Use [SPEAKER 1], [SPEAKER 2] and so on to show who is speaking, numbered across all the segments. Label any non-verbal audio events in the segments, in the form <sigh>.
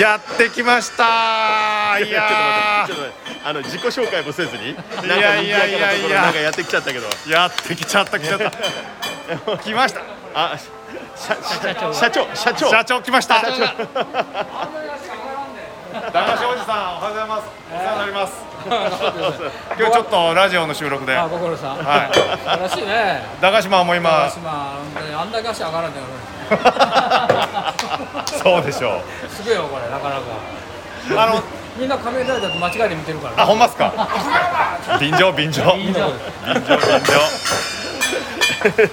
[SPEAKER 1] やってきましたいや
[SPEAKER 2] <laughs> ちょっと待ってちょっと待ってあの自己紹介もせずになんか
[SPEAKER 1] いやいやいやいや
[SPEAKER 2] 賑やかなところなんかやってきちゃったけど
[SPEAKER 1] ーやってきちゃった来ちゃった
[SPEAKER 2] <laughs>
[SPEAKER 1] 来ました
[SPEAKER 2] あ社社社長社長 <laughs>
[SPEAKER 1] 社長来ました
[SPEAKER 2] 社長
[SPEAKER 1] 駄菓子おじさんおはようございますお世話になります今日ちょっとラジオの収録で
[SPEAKER 3] あ、ご苦労さん。
[SPEAKER 1] はい
[SPEAKER 3] 素晴らしいね。
[SPEAKER 1] 駄菓子マンも
[SPEAKER 3] まあ、
[SPEAKER 1] 今
[SPEAKER 3] 本当にあんだけ足上がらんだよ、
[SPEAKER 1] <laughs> そうでしょ
[SPEAKER 3] これ。すごいよ、これ、なかなか。
[SPEAKER 1] うあの
[SPEAKER 3] みんな仮面ライダーと間違えて見てるから
[SPEAKER 1] あ、ほんまっすか便乗便乗
[SPEAKER 3] ね。い
[SPEAKER 1] <laughs>
[SPEAKER 3] い
[SPEAKER 1] 便
[SPEAKER 3] んだ
[SPEAKER 1] 乗
[SPEAKER 3] こ
[SPEAKER 1] 便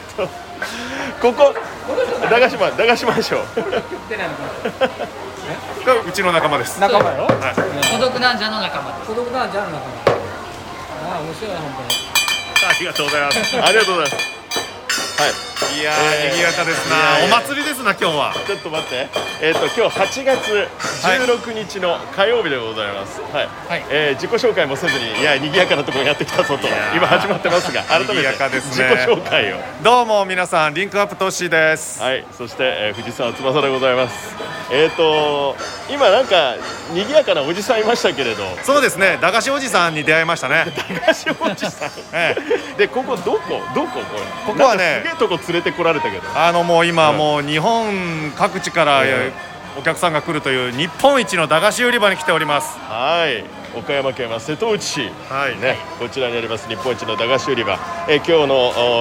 [SPEAKER 2] ここ
[SPEAKER 3] の人
[SPEAKER 2] 駄菓子マン駄菓子マンション
[SPEAKER 3] 言ってないのか
[SPEAKER 1] 乗がうちの仲間です
[SPEAKER 3] な。仲間よ。
[SPEAKER 4] 孤独なんじゃの仲間で
[SPEAKER 3] 孤独なんじゃん、仲間。あ、面白いな、本当に。
[SPEAKER 1] ありがとうございます
[SPEAKER 2] ありがとうございますはい
[SPEAKER 1] いや
[SPEAKER 2] え
[SPEAKER 1] ー
[SPEAKER 2] ー
[SPEAKER 1] 賑やかですない
[SPEAKER 2] やいや
[SPEAKER 1] お祭りですな今日は
[SPEAKER 2] ちょっと待って、えっ、と今日8月16日の火曜日でございます。はい。
[SPEAKER 4] はい
[SPEAKER 2] えー自己紹介もせずに、いや賑やかなところやってきたぞと
[SPEAKER 1] やー
[SPEAKER 2] 今始まってますが、改めて
[SPEAKER 1] 賑やかですね
[SPEAKER 2] 自己紹介を。
[SPEAKER 1] どうも皆さんリンクアップトッシーです
[SPEAKER 2] はい。そして、えー藤沢翼でございます。えっ、と今なんか賑やかなおじさんいましたけれど、
[SPEAKER 1] そうですね駄菓子おじさんに出会いました
[SPEAKER 2] <laughs>
[SPEAKER 1] ね
[SPEAKER 2] 昔おじさん。
[SPEAKER 1] え
[SPEAKER 2] <laughs> でここどこどここれ。
[SPEAKER 1] ここはね
[SPEAKER 2] なんかすげえとこ連れてこられたけど。
[SPEAKER 1] あのもう今
[SPEAKER 2] うん
[SPEAKER 1] もう日本各地から
[SPEAKER 2] うん
[SPEAKER 1] お客さんが来るという日本一の駄菓子売り場に来ております
[SPEAKER 2] はい。岡山県は瀬戸内市。
[SPEAKER 1] はい
[SPEAKER 2] ね、こちらにあります日本一の駄菓子売り場、えー今日の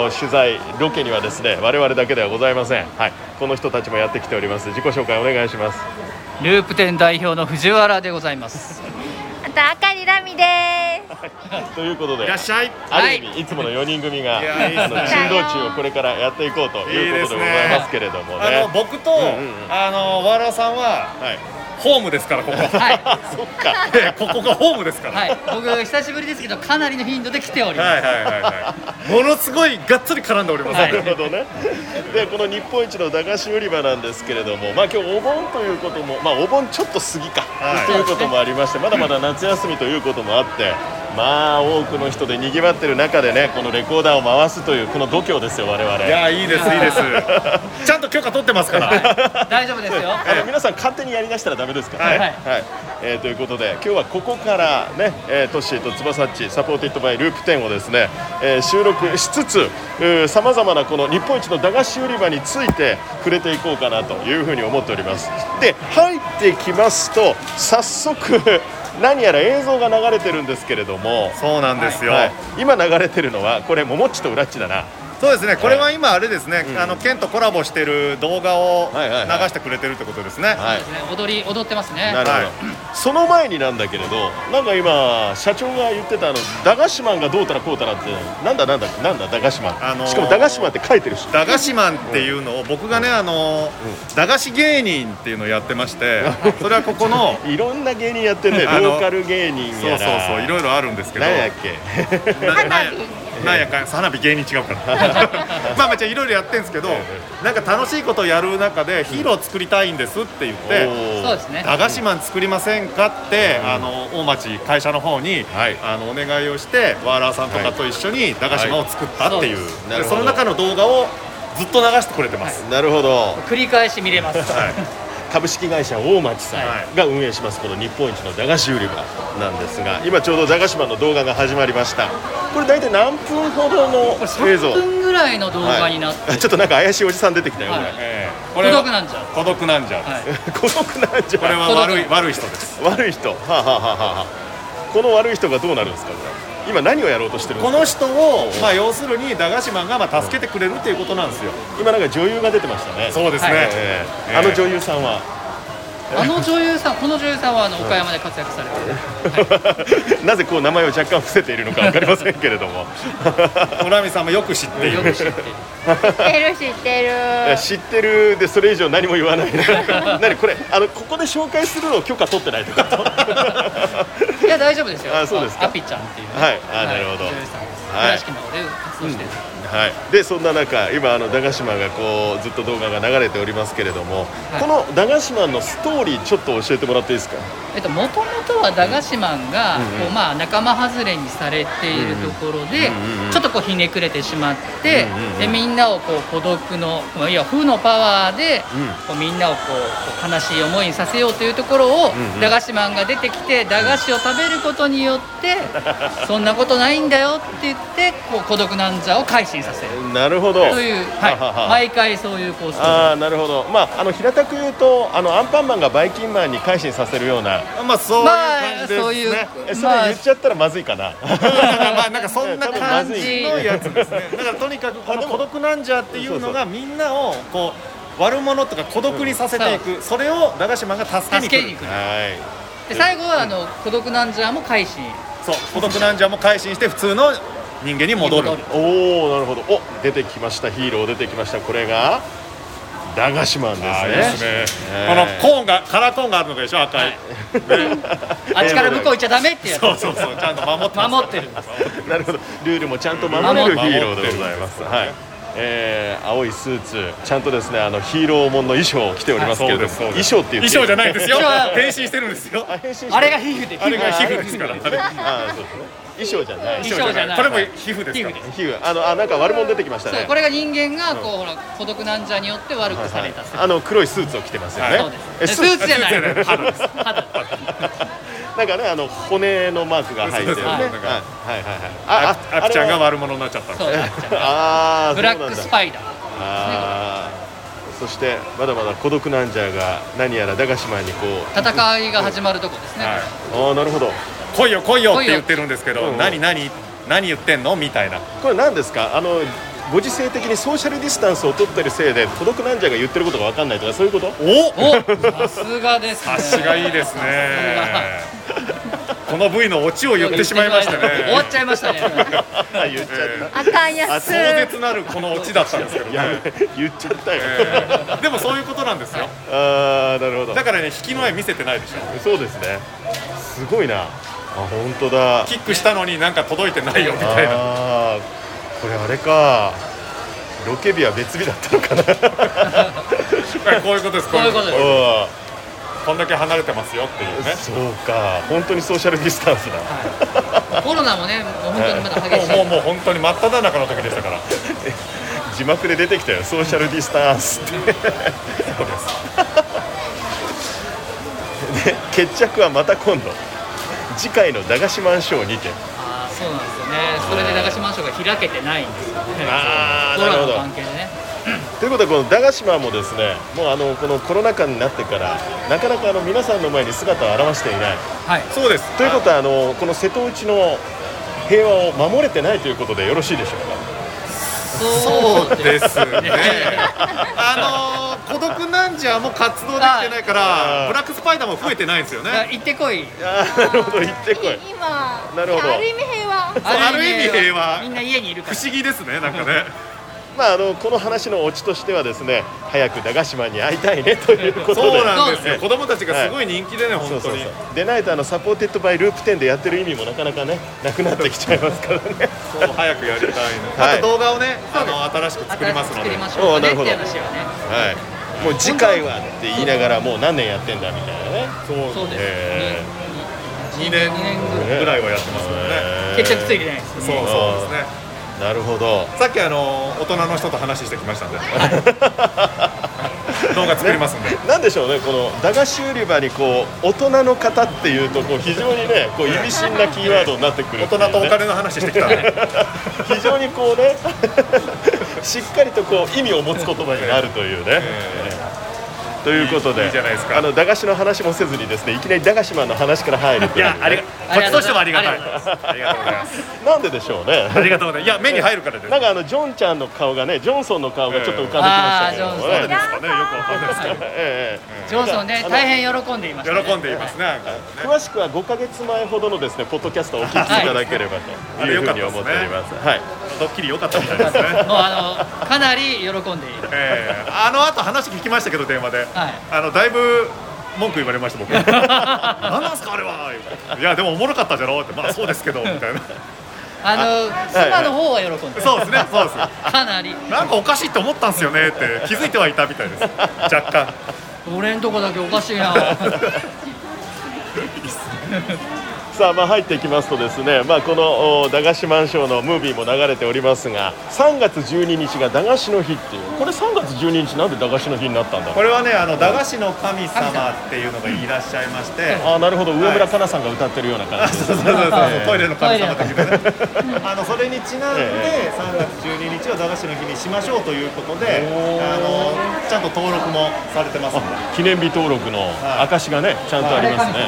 [SPEAKER 2] お取材ロケにはですね我々だけではございません、はい、この人たちもやってきております自己紹介お願いし
[SPEAKER 1] <laughs>
[SPEAKER 2] ます
[SPEAKER 4] すループ店代表の藤原でござい
[SPEAKER 3] <laughs>
[SPEAKER 4] ます
[SPEAKER 5] あとあかりらみです。
[SPEAKER 2] ということで
[SPEAKER 1] いらっしゃい
[SPEAKER 2] ある意味、い、つもの4人組が
[SPEAKER 1] いやいいですね
[SPEAKER 2] あの珍道中をこれからやっていこうということでございますけれどもね
[SPEAKER 1] あの僕と、
[SPEAKER 2] んうん
[SPEAKER 1] あの和田さんは
[SPEAKER 2] はい、 <laughs>
[SPEAKER 1] ホームですからここ
[SPEAKER 4] はい
[SPEAKER 2] あそっか
[SPEAKER 1] ええ <laughs> ここがホームですから
[SPEAKER 4] はい僕久しぶりですけどかなりの頻度で来ております
[SPEAKER 1] はいはいはいはい。ものすごいがっつり絡んでおります。
[SPEAKER 4] は
[SPEAKER 2] ないるほどね。で、この日本一の駄菓子売り場なんですけれども、まあ今日お盆ということも、まあお盆ちょっと過ぎか、
[SPEAKER 1] はい
[SPEAKER 2] ということもありまして、まだまだ夏休みということもあって、まあ多くの人で賑わってる中でね、このレコーダーを回すというこの度胸ですよ我々。
[SPEAKER 1] いやいいですいい
[SPEAKER 2] <laughs>
[SPEAKER 1] です。ちゃんと許可取ってますから。
[SPEAKER 4] 大丈夫ですよ
[SPEAKER 2] あの皆さん勝手にやりだしたらダメですからね。
[SPEAKER 1] はい
[SPEAKER 2] はいえーということで今日はここからね、えートッシーと翼っちサポーティッドバイループ10をですね、えー収録しつつさまざまなこの日本一の駄菓子売り場について触れていこうかなというふうに思っております。で入ってきますと早速 <laughs> 何やら映像が流れてるんですけれども。
[SPEAKER 1] そうなんですよ。
[SPEAKER 2] はい、今流れてるのはこれももっちとうらっちだな
[SPEAKER 1] そうですね。これは今あれですね。あの県とコラボしてる動画を流
[SPEAKER 2] はいはいはい
[SPEAKER 1] してくれてるってことですね。
[SPEAKER 2] はい
[SPEAKER 4] 踊り踊ってますね
[SPEAKER 2] なるほど、
[SPEAKER 1] はい
[SPEAKER 2] その前になんだけれどなんか今社長が言ってたあの駄菓子マンがどうたらこうたらってなんだなんだなんだ駄菓子マン、
[SPEAKER 1] あのー
[SPEAKER 2] しかも駄菓子マンって書いてるし
[SPEAKER 1] 駄菓子マンっていうのを僕がねあの駄菓子芸人っていうのをやってまして、それはここ
[SPEAKER 2] <laughs>
[SPEAKER 1] の
[SPEAKER 2] いろんな芸人やってるねロ
[SPEAKER 1] <laughs> あの
[SPEAKER 2] ーカル芸人
[SPEAKER 1] そうそう
[SPEAKER 2] やら
[SPEAKER 1] そういろいろあるんですけど。
[SPEAKER 2] なんやっけ
[SPEAKER 1] ななんやなんやかん花火芸人違うから
[SPEAKER 2] <laughs>
[SPEAKER 1] まあまあじゃあいろいろやってんですけどなんか楽しいことをやる中でヒーロー作りたいんですって言って
[SPEAKER 2] おー
[SPEAKER 4] そうですね
[SPEAKER 1] 駄菓子マン作りませんかって、あの大町会社の方に、
[SPEAKER 2] はい
[SPEAKER 1] あのお願いをしてワーラーさんとかと一緒に駄菓子マンを作ったっていう、
[SPEAKER 4] はい
[SPEAKER 2] な
[SPEAKER 1] で
[SPEAKER 2] るほ
[SPEAKER 1] そ
[SPEAKER 2] ど
[SPEAKER 1] の中の動画をずっと流してくれてます、
[SPEAKER 2] なるほど
[SPEAKER 4] 繰り返し見れます
[SPEAKER 1] はい
[SPEAKER 2] 株式会社大町さ
[SPEAKER 1] はい
[SPEAKER 2] んが運営しますこの日本一の駄菓子売り場なんですが今ちょうど駄菓子マンの動画が始まりましたこれ大体何分ほど
[SPEAKER 4] これ
[SPEAKER 2] の映像
[SPEAKER 4] 3分ぐらいの動画になって、
[SPEAKER 2] はいちょ <laughs> っとなんか怪しいおじさん出てきたよ、これ
[SPEAKER 4] はい
[SPEAKER 1] ええこ
[SPEAKER 4] 孤
[SPEAKER 1] れは
[SPEAKER 4] 独なんじゃん
[SPEAKER 1] 孤独なんじゃ、
[SPEAKER 4] はい
[SPEAKER 2] <laughs> 孤独なんじゃ
[SPEAKER 1] これは
[SPEAKER 4] 孤独
[SPEAKER 1] 悪い悪い人です
[SPEAKER 2] 悪い人はあ、はあはあはあ、この悪い人がどうなるんですかこれ今何をやろうとしてるんで
[SPEAKER 1] こ
[SPEAKER 2] すか
[SPEAKER 1] の人を、まあ、要するに駄菓子マンがまあ助けてくれるっていうことなんですよ
[SPEAKER 2] 今なんか女優が出てましたね
[SPEAKER 1] そうですね、
[SPEAKER 4] はい
[SPEAKER 2] ええ
[SPEAKER 1] ええ
[SPEAKER 2] あの女優さんは、 <laughs>
[SPEAKER 4] あの女優さんこの女優さんはあの岡山で活躍されてる
[SPEAKER 2] なぜこう名前を若干伏せているのか分かりませんけれども
[SPEAKER 1] 村見さんもよく知ってい
[SPEAKER 4] よ
[SPEAKER 1] る
[SPEAKER 4] く知ってる
[SPEAKER 5] 知ってる知って
[SPEAKER 2] いや
[SPEAKER 5] る。
[SPEAKER 2] 知ってるでそれ以上何も言わない <laughs> 何これあのここで紹介するのを許可取ってないってこと <laughs>
[SPEAKER 4] いや大丈夫ですよ
[SPEAKER 2] あそうですか
[SPEAKER 4] アピちゃんっていうね、
[SPEAKER 2] はいあなるほど
[SPEAKER 4] 女優さんです
[SPEAKER 2] はい
[SPEAKER 4] 倉敷の方で活動してる、
[SPEAKER 2] はい、でそんな中今あの駄菓子マンがこうずっと動画が流れておりますけれども、
[SPEAKER 4] はい
[SPEAKER 2] この駄菓子マンのストーリーちょっと教えてもらっていいですか
[SPEAKER 4] えっともともとは駄菓子マンが
[SPEAKER 2] うんうん
[SPEAKER 4] こうまあ仲間外れにされているところで
[SPEAKER 2] うんうん
[SPEAKER 4] ちょっとこうひねくれてしまって
[SPEAKER 2] うんうんうん
[SPEAKER 4] でみんなをこう孤独のまあいや負のパワーで
[SPEAKER 2] う
[SPEAKER 4] こうみんなをこうこう悲しい思いにさせようというところを
[SPEAKER 2] うんうん
[SPEAKER 4] 駄菓子マンが出てきて駄菓子を食べることによってそんなことないんだよって言ってこう孤独なんじゃを改心させる
[SPEAKER 2] なるほど
[SPEAKER 4] というは
[SPEAKER 2] ははい
[SPEAKER 4] 毎回そういうコース
[SPEAKER 2] ああなるほどまああの平たく言うとあのアンパンマンがバイキンマンに改心させるような
[SPEAKER 1] まあそういう感じですね、
[SPEAKER 4] まあそういう
[SPEAKER 2] えそれ
[SPEAKER 4] まあ
[SPEAKER 2] 言っちゃったらまずいかな、
[SPEAKER 1] <laughs> まあなんかそんな感じのやつですね。だからとにかくこの孤独なんじゃっていうのがみんなをこう悪者とか孤独にさせていく。それを駄菓子マンが助けに
[SPEAKER 4] 助け
[SPEAKER 1] 来
[SPEAKER 4] に
[SPEAKER 1] る。
[SPEAKER 4] 来る
[SPEAKER 2] <laughs> は
[SPEAKER 4] で最後はあの孤独なんじゃも改心
[SPEAKER 1] そう孤独なんじゃも改心して普通の人間に戻る
[SPEAKER 4] 戻。る
[SPEAKER 2] いおおなるほどお出てきましたヒーロー出てきましたこれが駄菓子マンですねね
[SPEAKER 1] このコーンがカラーコーンがあるのがでしょ赤い。
[SPEAKER 4] あっちから向こう行っちゃダメってやつ
[SPEAKER 1] そうそうそうちゃんと守ってます <laughs>
[SPEAKER 4] 守ってるんです
[SPEAKER 2] なるほどルールもちゃんと守れるヒ
[SPEAKER 1] 守
[SPEAKER 2] ーローでございますはいえー、青いスーツちゃんとですねあのヒーローもんの衣装を着ておりますけれども
[SPEAKER 1] そう
[SPEAKER 2] 衣
[SPEAKER 1] です
[SPEAKER 2] 装っていう
[SPEAKER 1] 衣装じゃないですよ
[SPEAKER 4] 衣装は。
[SPEAKER 1] 変身してるんですよ。
[SPEAKER 2] あ変身して
[SPEAKER 4] あれが皮膚で皮
[SPEAKER 1] あれ
[SPEAKER 4] 膚
[SPEAKER 1] が皮膚ですから。あれ
[SPEAKER 2] あーそうですね衣装じゃない
[SPEAKER 4] 衣装じゃない
[SPEAKER 1] これも皮膚ですか
[SPEAKER 4] 皮膚で
[SPEAKER 1] ら。
[SPEAKER 2] 皮膚あのあなんか悪者出てきました
[SPEAKER 4] そう
[SPEAKER 2] ね
[SPEAKER 4] これが人間がこうほら孤独なんじゃによって悪くされた
[SPEAKER 2] あの黒いスーツを着てますよね、
[SPEAKER 4] そう
[SPEAKER 2] え
[SPEAKER 4] ですスーツじゃない
[SPEAKER 1] スーツじゃない
[SPEAKER 4] 肌です肌
[SPEAKER 2] なんかねあの骨のマークが入ってるね
[SPEAKER 1] そう
[SPEAKER 2] はい
[SPEAKER 1] そ
[SPEAKER 2] は
[SPEAKER 1] う
[SPEAKER 2] い
[SPEAKER 1] そう
[SPEAKER 2] はいはい
[SPEAKER 1] ああきちゃんが
[SPEAKER 2] あ
[SPEAKER 1] 悪者になっちゃ <laughs> ったの。
[SPEAKER 4] そう
[SPEAKER 2] れはあー
[SPEAKER 4] ブラックス
[SPEAKER 2] イ
[SPEAKER 4] パイダー
[SPEAKER 2] あーそしてまだまだ孤独なんじゃが何やら駄菓子マンにこう
[SPEAKER 4] 戦いが始まるとこですね
[SPEAKER 1] はい
[SPEAKER 2] ああなるほど
[SPEAKER 1] 来いよ来いよって言ってるんですけ
[SPEAKER 2] 来い
[SPEAKER 1] ど
[SPEAKER 2] よ
[SPEAKER 1] 何何何言ってんのみたいな
[SPEAKER 2] これ何ですかあのご時世的にソーシャルディスタンスを取ってるせいで孤独なんじゃが言ってることが分かんないとかそういうこと <laughs>
[SPEAKER 1] お
[SPEAKER 4] おさすがですね
[SPEAKER 1] 足がいいですねこの部位のオチを言ってしまいましたね
[SPEAKER 4] 終わっちゃいましたね
[SPEAKER 2] 言っちゃっ
[SPEAKER 5] あかんやつ
[SPEAKER 1] 壮絶なるこのオチだったんですけど
[SPEAKER 2] た、
[SPEAKER 1] ね
[SPEAKER 2] いや言っちゃったよ、
[SPEAKER 1] えーでもそういうことなんですよ
[SPEAKER 2] ああなるほど
[SPEAKER 1] だからね引きの絵見せてないでしょ
[SPEAKER 2] そうですねすごいなあ本当だ
[SPEAKER 1] キックしたのになんか届いてないよみたいな
[SPEAKER 2] あーこれあれかロケ日は別日だったのかな
[SPEAKER 1] こういうことです
[SPEAKER 4] こういうことです
[SPEAKER 2] う
[SPEAKER 1] こんだけ離れてますよっていうんね
[SPEAKER 2] <laughs> そうか本当にソーシャルディスタンスだ、
[SPEAKER 4] コロナもねもう本当にまだ激しい
[SPEAKER 1] もうもうもう本当に真っ只中の時でしたから
[SPEAKER 2] 字幕で出てきたよソーシャルディスタンスって
[SPEAKER 1] そうです
[SPEAKER 2] <laughs> で決着はまた今度次回の駄菓子マンショーにて
[SPEAKER 4] あーそうなんですよねそれで駄菓子マンションが開けてないんですよね
[SPEAKER 2] あー
[SPEAKER 4] コロナ
[SPEAKER 2] なるほ
[SPEAKER 4] の
[SPEAKER 2] ど
[SPEAKER 4] 関係でね
[SPEAKER 2] ということでこの駄菓子マンもですねもうあのこのコロナ禍になってからなかなかあの皆さんの前に姿を現していない
[SPEAKER 4] はい。
[SPEAKER 1] そうです
[SPEAKER 2] ということはあのこの瀬戸内の平和を守れてないということでよろしいでしょうか
[SPEAKER 1] そうですねあのー孤独なんじゃも活動できてないから、ブラックスパイダーも増えてないんですよ
[SPEAKER 4] いや
[SPEAKER 1] ね。
[SPEAKER 4] 行ってこい
[SPEAKER 2] あーなるほど言ってこい
[SPEAKER 5] 今
[SPEAKER 2] なるほど
[SPEAKER 5] ある意味平和
[SPEAKER 1] そうある意味平和
[SPEAKER 4] みんな家にいる
[SPEAKER 1] 不
[SPEAKER 4] から
[SPEAKER 1] 思議ですね、なんかね。
[SPEAKER 2] まああのこの話のオチとしてはですね早く駄菓子マンに会いたいねということで
[SPEAKER 1] そうなんです
[SPEAKER 4] そうですね
[SPEAKER 1] よ。子供たちがすごい人気でね、
[SPEAKER 2] そ
[SPEAKER 1] 本
[SPEAKER 2] うそ
[SPEAKER 1] 当
[SPEAKER 2] う
[SPEAKER 1] に
[SPEAKER 2] そ。うでないとあのサポーテッドバイループ10でやってる意味もなかなかねなくなってきちゃいますからね
[SPEAKER 1] そう早くやりたい
[SPEAKER 2] は
[SPEAKER 1] な。あ
[SPEAKER 2] い
[SPEAKER 1] と動画をね、あの新しく作りますの
[SPEAKER 4] 作
[SPEAKER 1] で
[SPEAKER 4] り。ましょうかねって
[SPEAKER 2] おーなる
[SPEAKER 4] 話はね
[SPEAKER 2] はいもう次回はって言いながらもう何年やってんだみたいなね
[SPEAKER 1] そ
[SPEAKER 4] そううです、
[SPEAKER 2] え
[SPEAKER 1] 二年
[SPEAKER 4] 二年ぐらい
[SPEAKER 1] ぐらいはやってますもんね。
[SPEAKER 2] えー
[SPEAKER 4] 決着ついてないです
[SPEAKER 1] そうそうですね。
[SPEAKER 2] なるほど
[SPEAKER 1] さっきあのー大人の人と話してきましたんで、動画作りますんで。
[SPEAKER 2] <laughs> なんでしょうねこの駄菓子売り場にこう大人の方っていうとこう非常にねこう意味深なキーワードになってくる
[SPEAKER 1] 大人とお金の話してきたんで。
[SPEAKER 2] <laughs> 非常にこうね <laughs> しっかりとこう意味を持つ言葉になるという
[SPEAKER 1] <laughs>
[SPEAKER 2] ね。ということで
[SPEAKER 1] いいいいじゃないですか
[SPEAKER 2] あの駄菓子の話もせずにですねいきなり駄菓子マンの話から入ると
[SPEAKER 1] い
[SPEAKER 2] いう
[SPEAKER 1] や、ありが、こっちとしてもありがたい。
[SPEAKER 4] ありが
[SPEAKER 1] ありがとうございます。
[SPEAKER 2] <laughs> なんででしょうね
[SPEAKER 1] ありがとうございます。いや、目に入るからです
[SPEAKER 2] な。んかあのジョンちゃんの顔がねジョンソンの顔がちょっと浮かんできましたけども
[SPEAKER 4] あージョンソン
[SPEAKER 1] で
[SPEAKER 2] ね
[SPEAKER 1] すかね、よくわかんないですけど。
[SPEAKER 2] ええええ
[SPEAKER 4] ジョンソンね
[SPEAKER 2] あの
[SPEAKER 4] 大変喜んでいました、ね、
[SPEAKER 1] 喜んでいますね。なんか
[SPEAKER 2] 詳しくは5か月前ほどのですねポッドキャストをお聞きいただければというふうに思っております。はい
[SPEAKER 1] ドッキリ良かったみたいですね。
[SPEAKER 4] もうあのかなり喜んでいる
[SPEAKER 1] ええあの後話聞きましたけど電話で、
[SPEAKER 4] はい
[SPEAKER 1] あのだいぶ文句言われました僕。何なんすかあれは。言うていやでもおもろかったじゃろうってまあそうですけどみたいな。
[SPEAKER 4] あの妻の方は喜んでる
[SPEAKER 1] そうですねそうですよ
[SPEAKER 4] かなり
[SPEAKER 1] なんかおかしいって思ったんですよねって気づいてはいたみたいです若干
[SPEAKER 4] 俺んとこだけおかしい <laughs> な
[SPEAKER 2] さあまあ入っていきますとですね、まあ、このお駄菓子マンションのムービーも流れておりますが3月12日が駄菓子の日っていうこれ3月12日なんで駄菓子の日になったんだろ
[SPEAKER 1] こ
[SPEAKER 2] う
[SPEAKER 1] れはねあの駄菓子の神様っていうのがいらっしゃいまして
[SPEAKER 2] ああなるほど上村かなさんが歌ってるような感じです
[SPEAKER 1] そうそうそうそうトイレの神様的なねあのそれにちなんで
[SPEAKER 2] え
[SPEAKER 1] 3月12日を駄菓子の日にしましょうということであのちゃんと登録もされてますんで
[SPEAKER 2] 記念日登録の証がねちゃんとありますね、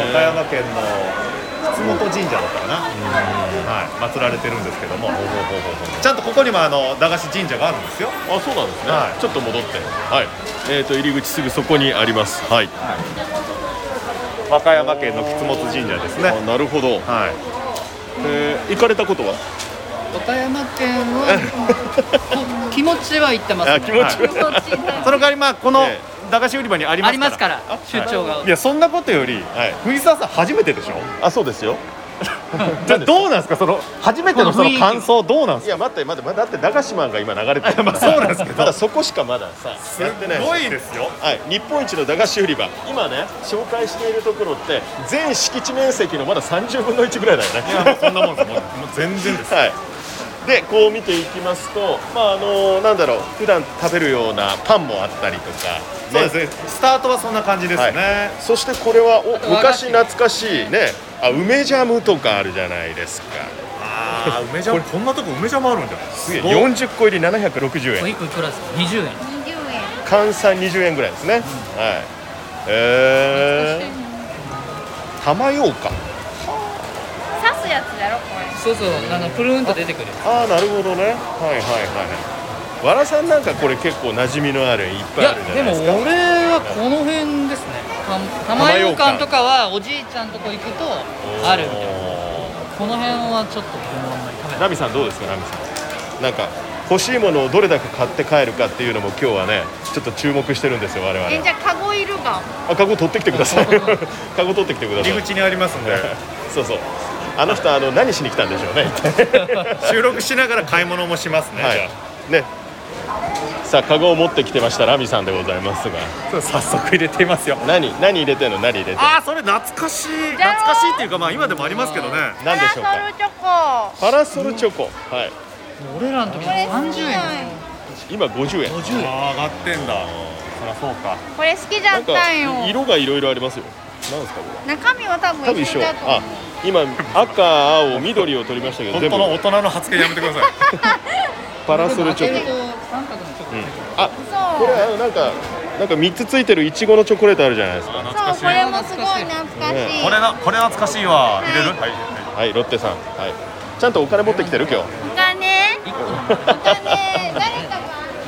[SPEAKER 1] 和歌山県の靴本神社だったかな、はい、祀られてるんですけどもちゃんとここにもあの駄菓子神社があるんですよ
[SPEAKER 2] あそうなんですね、
[SPEAKER 1] はい
[SPEAKER 2] ちょっと戻ってはいえー、と入り口すぐそこにありますはい
[SPEAKER 1] 和歌山県の靴本神社です
[SPEAKER 2] あ
[SPEAKER 1] ね
[SPEAKER 2] なるほど、
[SPEAKER 1] はい
[SPEAKER 2] えー行かれたことは
[SPEAKER 4] 岡山県は気持ちは言ってますね
[SPEAKER 2] あ気持ちは
[SPEAKER 1] その代わりまあこの
[SPEAKER 2] え
[SPEAKER 1] 駄菓子売り場にありま
[SPEAKER 4] あ
[SPEAKER 1] す
[SPEAKER 4] り
[SPEAKER 1] から
[SPEAKER 4] ますから出張が
[SPEAKER 1] いやそんなことより、
[SPEAKER 2] はい
[SPEAKER 1] 藤沢さん初めてでしょ
[SPEAKER 2] あそうですよ
[SPEAKER 1] <laughs> じゃあどうなんですかその初めてのその感想どうなん
[SPEAKER 2] い
[SPEAKER 1] ですか
[SPEAKER 2] や待って待ってまだだって駄菓子マンが今流れてる
[SPEAKER 1] まあそうなんですけど
[SPEAKER 2] まだそこしかまださやってないです
[SPEAKER 1] いですよ
[SPEAKER 2] はい、日本一の駄菓子売り場今ね紹介しているところって全敷地面積のまだ30分の1ぐらいだよね
[SPEAKER 1] いやもうそんなもんですもうもう全然です
[SPEAKER 2] はい、でこう見ていきますと、まああのなんだろう普段食べるようなパンもあったりとか、
[SPEAKER 1] そうですねスタートはそんな感じですね、
[SPEAKER 2] はいそしてこれはお
[SPEAKER 4] と和菓
[SPEAKER 2] 昔
[SPEAKER 4] 子
[SPEAKER 2] 懐かしいねあ梅ジャムとかあるじゃないですか
[SPEAKER 1] ああ梅ジャムこんなとこ梅ジャムあるんじゃない
[SPEAKER 2] すげえ
[SPEAKER 1] ごい
[SPEAKER 2] 40個入り760円
[SPEAKER 4] 1個いくらですか20
[SPEAKER 5] 20
[SPEAKER 4] 円
[SPEAKER 5] 円
[SPEAKER 2] 換算20円ぐらいですね、はいえー、玉ようか
[SPEAKER 5] 刺すやつだろこれ
[SPEAKER 4] そうそうあのプルーンと出てくる
[SPEAKER 2] ああなるほどねはいはいはいわらさんなんかこれ結構馴染みのあるいっ
[SPEAKER 4] い
[SPEAKER 2] ぱい
[SPEAKER 4] や
[SPEAKER 2] あるじゃな
[SPEAKER 4] で
[SPEAKER 2] い
[SPEAKER 4] も
[SPEAKER 2] ですか
[SPEAKER 4] 俺はこの辺ですねた玉ようかんとかはおじいちゃんとこ行くとあるみたいなこの辺はちょっとあんまり食べない
[SPEAKER 2] ナミさんどうですかナミさんなんか欲しいものをどれだけ買って帰るかっていうのも今日はねちょっと注目してるんですよ我
[SPEAKER 5] え
[SPEAKER 2] 々
[SPEAKER 5] じゃあカゴいるが
[SPEAKER 2] あカゴ取ってきてください <laughs> カゴ取ってきてください
[SPEAKER 1] 入り口にありますん
[SPEAKER 2] <laughs>
[SPEAKER 1] で
[SPEAKER 2] そうそうあの人あの何しに来たんでしょうね一 <laughs> 体
[SPEAKER 1] 収録しながら買い物もしますね、
[SPEAKER 2] は
[SPEAKER 1] じゃ
[SPEAKER 2] いねさあカゴを持ってきてましたラミさんでございますが
[SPEAKER 1] あそう早速入れていますよ
[SPEAKER 2] 何何入れてんの何入れてんの
[SPEAKER 1] ああそれ懐かしい懐かしいっていうかまあ今でもありますけどね
[SPEAKER 2] 何でしょう
[SPEAKER 5] パラ
[SPEAKER 2] か
[SPEAKER 5] ソルチョコ
[SPEAKER 2] パラソルチョコはい
[SPEAKER 4] 俺らの時
[SPEAKER 5] これ好
[SPEAKER 4] 30
[SPEAKER 5] きじ
[SPEAKER 4] 円
[SPEAKER 5] ゃん
[SPEAKER 2] 今50円
[SPEAKER 4] 50円
[SPEAKER 1] ああ上がってんだそりゃそうか
[SPEAKER 5] これ好きだ
[SPEAKER 2] な
[SPEAKER 5] っ
[SPEAKER 2] んか
[SPEAKER 5] たんよ
[SPEAKER 2] 色がいろいろありますよなんですかこれ
[SPEAKER 5] 中身は多
[SPEAKER 2] 多
[SPEAKER 5] 分
[SPEAKER 2] 分
[SPEAKER 5] 一
[SPEAKER 2] 一
[SPEAKER 5] 緒
[SPEAKER 2] 緒
[SPEAKER 5] だと思
[SPEAKER 2] あ
[SPEAKER 5] う
[SPEAKER 2] 今赤青緑を取りましたけど
[SPEAKER 1] 本
[SPEAKER 2] 全部
[SPEAKER 1] 当の大人の発言やめて
[SPEAKER 2] <laughs>
[SPEAKER 1] ください
[SPEAKER 2] パラソルチョコ
[SPEAKER 4] 開けると三角のチョコ
[SPEAKER 2] あこれ
[SPEAKER 5] そ
[SPEAKER 2] あのなんかなんか三つついてるいちごのチョコレートあるじゃないですか
[SPEAKER 5] うそうこれもすごい懐かしい
[SPEAKER 1] これなこれ懐かしいわ
[SPEAKER 5] い
[SPEAKER 1] 入れるはい
[SPEAKER 2] はいロッテさんはいちゃんとお金持ってきてる今日
[SPEAKER 5] お金
[SPEAKER 4] 一
[SPEAKER 5] お金
[SPEAKER 2] <laughs>
[SPEAKER 5] 誰かが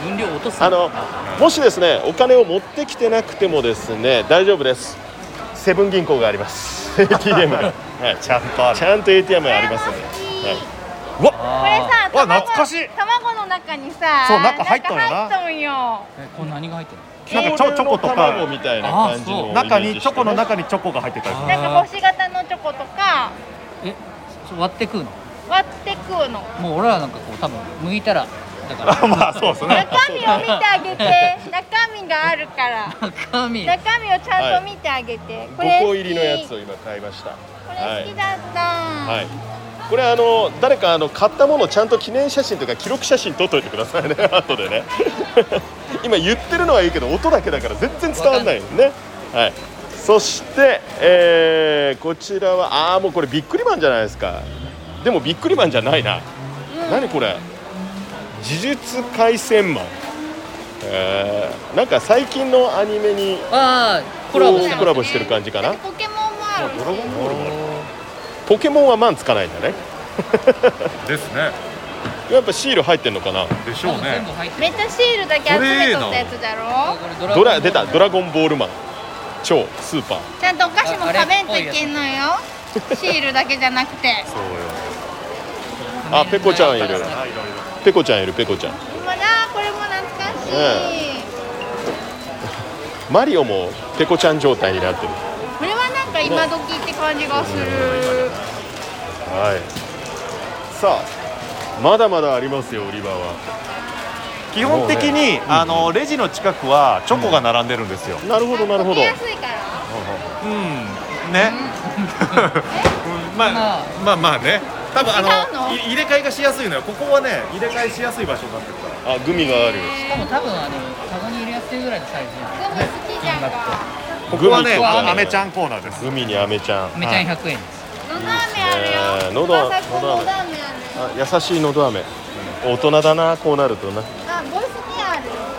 [SPEAKER 4] 個分量落とす
[SPEAKER 2] あのもしですねお金を持ってきてなくてもですね大丈夫ですセブン銀行があります ATM
[SPEAKER 1] <laughs>
[SPEAKER 2] が、はい、ちゃんとちゃんと ATM ありますんで、はい、うわ
[SPEAKER 5] これさ
[SPEAKER 1] わ
[SPEAKER 5] 卵
[SPEAKER 1] 懐かしい
[SPEAKER 5] 卵の中にさ
[SPEAKER 1] そう中入っとんよな
[SPEAKER 5] 中入っとんよ
[SPEAKER 4] えこれ何が入ってる
[SPEAKER 1] なんかチョチョコとか
[SPEAKER 2] 恐竜の卵みたいな感じのをイメー
[SPEAKER 1] 中に
[SPEAKER 2] ジして
[SPEAKER 1] チョコの中にチョコが入ってたりする
[SPEAKER 5] なんか星型のチョコとか
[SPEAKER 4] えそ割って食うの
[SPEAKER 5] 割って食うの
[SPEAKER 4] もう俺らなんかこう多分剥いたらだから
[SPEAKER 1] まあそうですね
[SPEAKER 5] 中身を見てあげて中身があるから
[SPEAKER 4] 中身
[SPEAKER 5] 中身をちゃんと見てあげて、これ
[SPEAKER 2] 5
[SPEAKER 5] 好
[SPEAKER 2] 個
[SPEAKER 5] き
[SPEAKER 2] 入りのやつを今買いました
[SPEAKER 5] これ好きだった、
[SPEAKER 2] はい。これあの誰かあの買ったものをちゃんと記念写真とか記録写真撮っといてくださいね <laughs> 後でね今言ってるのはいいけど音だけだから全然伝わらないですねはいそして、えーこちらはああもうこれビックリマンじゃないですかでもビックリマンじゃないな、何これ呪術廻戦マンえーなんか最近のアニメに
[SPEAKER 4] ああコラボして
[SPEAKER 2] コ
[SPEAKER 4] ま
[SPEAKER 2] ラ
[SPEAKER 4] す
[SPEAKER 2] ボしてる感じかな
[SPEAKER 5] ポケモンもあるし
[SPEAKER 2] ポケモンはマンつかないんだね
[SPEAKER 1] <laughs> ですね
[SPEAKER 2] やっぱシール入ってんのかな
[SPEAKER 1] でし
[SPEAKER 4] 多分全部入って
[SPEAKER 5] め
[SPEAKER 4] る
[SPEAKER 5] っちゃシールだけ集めとったやつだろ
[SPEAKER 4] これ
[SPEAKER 2] ドラ出
[SPEAKER 4] ゴンボー
[SPEAKER 2] た
[SPEAKER 4] ル
[SPEAKER 2] ドラゴンボールマン超スーパー
[SPEAKER 5] ちゃんとお菓子も食べんといけんのよシールだけじゃなくて
[SPEAKER 1] そうよ
[SPEAKER 2] あペコちゃんいる
[SPEAKER 1] はいいろいろ
[SPEAKER 2] ペコちゃんいるペコちゃん
[SPEAKER 5] まだこれも懐かしい、
[SPEAKER 2] ねマリオもペコちゃん状態になってる
[SPEAKER 5] これはなんか今時って感じがする、
[SPEAKER 2] はいさあまだまだありますよ売り場は
[SPEAKER 1] 基本的に、あのレジの近くはチョコが並んでるんですよ、
[SPEAKER 2] なるほどなるほ
[SPEAKER 5] 溶
[SPEAKER 2] ど
[SPEAKER 5] けやすいから
[SPEAKER 1] うんね、 <laughs> うんま
[SPEAKER 4] ま
[SPEAKER 1] あ
[SPEAKER 4] あ、
[SPEAKER 1] まあまあね多分あ
[SPEAKER 5] 違う
[SPEAKER 1] の
[SPEAKER 5] の
[SPEAKER 1] い入れ替えがしやすいのよここはね入れ替えしやすい場所になってるから
[SPEAKER 2] あグミがある
[SPEAKER 4] しかも多分あのカゴに入れやすいぐらいのサイズなんで
[SPEAKER 5] グミ好きじゃんか
[SPEAKER 1] ここは
[SPEAKER 2] グミ
[SPEAKER 1] ね
[SPEAKER 2] と
[SPEAKER 1] アメちゃんコーナーです
[SPEAKER 2] グミにアメちゃん
[SPEAKER 4] めちゃ100円です、
[SPEAKER 5] のど飴あるよ
[SPEAKER 2] のど
[SPEAKER 5] まさこのど飴あるよ
[SPEAKER 2] あ優しいのど飴大人だなこうなるとな
[SPEAKER 5] あ、ボイスケアあ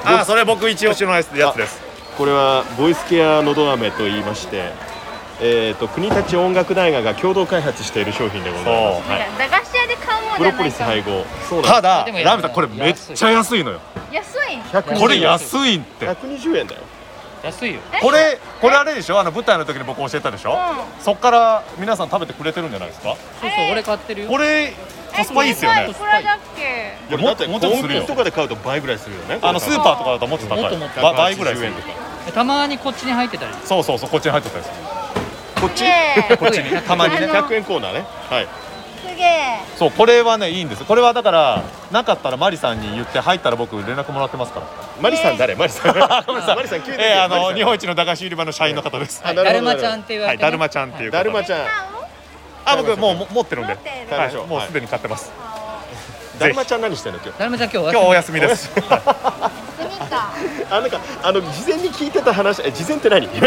[SPEAKER 5] るよ
[SPEAKER 1] あそれ僕一押しのやつです
[SPEAKER 2] これはボイスケアのど飴と言いましてえー、と国立音楽大学が共同開発している商品でございま
[SPEAKER 1] そ
[SPEAKER 2] す、はい、
[SPEAKER 5] 駄菓子屋で買うもん
[SPEAKER 2] プ
[SPEAKER 5] じ
[SPEAKER 2] ロ
[SPEAKER 5] ゃ
[SPEAKER 2] ポ
[SPEAKER 5] な
[SPEAKER 2] リ
[SPEAKER 5] い
[SPEAKER 2] ス
[SPEAKER 5] から
[SPEAKER 2] 配合そうなん
[SPEAKER 1] ただ
[SPEAKER 4] でも
[SPEAKER 1] ラーメンさんこれめっちゃ安いのよ
[SPEAKER 5] 安い
[SPEAKER 2] 120
[SPEAKER 1] これ安いって
[SPEAKER 2] 120円だよ
[SPEAKER 4] 安いよ
[SPEAKER 1] これこれあれでしょあの舞台の時に僕教えたでしょ、
[SPEAKER 5] う
[SPEAKER 1] そっから皆さん食べてくれてるんじゃないですか
[SPEAKER 4] そうそう俺買ってるよ
[SPEAKER 1] これコスパいいですよ
[SPEAKER 5] え
[SPEAKER 1] ね
[SPEAKER 5] これいくらだっけ
[SPEAKER 2] いや
[SPEAKER 1] もっ
[SPEAKER 2] もっ
[SPEAKER 1] と
[SPEAKER 2] と
[SPEAKER 1] もっ
[SPEAKER 2] もっ
[SPEAKER 1] と
[SPEAKER 2] と
[SPEAKER 1] するよ
[SPEAKER 2] とかで買うと倍ぐらいするよね
[SPEAKER 1] あのスーパーとかだともっと高い
[SPEAKER 4] もっともっと
[SPEAKER 1] ば倍ぐらいする
[SPEAKER 2] 円とか
[SPEAKER 4] たまにこっちに入ってたり
[SPEAKER 1] そうそうそうこっちに入ってたです
[SPEAKER 2] <laughs> こっち
[SPEAKER 5] すげえ
[SPEAKER 1] こっちにたまにね
[SPEAKER 5] あの
[SPEAKER 2] 100円コーナーねはい
[SPEAKER 5] すげえ
[SPEAKER 1] そうこれはねいいんですこれはだからなかったらマリさんに言って入ったら僕連絡もらってますから
[SPEAKER 2] マリさん誰マ
[SPEAKER 1] <laughs>
[SPEAKER 2] リさんごめんなさいマリさん聞いてる
[SPEAKER 1] ええあの日本
[SPEAKER 2] 一
[SPEAKER 1] 一の駄菓子売り場の社員の方です。
[SPEAKER 2] あな
[SPEAKER 4] だ
[SPEAKER 2] る
[SPEAKER 4] る
[SPEAKER 2] ほど
[SPEAKER 4] まちゃんって言わ
[SPEAKER 1] は
[SPEAKER 4] れ
[SPEAKER 1] い、
[SPEAKER 4] てね、
[SPEAKER 1] だるまちゃんっていう方。
[SPEAKER 2] だるまちゃん
[SPEAKER 5] 買う
[SPEAKER 1] あ、僕もうも持ってるんで。
[SPEAKER 5] 持ってる
[SPEAKER 1] はい
[SPEAKER 2] はい
[SPEAKER 1] もうすでに買ってます。
[SPEAKER 2] だるまちゃん何してんの今日
[SPEAKER 4] だるまちゃん今日お休
[SPEAKER 1] 今
[SPEAKER 4] み
[SPEAKER 1] 日お休み <laughs> です。
[SPEAKER 5] グミか
[SPEAKER 2] あなんかあの事前に聞いてた話え事前って何 <laughs> 事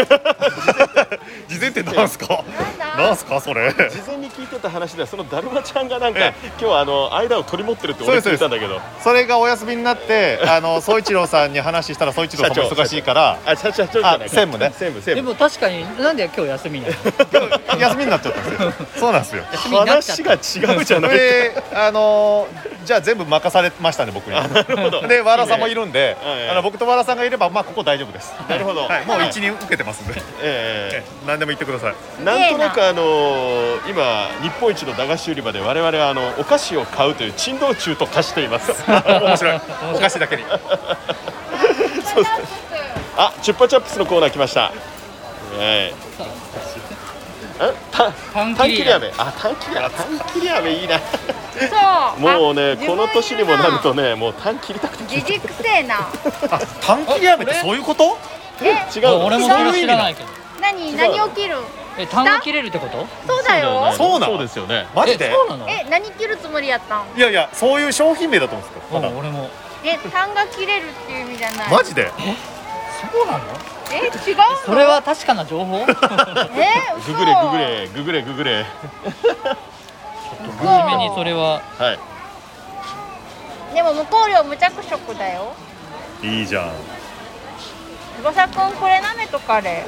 [SPEAKER 1] 事前ってなんすか。
[SPEAKER 5] なんだ
[SPEAKER 1] なんすかそれ。
[SPEAKER 2] 前に聞いてた話ではそのだるまちゃんがなん
[SPEAKER 1] ええ
[SPEAKER 2] か今日あの間を取り持ってるって
[SPEAKER 1] そう
[SPEAKER 2] 俺
[SPEAKER 1] です
[SPEAKER 2] 聞いたんだけど
[SPEAKER 1] <laughs> それがお休みになって、あの総一郎さんに話したら総一郎さんも
[SPEAKER 2] 社長
[SPEAKER 1] 忙しいから。
[SPEAKER 2] あ社長社長じゃない
[SPEAKER 1] あ専務ね
[SPEAKER 2] 専務専
[SPEAKER 4] で
[SPEAKER 2] 務
[SPEAKER 4] も確かになんで今日休みなの
[SPEAKER 1] 休みになっちゃったんですよ。そうなんですよ。
[SPEAKER 4] 休みになっちゃっ
[SPEAKER 2] 話
[SPEAKER 4] た
[SPEAKER 2] が違うじゃないか
[SPEAKER 1] で、あのじゃあ全部任されましたね僕に。
[SPEAKER 2] なるほど
[SPEAKER 1] で、和田さんもいるんで
[SPEAKER 2] はいはい、
[SPEAKER 1] あの僕と和田さんがいればまあここ大丈夫です。
[SPEAKER 2] なるほど
[SPEAKER 1] はい、もう
[SPEAKER 2] はい
[SPEAKER 1] 一人受けてますんで。
[SPEAKER 2] え
[SPEAKER 1] え
[SPEAKER 2] え
[SPEAKER 1] え何でも言ってください。
[SPEAKER 2] なんとなくあのー今日本一の駄菓子売り場で我々はあのお菓子を買うという珍道中と化しています
[SPEAKER 1] 面白い。お菓子だけに。
[SPEAKER 2] <laughs> そうですねあチュッパチャップスのコーナー来ましたええんた
[SPEAKER 4] パン
[SPEAKER 2] 短
[SPEAKER 4] 切
[SPEAKER 2] 切
[SPEAKER 4] り
[SPEAKER 2] り
[SPEAKER 4] や
[SPEAKER 2] 飴あ短切り飴短切り飴いいな
[SPEAKER 5] そう
[SPEAKER 2] もう
[SPEAKER 5] あ
[SPEAKER 2] ね
[SPEAKER 5] 自分
[SPEAKER 2] この年にもなると
[SPEAKER 5] の
[SPEAKER 2] ねもう短切りたくて
[SPEAKER 5] 自軸
[SPEAKER 2] <laughs>
[SPEAKER 5] せえな
[SPEAKER 1] あ、短期やめてそういうこと？
[SPEAKER 5] え
[SPEAKER 2] 違う
[SPEAKER 4] もう
[SPEAKER 2] の
[SPEAKER 4] 俺もそれは知らないけど
[SPEAKER 5] 何何起きる
[SPEAKER 4] え単が切れるってこと
[SPEAKER 5] そうだよ
[SPEAKER 1] そうなの
[SPEAKER 2] そうですよね
[SPEAKER 1] マジ
[SPEAKER 4] え
[SPEAKER 1] で？
[SPEAKER 4] そうなの
[SPEAKER 5] え何切るつもりやったん
[SPEAKER 1] いやいや、そういう商品名だと思うんですよ。
[SPEAKER 4] うん俺も
[SPEAKER 5] え単が切れるっていう意味じゃない
[SPEAKER 1] マジで
[SPEAKER 4] そうなの
[SPEAKER 5] え違う
[SPEAKER 4] それは確かな情報
[SPEAKER 5] の
[SPEAKER 4] <laughs>
[SPEAKER 5] え嘘
[SPEAKER 2] ググれググれググれググれ
[SPEAKER 4] 真面目にそれは
[SPEAKER 2] はい
[SPEAKER 5] でも無香料無着色だよ
[SPEAKER 1] いいじゃん。
[SPEAKER 5] 翼くんこれ舐めとかれ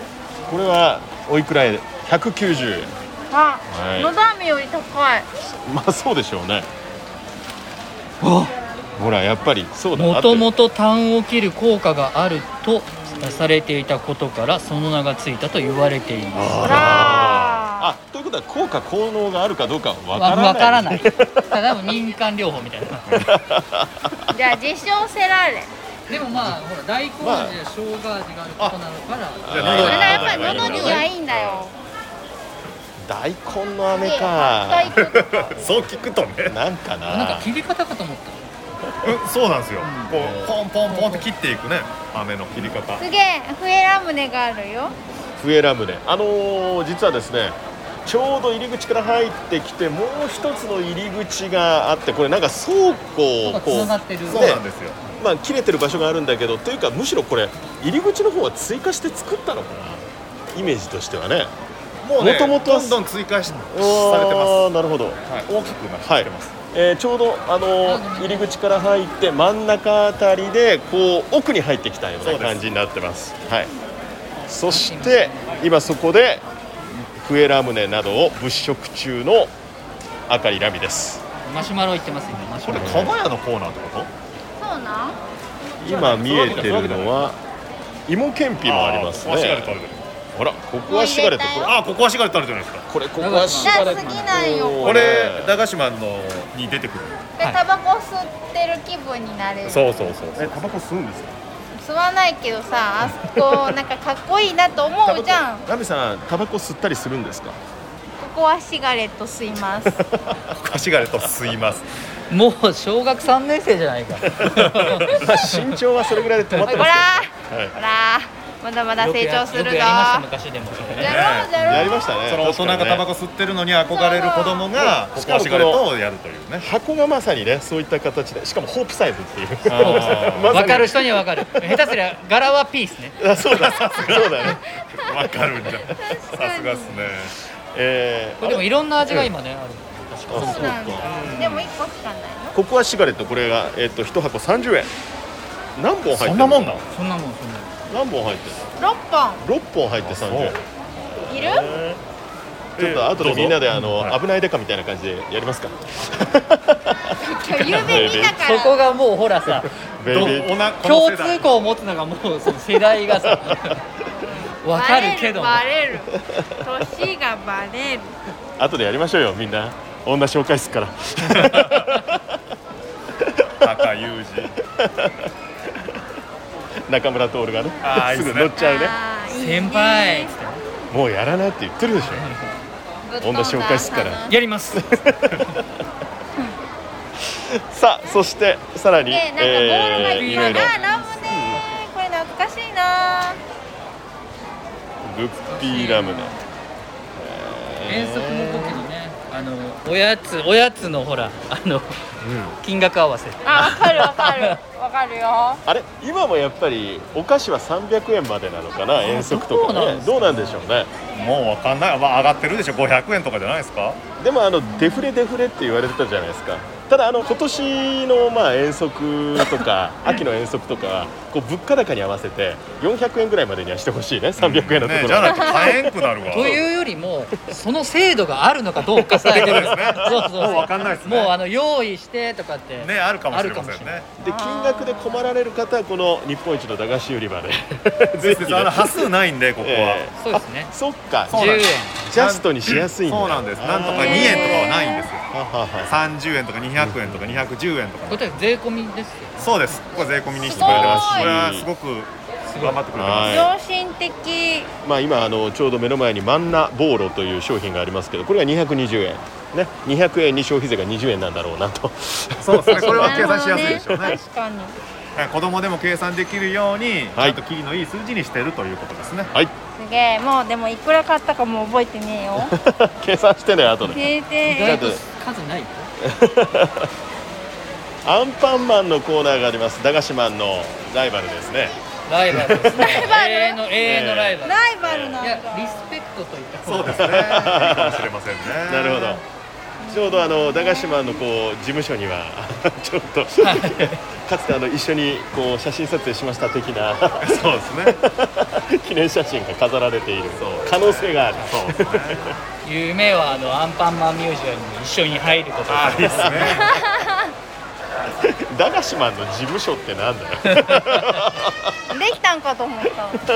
[SPEAKER 2] これはおいくらや190円
[SPEAKER 5] あ、
[SPEAKER 2] はい
[SPEAKER 5] のど飴より高い
[SPEAKER 2] まあそうでしょうね
[SPEAKER 4] わ
[SPEAKER 2] ほらやっぱりそうだ
[SPEAKER 4] もともと痰を切る効果があるとされていたことからその名がついたと言われています
[SPEAKER 5] ほ
[SPEAKER 2] あ
[SPEAKER 5] ら
[SPEAKER 2] あということは効果効能があるかどうかわからない
[SPEAKER 4] わか
[SPEAKER 2] <laughs>
[SPEAKER 4] らない <laughs> 多分民間療法みたいな
[SPEAKER 5] ーじゃあ自称せられ
[SPEAKER 4] でもまあほら大根味や生姜味があることなのから
[SPEAKER 1] じゃあ喉
[SPEAKER 5] それ
[SPEAKER 1] に
[SPEAKER 5] はやっぱり喉にはいいいんだよ
[SPEAKER 2] 大根の飴
[SPEAKER 5] で
[SPEAKER 2] か
[SPEAKER 5] パスタ行く
[SPEAKER 1] そう聞くとね。
[SPEAKER 2] なんか
[SPEAKER 4] なんか
[SPEAKER 2] な
[SPEAKER 4] 切り方かと思っ
[SPEAKER 1] うん、そうなんですよ。こうポンポンポンって切っていくね。飴の切り方。
[SPEAKER 5] すげえ笛ラムネがあるよ
[SPEAKER 2] 笛ラムネあのー実はですねちょうど入り口から入ってきてもう一つの入り口があってこれなんか倉庫
[SPEAKER 4] たな
[SPEAKER 2] を
[SPEAKER 4] んか
[SPEAKER 2] こ
[SPEAKER 4] 繋
[SPEAKER 2] う
[SPEAKER 4] がってる
[SPEAKER 1] そうなんですよ。
[SPEAKER 2] まあ切れてる場所があるんだけどというかむしろこれ入り口の方は追加して作ったのかなイメージとしてはね
[SPEAKER 1] もうね、
[SPEAKER 2] 元々は
[SPEAKER 1] どんどん追加しされてま
[SPEAKER 2] あーなるほど
[SPEAKER 1] す。はい、大きくな
[SPEAKER 2] は
[SPEAKER 1] っ
[SPEAKER 2] い
[SPEAKER 1] てます。、
[SPEAKER 2] えーちょうどあのー入り口から入って真ん中あたりでこう奥に入ってきたよう
[SPEAKER 1] そう
[SPEAKER 2] な
[SPEAKER 1] です
[SPEAKER 2] 感じになってます。はい。そして今そこでフエラムネなどを物色中の赤いラミです。
[SPEAKER 4] マシュマロいってます今マシュ
[SPEAKER 1] こ
[SPEAKER 4] マ
[SPEAKER 1] れ
[SPEAKER 4] ロ
[SPEAKER 1] かばやのコーナーってこと？
[SPEAKER 5] そうなん
[SPEAKER 2] 今見えてるのは芋けんぴもあります
[SPEAKER 1] ーここはシガレッ
[SPEAKER 2] ね
[SPEAKER 1] トあ。るじゃないあ
[SPEAKER 2] ほらここはシガレット
[SPEAKER 5] もう入れたよ
[SPEAKER 1] ー、ここはシガレットあるじゃないですか。
[SPEAKER 2] これこれここはシ
[SPEAKER 5] じゃ
[SPEAKER 2] ガレ
[SPEAKER 5] あ
[SPEAKER 2] ット。
[SPEAKER 5] 次なんよ
[SPEAKER 1] こ
[SPEAKER 5] これ
[SPEAKER 1] れ駄菓子マンのに出てくる。
[SPEAKER 5] でタバコ吸ってる気分になれる
[SPEAKER 1] そうそうそう。
[SPEAKER 2] タバコ吸うんですか。
[SPEAKER 5] 吸わないけどさあ
[SPEAKER 2] <laughs>
[SPEAKER 5] そこなんかかっこいいなと思うじゃん
[SPEAKER 2] ラミさんタバコ吸ったりするんですか。 <laughs>
[SPEAKER 5] ここはシガレット吸います。
[SPEAKER 1] こしがれと吸い <laughs> ます
[SPEAKER 4] もう小学3年生じゃないか
[SPEAKER 2] まあ身長はそれぐらいで止まって
[SPEAKER 5] ほ
[SPEAKER 2] ま
[SPEAKER 5] ら
[SPEAKER 2] す
[SPEAKER 5] ー、
[SPEAKER 2] はい
[SPEAKER 5] ほらー、まだまだ成長するぞ。
[SPEAKER 4] よくやよくやりました昔でも
[SPEAKER 5] じゃろうじ
[SPEAKER 2] け
[SPEAKER 5] ゃ
[SPEAKER 2] ど
[SPEAKER 5] ろう。
[SPEAKER 2] やりましたね
[SPEAKER 1] その大人がタバコ吸ってるのに憧れる子供がこ
[SPEAKER 2] そう
[SPEAKER 1] こはしがれとをやるというね
[SPEAKER 2] 箱がまさにねそういった形でしかもホープサイズっていう
[SPEAKER 1] あー
[SPEAKER 2] まさに
[SPEAKER 4] 分かる人には分かる下手すりゃ柄はピースね
[SPEAKER 2] あそうだそうだね
[SPEAKER 1] <laughs> わかるんださす
[SPEAKER 5] かに
[SPEAKER 1] がっすね
[SPEAKER 2] え
[SPEAKER 4] これでもいろんな味が今ねある
[SPEAKER 2] ー
[SPEAKER 5] そう
[SPEAKER 2] あそう
[SPEAKER 5] なんだ
[SPEAKER 2] か。
[SPEAKER 5] でも一個しかないの。
[SPEAKER 2] ここはシガレットこれがえっと一箱30円何本入ってる
[SPEAKER 1] そんなもんなの
[SPEAKER 4] そんなもんそんなもん
[SPEAKER 2] 何本入ってる
[SPEAKER 5] 六本
[SPEAKER 2] の6本入って30円
[SPEAKER 5] いる？
[SPEAKER 2] ちょっと後でみんなであの
[SPEAKER 1] はい
[SPEAKER 2] 危ないデカみたいな感じでやりますか
[SPEAKER 5] 今日夕べ見たから。
[SPEAKER 4] そこがもうほらさ
[SPEAKER 2] ベイビー
[SPEAKER 1] どおなこの
[SPEAKER 4] 共
[SPEAKER 1] 世
[SPEAKER 4] 通
[SPEAKER 1] 代
[SPEAKER 4] 項を持つのがもうその世代
[SPEAKER 5] <laughs>
[SPEAKER 4] がさわかるけども
[SPEAKER 5] バレる。バレる年がバレる。
[SPEAKER 2] 後でやりましょうよみんな女紹介室から
[SPEAKER 1] 高裕二
[SPEAKER 2] 中村徹がね
[SPEAKER 1] あーいい
[SPEAKER 2] す
[SPEAKER 1] っすね
[SPEAKER 2] ぐ乗っちゃうね
[SPEAKER 5] あー
[SPEAKER 4] 先輩っつっ。て
[SPEAKER 2] もうやらないって言ってるでしょ温度紹介室から
[SPEAKER 4] やります
[SPEAKER 2] さあそしてさらに、
[SPEAKER 5] えなんかボールが
[SPEAKER 2] えー
[SPEAKER 5] い
[SPEAKER 2] い
[SPEAKER 5] い
[SPEAKER 2] ろいろ
[SPEAKER 5] な。あラムネ。これ懐かしいな。
[SPEAKER 2] グッピーラムネ
[SPEAKER 4] 遠足の時にねあのおやつおやつのほらあの、金額合わせ
[SPEAKER 5] あわかるわかるわかるよ。
[SPEAKER 2] あれ今もやっぱりお菓子は300円までなのかな遠足とか
[SPEAKER 4] そうなん
[SPEAKER 2] ね
[SPEAKER 4] です
[SPEAKER 2] どうなんでしょうね
[SPEAKER 1] もうわかんない、まあ、上がってるでしょ500円とかじゃないですか
[SPEAKER 2] でもあのデフレデフレって言われてたじゃないですかただあの今年のまあ遠足とか
[SPEAKER 1] <laughs>
[SPEAKER 2] 秋の遠足とかはこう物価高に合わせて400円ぐらいまでにはしてほしいね300円のところは、
[SPEAKER 1] ね、じゃないと買えんくな
[SPEAKER 4] <laughs>
[SPEAKER 1] るわ
[SPEAKER 4] というよりもその制度があるのかどうかさえ
[SPEAKER 1] そうですね
[SPEAKER 4] そうそうそう
[SPEAKER 1] もうわかんないですね
[SPEAKER 4] もうあの用意してとかって
[SPEAKER 1] ねあるかもしれません <laughs>
[SPEAKER 4] あ
[SPEAKER 1] ね
[SPEAKER 2] で金額で困られる方はこの日本一の駄菓子売り
[SPEAKER 1] <laughs>
[SPEAKER 2] 場で
[SPEAKER 1] 全然あの端数ないんでここは、
[SPEAKER 2] ええ
[SPEAKER 4] そうですね
[SPEAKER 2] あそっか
[SPEAKER 1] そうなん
[SPEAKER 4] 10
[SPEAKER 1] で
[SPEAKER 4] 円
[SPEAKER 1] す
[SPEAKER 2] ジャストにしやすいんだ
[SPEAKER 1] そうなんですなんとか2
[SPEAKER 2] あー
[SPEAKER 1] 円とかはないんですよ
[SPEAKER 2] ははは
[SPEAKER 1] 30円とか200円とか210円とか
[SPEAKER 4] これ税込みですよ
[SPEAKER 1] そうですここは税込みにしてくれてます
[SPEAKER 2] すごい
[SPEAKER 1] これはすごく頑張ってくれてます
[SPEAKER 2] は
[SPEAKER 5] 良心的。
[SPEAKER 2] まあ、今あのちょうど目の前にマンナボーロという商品がありますけどこれが220円、ね、200円に消費税が20円なんだろうなと
[SPEAKER 1] そうですねこれは計算しやすいでしょう
[SPEAKER 5] なる
[SPEAKER 1] ね
[SPEAKER 5] ほど確かに。
[SPEAKER 1] はい子供でも計算できるようにち
[SPEAKER 2] は
[SPEAKER 1] ゃ
[SPEAKER 2] い
[SPEAKER 1] んと切りのいい数字にしてるということですね
[SPEAKER 2] <laughs> はい <laughs>
[SPEAKER 5] すげえもうでもいくら買ったかもう覚えてねえよ。
[SPEAKER 2] 計算してね後で
[SPEAKER 5] 聞い
[SPEAKER 4] 意
[SPEAKER 5] て
[SPEAKER 4] 外と数ないよ
[SPEAKER 2] アンパンマンのコーナーがあります駄菓子マンのライバルですね
[SPEAKER 4] ライバルですね
[SPEAKER 5] バル
[SPEAKER 4] 永遠の永遠のライバル、
[SPEAKER 5] ライバルなん
[SPEAKER 4] いやリ
[SPEAKER 5] だ。
[SPEAKER 4] スペクトといった方
[SPEAKER 1] そ
[SPEAKER 4] が
[SPEAKER 1] うですねいいかもしれませんね
[SPEAKER 2] なるほどちょうどあの駄菓子マンのこう事務所には <laughs> ちょっとかつてあの一緒にこう写真撮影しました的な
[SPEAKER 1] そうですね
[SPEAKER 2] <laughs> 記念写真が飾られている可能性がある
[SPEAKER 1] そうです
[SPEAKER 2] <laughs>
[SPEAKER 1] ね
[SPEAKER 4] 夢はあのアンパンマンミュージアムに一緒に入ること
[SPEAKER 1] あーいいですね
[SPEAKER 2] 駄菓子マンの事務所ってなんだよ
[SPEAKER 5] できたんかと思った。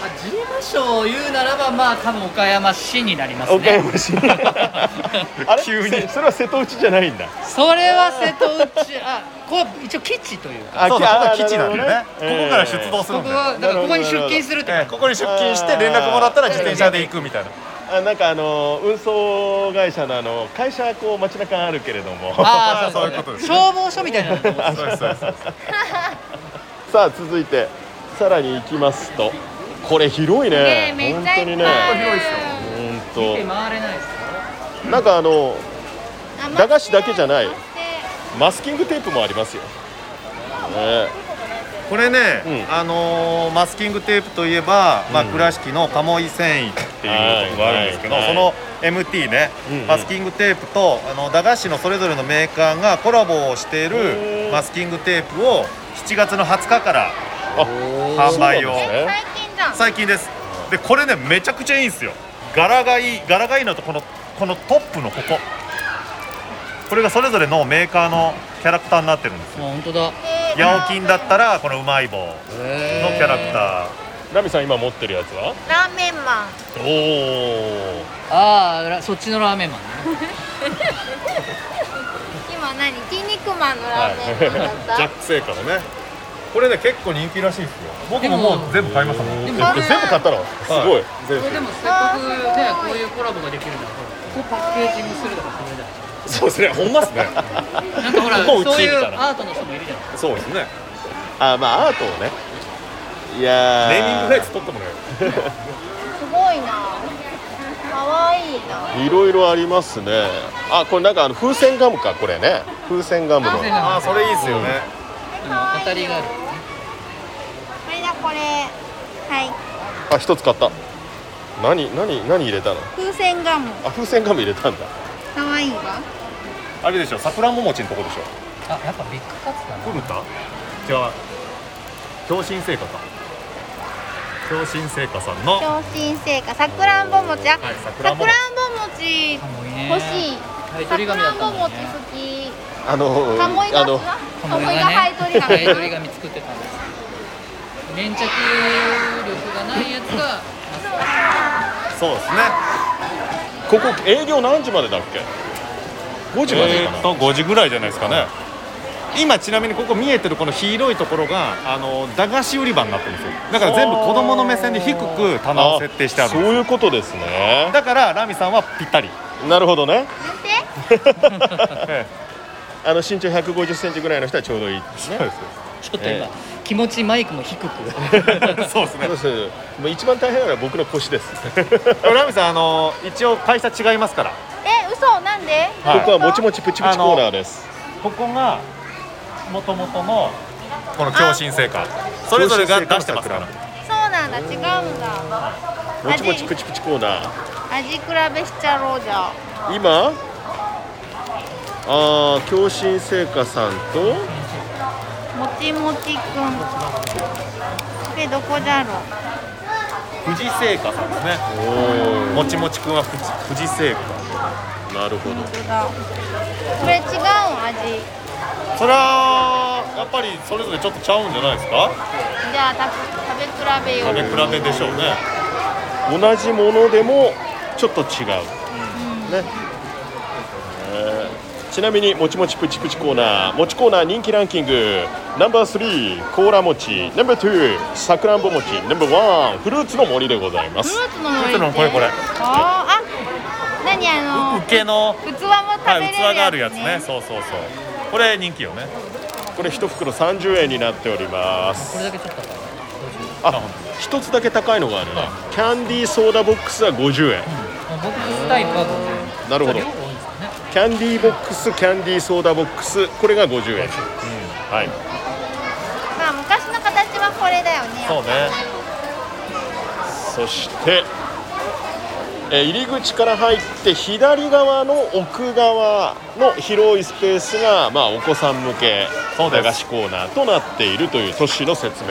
[SPEAKER 4] あ事務所を言うならばまあ多分岡山市になりますね
[SPEAKER 2] 岡山市
[SPEAKER 1] <laughs>
[SPEAKER 2] あれ
[SPEAKER 1] 急に
[SPEAKER 2] せそれは瀬戸内じゃないんだ
[SPEAKER 4] それは瀬戸内あここは一応基地というか
[SPEAKER 2] あ
[SPEAKER 1] そう
[SPEAKER 2] きあ
[SPEAKER 1] だここが基地なんでね
[SPEAKER 2] なるほど
[SPEAKER 1] ここから出動する
[SPEAKER 4] こ
[SPEAKER 1] ん
[SPEAKER 4] こ
[SPEAKER 1] で
[SPEAKER 4] はだからここに
[SPEAKER 2] な
[SPEAKER 4] 出
[SPEAKER 2] るほど
[SPEAKER 4] 勤するって
[SPEAKER 1] ええ
[SPEAKER 4] こ
[SPEAKER 1] ここに出勤して連絡もらったら自転車で行くみたいな
[SPEAKER 2] えーあなんかあの運送会社のあの会社はこう街中あるけれども
[SPEAKER 4] とああ
[SPEAKER 1] あーそういうことですね
[SPEAKER 4] 消防署みたいなのと思って
[SPEAKER 1] そうですそうですそうです
[SPEAKER 2] <laughs> さあ続いてさらに行きますとこれ広い
[SPEAKER 5] ね
[SPEAKER 2] ね
[SPEAKER 5] えめっ
[SPEAKER 2] 本
[SPEAKER 5] ちゃい
[SPEAKER 2] 当
[SPEAKER 5] っぱい
[SPEAKER 2] に
[SPEAKER 5] あ
[SPEAKER 2] ね
[SPEAKER 5] る。
[SPEAKER 1] 広いっすよ
[SPEAKER 2] 本
[SPEAKER 4] 見て回れないですよ
[SPEAKER 2] 当なんかあの
[SPEAKER 5] あ
[SPEAKER 2] 駄菓子だけじゃない
[SPEAKER 5] 待って
[SPEAKER 2] マスキングテープもありますよ、ね
[SPEAKER 1] これね、
[SPEAKER 2] うん
[SPEAKER 1] あのーマスキングテープといえば、まあ、
[SPEAKER 2] うん
[SPEAKER 1] 倉敷の鴨居繊維っていうところがあるんですけど、
[SPEAKER 2] はいはい
[SPEAKER 1] その MT ね、
[SPEAKER 2] うんうん
[SPEAKER 1] マスキングテープとあの駄菓子のそれぞれのメーカーがコラボをしてい
[SPEAKER 2] へ
[SPEAKER 1] る
[SPEAKER 2] ー
[SPEAKER 1] マスキングテープを7月の20日から
[SPEAKER 2] あ
[SPEAKER 1] 販売を
[SPEAKER 2] そうなんですね
[SPEAKER 5] え最近じゃん。
[SPEAKER 1] 最近ですでこれねめちゃくちゃいいんですよ柄がいい柄がいいのとこのこのトップのこここれがそれぞれのメーカーのキャラクターになってるんです
[SPEAKER 4] あ本当だ
[SPEAKER 1] ヤオキンだったらこのうまい棒のキ
[SPEAKER 4] へー
[SPEAKER 1] ャラクター、
[SPEAKER 2] ラミさん今持ってるやつは
[SPEAKER 5] ラーメンマン。
[SPEAKER 2] おお
[SPEAKER 4] ああらそっちのラーメンマンね
[SPEAKER 5] 今何筋肉マンのラーメンマンだっ
[SPEAKER 2] <laughs>
[SPEAKER 5] た。
[SPEAKER 2] ク・セイカのね
[SPEAKER 1] これね結構人気らしいですよ僕ももう全部買いましたもん
[SPEAKER 2] え
[SPEAKER 1] は
[SPEAKER 2] 全
[SPEAKER 1] い
[SPEAKER 2] 部買ったのすごい
[SPEAKER 1] 全
[SPEAKER 4] これで
[SPEAKER 1] 部
[SPEAKER 4] もせっかくねこういうコラボができるならここパッケージにするとか決めたい
[SPEAKER 1] そうですねほんまっすね
[SPEAKER 4] なんかほら
[SPEAKER 2] もううち
[SPEAKER 4] そういう
[SPEAKER 2] みたいな
[SPEAKER 4] アートの人もいるじゃない
[SPEAKER 1] そうです <laughs> ね
[SPEAKER 2] あまあアートをねいや
[SPEAKER 1] ネーミングライツ取
[SPEAKER 2] グ
[SPEAKER 1] ってもらえる
[SPEAKER 5] すごいな可愛いない
[SPEAKER 2] ろいろありますねあこれなんかあの風船ガムかこれね風船ガムの
[SPEAKER 4] 風船ガム
[SPEAKER 1] ああそれいいですよね
[SPEAKER 4] でも当たりがある
[SPEAKER 5] これだこれはい
[SPEAKER 2] あ一つ買った何何何入れたの
[SPEAKER 5] 風船ガム
[SPEAKER 2] あ風船ガム入れたんだ
[SPEAKER 5] 可愛いわ
[SPEAKER 1] あれでしょ桜ももちのとこでしょ
[SPEAKER 4] あやっぱビッグカツだな
[SPEAKER 1] コルタじゃあ共振成果か共振成果さんの
[SPEAKER 5] 超新星かさくらんぼ餅あ
[SPEAKER 1] はい
[SPEAKER 5] さく
[SPEAKER 1] 桜
[SPEAKER 5] らん
[SPEAKER 1] ん
[SPEAKER 5] ぼ
[SPEAKER 1] ぼ餅
[SPEAKER 5] 餅
[SPEAKER 4] カモイね
[SPEAKER 5] 欲しい
[SPEAKER 4] 買い
[SPEAKER 5] さ
[SPEAKER 4] 取
[SPEAKER 5] く
[SPEAKER 4] り紙
[SPEAKER 5] ら
[SPEAKER 4] だ
[SPEAKER 5] ん
[SPEAKER 4] っ
[SPEAKER 5] ぼ
[SPEAKER 4] たも
[SPEAKER 5] 餅
[SPEAKER 4] ん
[SPEAKER 5] 好
[SPEAKER 4] ね
[SPEAKER 5] き
[SPEAKER 2] あの
[SPEAKER 5] カモイが
[SPEAKER 2] あの
[SPEAKER 5] カモイが買い取り
[SPEAKER 4] 買い取り
[SPEAKER 5] 紙
[SPEAKER 4] 紙作ってたんです粘着力がないやつが
[SPEAKER 1] そうですね
[SPEAKER 2] ここ営業何時までだっけ5時まで
[SPEAKER 1] え
[SPEAKER 2] か
[SPEAKER 1] ーっ
[SPEAKER 2] な、
[SPEAKER 1] と5時ぐらいじゃないですかね今ちなみにここ見えてるこの広いところがあの駄菓子売り場になってるんですよだから全部子供の目線で低く棚を設定してあるん
[SPEAKER 2] そう
[SPEAKER 1] です
[SPEAKER 2] いうことですね
[SPEAKER 1] だからラミさんはぴったり
[SPEAKER 2] なるほ
[SPEAKER 1] <laughs>
[SPEAKER 2] どね
[SPEAKER 5] なんて
[SPEAKER 2] あの身長150センチぐらいの人はちょうどいいですね
[SPEAKER 4] ちょっと今、
[SPEAKER 2] え
[SPEAKER 4] 気持ちマイクも低く
[SPEAKER 1] そうです
[SPEAKER 2] そうですもう一番大変なのは僕の
[SPEAKER 1] <laughs>
[SPEAKER 2] 腰です
[SPEAKER 1] ラミさんあの一応会社違いますから
[SPEAKER 5] え嘘なんで
[SPEAKER 1] はい
[SPEAKER 2] ここはもちもちプチプチコーナーです
[SPEAKER 1] ここがもともとのこの共振成果それぞれが出してますから
[SPEAKER 5] そうなんだ違うんだ
[SPEAKER 2] もちもちプチプチコーナー
[SPEAKER 5] 味比べしちゃろうじゃあ
[SPEAKER 2] 今あー共振製菓さんと
[SPEAKER 5] もちもちくんでどこじゃろう
[SPEAKER 1] 富士製菓さんですね
[SPEAKER 2] お
[SPEAKER 1] もちもちくんは富士富士製菓
[SPEAKER 2] おなるほど
[SPEAKER 5] 本当だこれ違うん味
[SPEAKER 1] それはやっぱりそれぞれちょっとちゃうんじゃないですか
[SPEAKER 5] じゃあた食べ比べよ
[SPEAKER 1] 食
[SPEAKER 5] う
[SPEAKER 1] べ比べでしょうね
[SPEAKER 2] 同じものでもちょっと違う、ねえーちなみにもちもちプチプチコーナーもちコーナー人気ランキングナンバー3コーラ餅ナンバー2さくらんぼ餅ナンバー1フルーツの森でございま
[SPEAKER 5] フ
[SPEAKER 2] す
[SPEAKER 5] ルーツの森って
[SPEAKER 1] フルーツのこれこれ
[SPEAKER 5] あーあ何あの
[SPEAKER 1] 受けの、
[SPEAKER 5] 器も食
[SPEAKER 1] は
[SPEAKER 5] べ
[SPEAKER 1] い、
[SPEAKER 5] れる
[SPEAKER 1] 器
[SPEAKER 5] やつ、ね
[SPEAKER 1] があるやつねそうそうそうこれ人気よね
[SPEAKER 2] これ1袋30円になっております
[SPEAKER 4] これだけちょっと高い
[SPEAKER 2] あ一つだけ高いのがあるなキャンディーソーダボックスは50円
[SPEAKER 4] ボックスタイプは50円
[SPEAKER 2] なるほど
[SPEAKER 4] じゃあ量多いんですかね
[SPEAKER 2] キャンディーボックスキャンディーソーダボックスこれが50円、はい
[SPEAKER 5] まあ昔の形はこれだよね
[SPEAKER 1] そうね
[SPEAKER 2] そして、えー入り口から入って左側の奥側の広いスペースが、まあ、お子さん向け
[SPEAKER 1] そうです
[SPEAKER 2] 駄菓子コーナーとなっているという都市の説明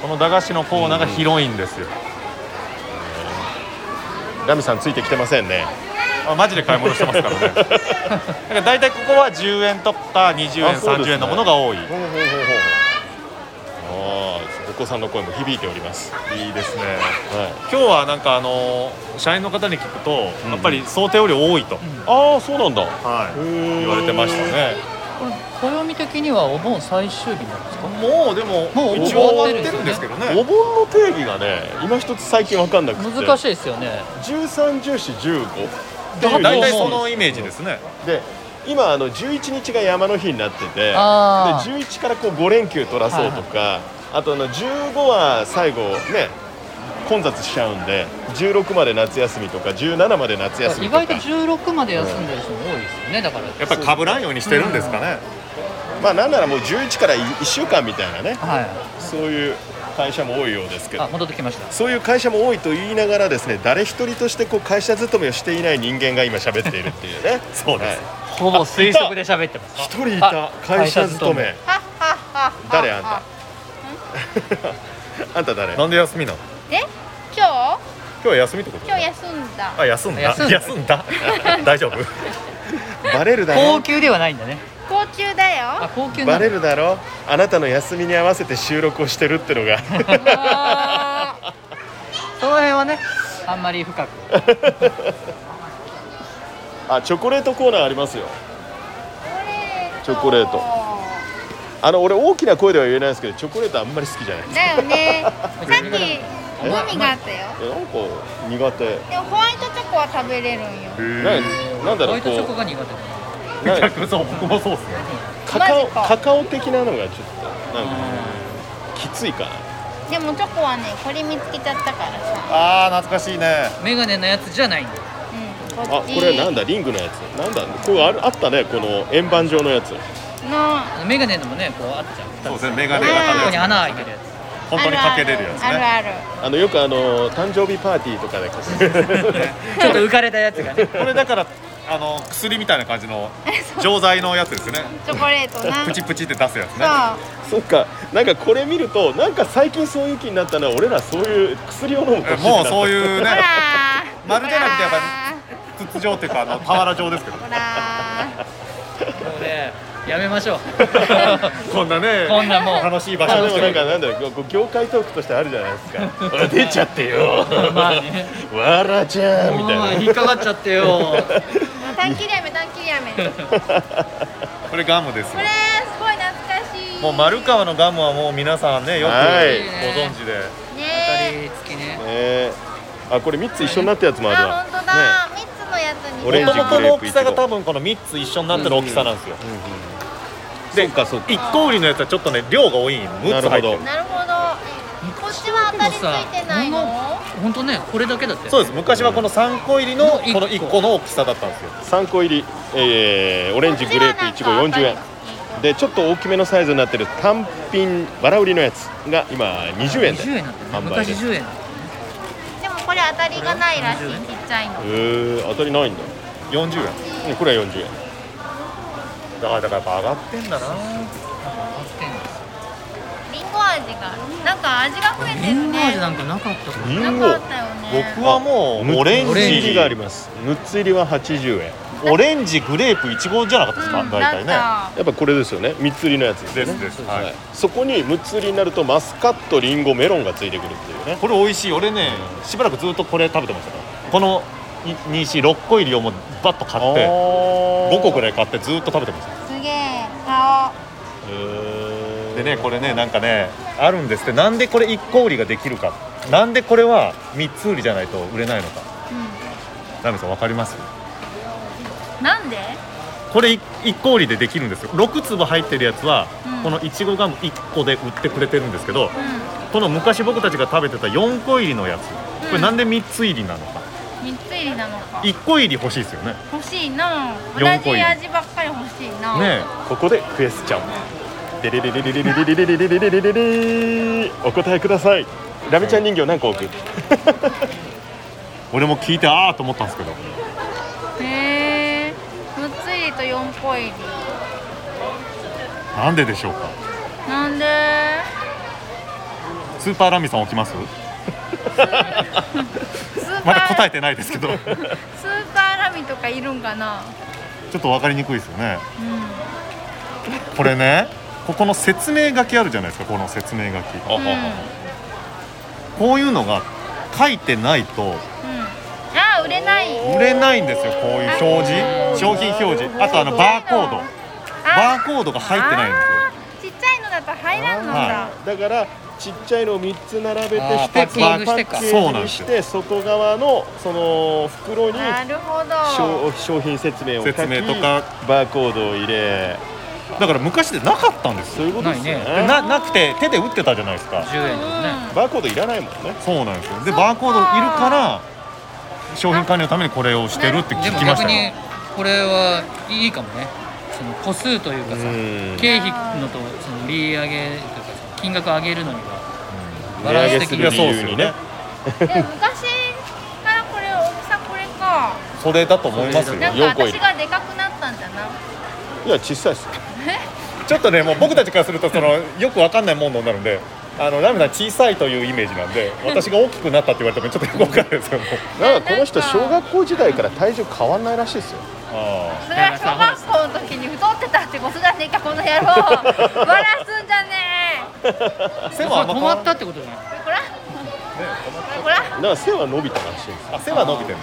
[SPEAKER 1] この駄菓子のコーナーが広いんですよ、
[SPEAKER 2] ラミさんついてきてませんね
[SPEAKER 1] あマジで買い物してますから <laughs> ねだから大体ここは10円とか20円、
[SPEAKER 2] あそうです
[SPEAKER 1] 30
[SPEAKER 2] ね
[SPEAKER 1] 円のものが多い
[SPEAKER 2] ほうほうほうほうあーお子さんの声も響いております、
[SPEAKER 1] いいですね
[SPEAKER 2] はい、
[SPEAKER 1] 今日はなんかあの社員の方に聞くと
[SPEAKER 2] ん
[SPEAKER 1] やっぱり想定より多いと、
[SPEAKER 2] ああそうなんだ
[SPEAKER 1] はい
[SPEAKER 2] 言
[SPEAKER 1] 言われてましたね
[SPEAKER 4] これ暦的にはお盆最終日なんですか
[SPEAKER 1] もうでも
[SPEAKER 4] もう
[SPEAKER 1] 一応終わってるんですけど
[SPEAKER 2] お
[SPEAKER 1] ね
[SPEAKER 2] 盆の定義がね今一つ最近わかんなくて
[SPEAKER 4] 難し
[SPEAKER 2] い
[SPEAKER 4] いですよね
[SPEAKER 2] 131415っていう
[SPEAKER 4] お
[SPEAKER 1] 大体
[SPEAKER 4] もう
[SPEAKER 1] そのイメージですね
[SPEAKER 2] で今あの11日が山の日になっててで
[SPEAKER 4] あー
[SPEAKER 2] 11からこう5連休取らそうとか、あとあの15は最後ね混雑しちゃうんで16まで夏休みとか17まで夏休み
[SPEAKER 4] 意
[SPEAKER 2] とか
[SPEAKER 4] 外と16まで休んでる人も多いですよねだから
[SPEAKER 1] やっぱりかぶらんようにしてるんですかね
[SPEAKER 2] まあなんならもう11から1週間みたいなね
[SPEAKER 4] はい
[SPEAKER 2] そういう会社も多いようですけ
[SPEAKER 4] あ
[SPEAKER 2] ど
[SPEAKER 4] 戻ってきました
[SPEAKER 2] そういう会社も多いと言いながらですね誰一人としてこう会社勤めをしていない人間が今喋っているっていう <laughs> ね
[SPEAKER 1] そうです
[SPEAKER 4] ほぼ推測で喋ってます
[SPEAKER 2] 一人いた
[SPEAKER 4] あ
[SPEAKER 2] 会社勤め
[SPEAKER 5] はっはっはっは
[SPEAKER 2] 誰あんたあんた誰
[SPEAKER 1] なんで休みなの
[SPEAKER 5] え今日
[SPEAKER 1] 今日は休みってこと
[SPEAKER 5] 今日休んだ
[SPEAKER 1] あ
[SPEAKER 2] <laughs>
[SPEAKER 1] 休んだ
[SPEAKER 4] 休んだ
[SPEAKER 1] 休んだ大丈夫
[SPEAKER 2] バレるだ
[SPEAKER 4] 高
[SPEAKER 2] ろ
[SPEAKER 4] 級ではないんだね
[SPEAKER 5] 高級だよ
[SPEAKER 1] <laughs>
[SPEAKER 4] あ高級な
[SPEAKER 2] バ
[SPEAKER 4] ん
[SPEAKER 2] レ
[SPEAKER 4] だ
[SPEAKER 2] るだろあなたの休みに合わせて収録をしてるって <laughs> のが
[SPEAKER 4] あーその辺はねあんまり深く
[SPEAKER 2] あチョコレートコーナーありますよチョコレートあの俺大きな声では言えないんですけどチョコレートあんまり好きじゃない
[SPEAKER 5] だよね
[SPEAKER 1] <laughs>
[SPEAKER 5] さっきグミがあったよ
[SPEAKER 2] えなんか苦手
[SPEAKER 5] でもホワイトチョコは食べれるんよ
[SPEAKER 2] ななんだ
[SPEAKER 4] ホ
[SPEAKER 2] ろ
[SPEAKER 4] ワ
[SPEAKER 2] う
[SPEAKER 4] イトチョコ
[SPEAKER 2] こ
[SPEAKER 4] が苦手だ
[SPEAKER 2] うな
[SPEAKER 1] 逆そう僕もそうっすね
[SPEAKER 2] カカオ
[SPEAKER 5] マジか
[SPEAKER 2] カカオ的なのがちょっとなんかきついかな
[SPEAKER 5] でもチョコはねこれ見つけちゃったからさ
[SPEAKER 1] あー懐かしいね
[SPEAKER 4] メガネのやつじゃないんだ
[SPEAKER 5] うん
[SPEAKER 2] あこれなん
[SPEAKER 5] だ
[SPEAKER 2] だリングのやつなんだこれあるあったねこの円盤状のやつ
[SPEAKER 5] の
[SPEAKER 4] メガネでもねこうあったじゃん
[SPEAKER 1] そうですねメガネ
[SPEAKER 5] ネ型
[SPEAKER 1] 型
[SPEAKER 5] の
[SPEAKER 4] ここ
[SPEAKER 1] の
[SPEAKER 4] に
[SPEAKER 1] や
[SPEAKER 4] 穴開いてるやつ
[SPEAKER 1] つ本当にかけれるやつ
[SPEAKER 5] ある
[SPEAKER 1] ね
[SPEAKER 5] あるある
[SPEAKER 2] あのよくあの誕生日パーティーとか
[SPEAKER 1] <laughs>
[SPEAKER 2] でこう
[SPEAKER 4] ちょっと浮かれたやつがね
[SPEAKER 1] これだからあの薬みたいな感じ
[SPEAKER 5] <laughs>
[SPEAKER 1] の錠剤のやつですね
[SPEAKER 5] チョコレート
[SPEAKER 2] <laughs>
[SPEAKER 5] な
[SPEAKER 1] プチプチって出すやつね
[SPEAKER 5] そ
[SPEAKER 2] そっかなんかこれ見るとなんか最近そういう気になったな俺らそういう薬を飲む年になった
[SPEAKER 1] もうそういう
[SPEAKER 5] うほ
[SPEAKER 1] ね
[SPEAKER 5] ら
[SPEAKER 1] 丸じゃなくてやっぱ
[SPEAKER 5] り
[SPEAKER 1] 筒状っていうかあの俵状ですけど
[SPEAKER 5] ほら
[SPEAKER 4] もうねやめま
[SPEAKER 1] <laughs>
[SPEAKER 4] しょう
[SPEAKER 1] <laughs> こんなね
[SPEAKER 4] こんなもう
[SPEAKER 1] 楽しい場
[SPEAKER 2] <laughs> あ
[SPEAKER 1] 所
[SPEAKER 2] で
[SPEAKER 1] で
[SPEAKER 2] も
[SPEAKER 1] すけ
[SPEAKER 2] なんか
[SPEAKER 1] ど
[SPEAKER 2] なんだろうこう業界トークとしてあるじゃないですかほら出ちゃって
[SPEAKER 1] <laughs>
[SPEAKER 2] よ
[SPEAKER 4] まあね
[SPEAKER 2] わらちゃんみた
[SPEAKER 4] もう
[SPEAKER 2] い <laughs>
[SPEAKER 4] 引っかかっちゃってよ
[SPEAKER 5] 短切り飴短切り飴これす
[SPEAKER 1] <laughs> これガムですよ
[SPEAKER 5] ごい懐かしい
[SPEAKER 1] もう丸川のガムはもう皆さんねよくご
[SPEAKER 2] はい
[SPEAKER 1] 存知で、
[SPEAKER 5] ねえ
[SPEAKER 4] 二人付きね
[SPEAKER 2] なねあこれ3つ一緒になったやつもあるわ
[SPEAKER 5] あ本当だ三つのやつに
[SPEAKER 2] オレンジ
[SPEAKER 1] 元々
[SPEAKER 2] グレープ
[SPEAKER 1] の大きさが多分この3つ一緒になってる大きさなんですよ、で1個売りのやつはちょっとね量が多いんよ6つ入って
[SPEAKER 2] なる
[SPEAKER 1] る
[SPEAKER 2] ほ
[SPEAKER 5] なるほどこっちは当たりついてないの
[SPEAKER 4] 本当ねこれだけだって
[SPEAKER 1] そうです昔はこの3個入りの
[SPEAKER 4] の一個
[SPEAKER 1] この1個の大きさだったんですよ
[SPEAKER 2] 3個入り、えーオレンジグレープいちご40円でちょっと大きめのサイズになってる単品わら売りのやつが今20円で
[SPEAKER 4] 20円なんだね
[SPEAKER 2] 販売
[SPEAKER 4] 昔
[SPEAKER 2] です
[SPEAKER 4] 10円だっ
[SPEAKER 5] でもこれ当たりがないらしいちっちゃいの
[SPEAKER 2] えー、当たりないんだ
[SPEAKER 1] 40円
[SPEAKER 2] うんこれは40円
[SPEAKER 1] だからだからやっぱ上がってんだな
[SPEAKER 4] てんだ
[SPEAKER 5] りんご味がなんか味が増えて
[SPEAKER 4] リ
[SPEAKER 5] る
[SPEAKER 4] ンゴ味
[SPEAKER 5] ね
[SPEAKER 4] なんかなかったから
[SPEAKER 2] リ
[SPEAKER 5] な
[SPEAKER 2] ンゴ
[SPEAKER 5] かったよね
[SPEAKER 1] 僕はもうオレン
[SPEAKER 2] 六つ入り
[SPEAKER 1] ジ
[SPEAKER 2] があります6つ入りは80円
[SPEAKER 1] オレンジグレープいちごじゃなかったですか、
[SPEAKER 5] うん
[SPEAKER 1] 大体ね
[SPEAKER 5] だっ
[SPEAKER 2] やっぱこれですよね3つ入りのやつですね
[SPEAKER 1] ですですはい
[SPEAKER 2] はいそこに6つ入りになるとマスカットリンゴメロンがついてくるっていうね
[SPEAKER 1] これ美味しい俺ねしばらくずっとこれ食べてましたからこの246個入りをもうバッと買って5
[SPEAKER 2] 5
[SPEAKER 1] 個ぐ
[SPEAKER 2] らい
[SPEAKER 1] らい買ってずっと食べてました
[SPEAKER 5] たすげえ顔
[SPEAKER 1] でねこれねなんかねあるんですってなんでこれ1個売りができるかなんでこれは3つ売りじゃないと売れないのかラミさんわかります
[SPEAKER 5] うんなんで
[SPEAKER 1] これ 1, 個売りでできるんですよ6粒入ってるやつは、
[SPEAKER 5] うん
[SPEAKER 1] このいちごガム1個で売ってくれてるんですけど
[SPEAKER 5] う
[SPEAKER 1] この昔僕たちが食べてた4個入りのやつこれなんで3つ入りなのか
[SPEAKER 5] ん三つ入りなのか
[SPEAKER 1] 1個入り欲しいですよねね
[SPEAKER 5] 欲しいな同
[SPEAKER 1] 四個入り
[SPEAKER 5] じ味ばっかり欲しいな
[SPEAKER 1] え
[SPEAKER 2] ここでクエスチョンデレレレレレレレレレレレレレレレお答えくださいラメちゃん人形何個置く
[SPEAKER 1] 俺も聞いてああと思ったんですけど
[SPEAKER 5] へえ六つ入りと四個入り
[SPEAKER 1] なんででしょうか
[SPEAKER 5] なんで
[SPEAKER 1] スーパーラミさん起きます
[SPEAKER 5] スーパー
[SPEAKER 1] まだ答えてないですけどち
[SPEAKER 5] スーパーラミとかいるんかな
[SPEAKER 1] ょっと分かりにくいですよね
[SPEAKER 5] うん
[SPEAKER 1] これねここの説明書きあるじゃないですかこの説明書き
[SPEAKER 2] あは
[SPEAKER 5] うん、
[SPEAKER 2] は
[SPEAKER 1] こういうのが書いてないと
[SPEAKER 5] うんあー売れない
[SPEAKER 1] 売れないんですよこういう表示商品表示あとあのバーコードバーコードが入ってないんですよ
[SPEAKER 5] ですよちっちゃいのだと入らんのだ、
[SPEAKER 1] は
[SPEAKER 2] だからちっちゃいのを3つ並べて
[SPEAKER 4] あー
[SPEAKER 2] して
[SPEAKER 4] パッキングしてか
[SPEAKER 2] パッケージに
[SPEAKER 1] そうなんですよ
[SPEAKER 2] して外側のその袋に
[SPEAKER 5] なるほ
[SPEAKER 2] 商
[SPEAKER 5] ど
[SPEAKER 2] 商品説明を書き
[SPEAKER 1] 説明とか
[SPEAKER 2] バーコードを入れ
[SPEAKER 1] だから昔でなかったんです
[SPEAKER 2] そ
[SPEAKER 1] よ
[SPEAKER 2] ういうことですよ
[SPEAKER 4] ない
[SPEAKER 2] ね
[SPEAKER 1] ななくて手で打ってたじゃないですか
[SPEAKER 4] 10円だもんね
[SPEAKER 2] バーコードいらないもんね
[SPEAKER 1] そうなんですよで
[SPEAKER 5] そっか
[SPEAKER 1] バーコードいるから商品管理のためにこれをしてるって
[SPEAKER 4] で
[SPEAKER 1] 聞
[SPEAKER 4] も
[SPEAKER 1] きまし
[SPEAKER 4] 逆
[SPEAKER 1] た
[SPEAKER 4] に
[SPEAKER 1] よ
[SPEAKER 4] これはいいかもねその個数というか
[SPEAKER 2] う
[SPEAKER 4] さ
[SPEAKER 2] ん
[SPEAKER 4] 経費のとその売り上げというかさ金額上げるのには
[SPEAKER 2] 値
[SPEAKER 4] バラ
[SPEAKER 2] 上
[SPEAKER 4] ンス
[SPEAKER 2] げ
[SPEAKER 4] 的
[SPEAKER 2] す
[SPEAKER 4] に
[SPEAKER 2] る理
[SPEAKER 1] いやそう
[SPEAKER 2] 由
[SPEAKER 1] です
[SPEAKER 2] に
[SPEAKER 1] よ
[SPEAKER 2] ね
[SPEAKER 1] ね
[SPEAKER 5] で昔からこれ大きさこれか
[SPEAKER 1] それだと思いますよ
[SPEAKER 5] な
[SPEAKER 2] ね
[SPEAKER 5] んか
[SPEAKER 2] 四個入り
[SPEAKER 5] 私がでかくなったんじゃない
[SPEAKER 2] や小さいっすよ
[SPEAKER 1] ちょっとねもう僕たちからするとそのよくわかんないものになるんであのラミさん小さいというイメージなんで私が大きくなったって言われてもちょっとよくわかんないですけども
[SPEAKER 2] なんかこの人小学校時代から体重変わんないらしいですよ
[SPEAKER 1] あ
[SPEAKER 5] それは小学校の時に太ってたってことじゃねえかこの野郎バラすんじゃね
[SPEAKER 1] あ
[SPEAKER 4] そ
[SPEAKER 1] 背
[SPEAKER 4] れ
[SPEAKER 1] は
[SPEAKER 4] は
[SPEAKER 1] あんま
[SPEAKER 4] 止
[SPEAKER 1] 変
[SPEAKER 4] ま
[SPEAKER 1] わ
[SPEAKER 4] ったってことじゃない
[SPEAKER 5] えこらこら
[SPEAKER 2] だから背は伸びたらしいんですよ
[SPEAKER 1] あ背は伸びてんだ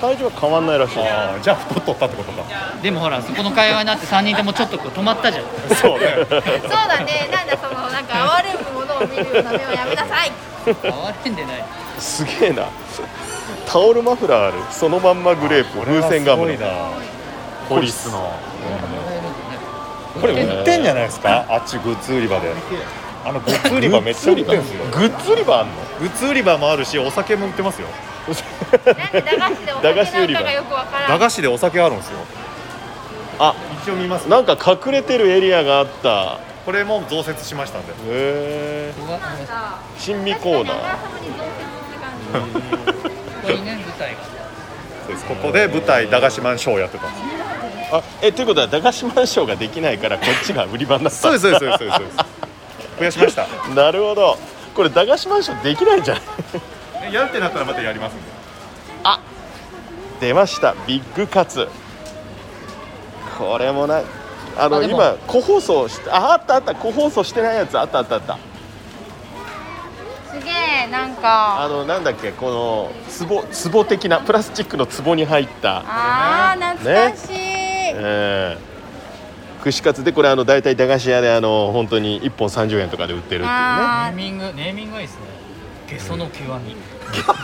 [SPEAKER 2] 体重は変わんないらしいです
[SPEAKER 1] あーじゃあ太っとったってことか
[SPEAKER 4] でもほらそこの会話になって3人ともちょっとこう止まったじゃん
[SPEAKER 1] そうね
[SPEAKER 5] そうだねなんだそのなんか哀れむものを見るような目はやめなさい
[SPEAKER 4] 哀れんでない
[SPEAKER 2] すげえなタオルマフラーあるそのまんまグレープ風船ガム
[SPEAKER 1] これはす
[SPEAKER 2] の
[SPEAKER 1] ごいなポリスのこれ売っ
[SPEAKER 2] 売ってて
[SPEAKER 1] んじ
[SPEAKER 2] んじ
[SPEAKER 1] ゃないですかあっちグッズ売り場であのグッズ売り場めっちゃ売ってんすよ
[SPEAKER 2] グッズ売り場あんの
[SPEAKER 1] グッズ売り場もあるしお酒も売ってますよ
[SPEAKER 5] なんで駄菓子でお酒なんかがよくわから
[SPEAKER 1] 駄
[SPEAKER 5] ん
[SPEAKER 1] 菓子でお酒あるんですよ
[SPEAKER 2] あ
[SPEAKER 1] 一応見ます
[SPEAKER 2] なんか隠れてるエリアがあった
[SPEAKER 1] これも増設しましたんで
[SPEAKER 2] へえ
[SPEAKER 4] ここがこ
[SPEAKER 5] なんだ
[SPEAKER 2] 珍味コーナ
[SPEAKER 5] 確
[SPEAKER 2] ー
[SPEAKER 5] かにあからさまに増設って感
[SPEAKER 4] こにね舞台が
[SPEAKER 1] そうですここで舞台駄菓子マンショーやってたんです
[SPEAKER 2] あえということは駄菓子マンションができないからこっちが売り場になった
[SPEAKER 1] そうですそうですそうですそうです増やしました
[SPEAKER 2] <laughs> なるほどこれ駄菓子マンションできないじゃん
[SPEAKER 1] やるってなったらまたやりますんで
[SPEAKER 2] 出ましたビッグカツこれもないあの
[SPEAKER 4] あでも
[SPEAKER 2] 今個包装してああったあった個包装してないやつあったあったあった
[SPEAKER 5] じすげえなんか
[SPEAKER 2] あのなんだっけこの壺壺的なプラスチックの壺に入った、
[SPEAKER 5] あー懐かしい、
[SPEAKER 2] えー、串カツでこれあの大体駄菓子屋であの本当に1本30円とかで売ってるっていうね
[SPEAKER 4] ネ
[SPEAKER 5] あ
[SPEAKER 4] ーミングネーミングがいいですねゲソの極み
[SPEAKER 2] 来ま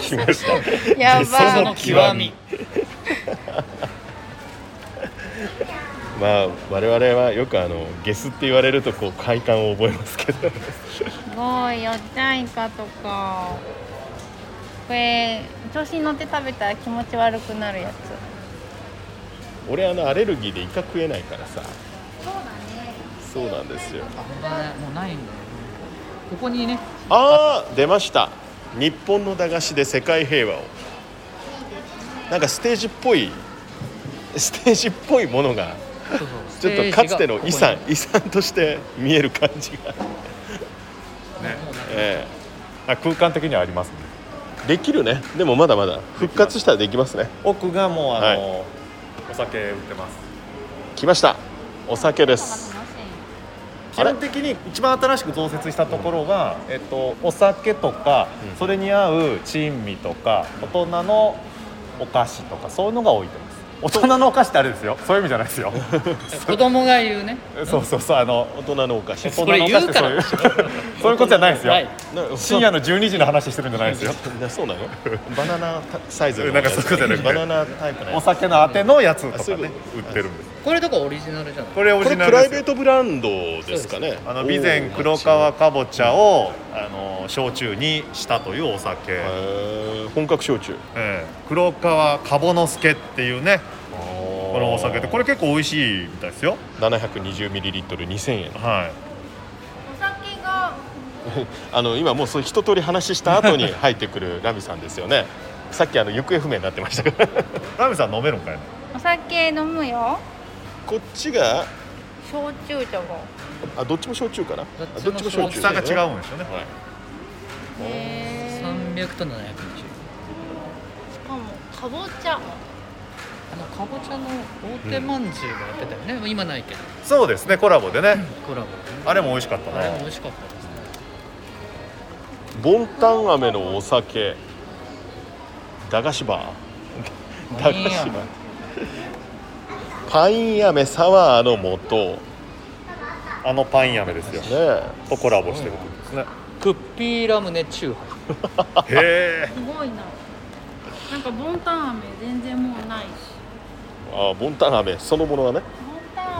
[SPEAKER 2] した
[SPEAKER 5] ーや
[SPEAKER 4] ゲソ
[SPEAKER 5] ば
[SPEAKER 4] の
[SPEAKER 5] い
[SPEAKER 4] 極み
[SPEAKER 2] まあ我々はよくあのゲスって言われるとこう快感を覚えますけど
[SPEAKER 5] すごいよっちゃんいかとかこれ調子に乗って食べたら気持ち悪くなるやつ
[SPEAKER 2] 俺あのアレルギーでイカ食えないからさ
[SPEAKER 5] そうだね
[SPEAKER 2] そうなんですよ
[SPEAKER 4] あ本当だねもうないんだよここにね
[SPEAKER 2] ああ出ました日本の駄菓子で世界平和をなんかステージっぽいステージっぽいものが
[SPEAKER 4] そうそう
[SPEAKER 2] ちょっとかつての遺産
[SPEAKER 4] ス
[SPEAKER 2] 遺産として見える感じが、
[SPEAKER 4] テージがここにもうね
[SPEAKER 2] え
[SPEAKER 1] あ空間的にはありますね
[SPEAKER 2] えできるねでもまだまだ復活したらできますね
[SPEAKER 1] 奥がもうあの、
[SPEAKER 2] はい
[SPEAKER 1] お酒売ってます
[SPEAKER 2] 来ましたお酒です
[SPEAKER 1] 基本的に一番新しく増設したところが、えっと、お酒とか、
[SPEAKER 2] うん
[SPEAKER 1] それに合う珍味とか大人のお菓子とかそういうのが置いてます大人のお菓子ってあれですよそういう意味じゃないですよ
[SPEAKER 4] 子供が言うね
[SPEAKER 1] <laughs> そうそうそうあの
[SPEAKER 2] 大人のお菓子
[SPEAKER 1] 大
[SPEAKER 4] そ
[SPEAKER 1] 人
[SPEAKER 4] れ
[SPEAKER 1] のお菓子ってそういう <laughs> そういうことじゃないですよ、
[SPEAKER 4] はい
[SPEAKER 2] な
[SPEAKER 1] 深夜の12時の話してるんじゃないですよ
[SPEAKER 2] なそうなの <laughs> バナナサイズの
[SPEAKER 1] なんかそういうことじゃなくて
[SPEAKER 2] バナナタイプ
[SPEAKER 1] お
[SPEAKER 2] のやつ
[SPEAKER 1] 酒のあてのやつ
[SPEAKER 2] あ
[SPEAKER 1] と
[SPEAKER 2] そ
[SPEAKER 1] か
[SPEAKER 2] ういう
[SPEAKER 1] ね
[SPEAKER 2] こと
[SPEAKER 1] 売ってるんです
[SPEAKER 4] これとかオリジナルじゃない
[SPEAKER 1] これオ
[SPEAKER 2] こ
[SPEAKER 1] リジ
[SPEAKER 2] れプ
[SPEAKER 1] ナルで
[SPEAKER 2] ライ
[SPEAKER 1] す
[SPEAKER 2] ベ
[SPEAKER 1] よ
[SPEAKER 2] ートブランドですかね
[SPEAKER 1] あの備前黒川かぼちゃをあの焼酎にしたというお酒、
[SPEAKER 2] へー本格焼酎
[SPEAKER 1] ええ黒川かぼのすけっていうねこ
[SPEAKER 2] こ
[SPEAKER 1] のお酒でこれ結構美味しいみたいですよ
[SPEAKER 2] 720ミリリットル2000円
[SPEAKER 1] はい
[SPEAKER 5] お酒が
[SPEAKER 2] あの今もうそう一通り話した後に入ってくるラミさんですよねさっきあの行方不明になってましたから
[SPEAKER 1] ラミさん飲めるんかい
[SPEAKER 5] お酒飲むよ
[SPEAKER 2] こっちが
[SPEAKER 5] 焼酎とか
[SPEAKER 2] あどっちも焼酎かなあど
[SPEAKER 4] どっ
[SPEAKER 2] っ
[SPEAKER 4] ち
[SPEAKER 2] ち
[SPEAKER 4] も
[SPEAKER 2] も
[SPEAKER 4] 焼
[SPEAKER 1] 大
[SPEAKER 2] 焼
[SPEAKER 4] 酎
[SPEAKER 1] き
[SPEAKER 2] 酎
[SPEAKER 1] さが違うんですよね
[SPEAKER 2] はい
[SPEAKER 5] へー
[SPEAKER 4] 300と720
[SPEAKER 5] しかもかぼちゃ
[SPEAKER 4] あのかぼちゃの大手まんじゅうがやってたよね、今ないけど
[SPEAKER 1] そうですねコラボでね
[SPEAKER 4] コラボ
[SPEAKER 1] あれも美味しかった
[SPEAKER 4] あれも
[SPEAKER 1] な
[SPEAKER 4] 美味しかったですね
[SPEAKER 2] ボンタン飴のお酒駄菓子バー駄
[SPEAKER 4] パイン
[SPEAKER 2] 菓子
[SPEAKER 4] 飴
[SPEAKER 2] バーパイン飴サワーの素ね
[SPEAKER 1] あのパイン飴ですよ
[SPEAKER 2] え
[SPEAKER 1] とコラボしてるんですね
[SPEAKER 4] クッピーラムネチューハ
[SPEAKER 1] <laughs> へえ
[SPEAKER 5] すごいななんかボンタン飴全然もうないし
[SPEAKER 2] あボンタン飴そのものはね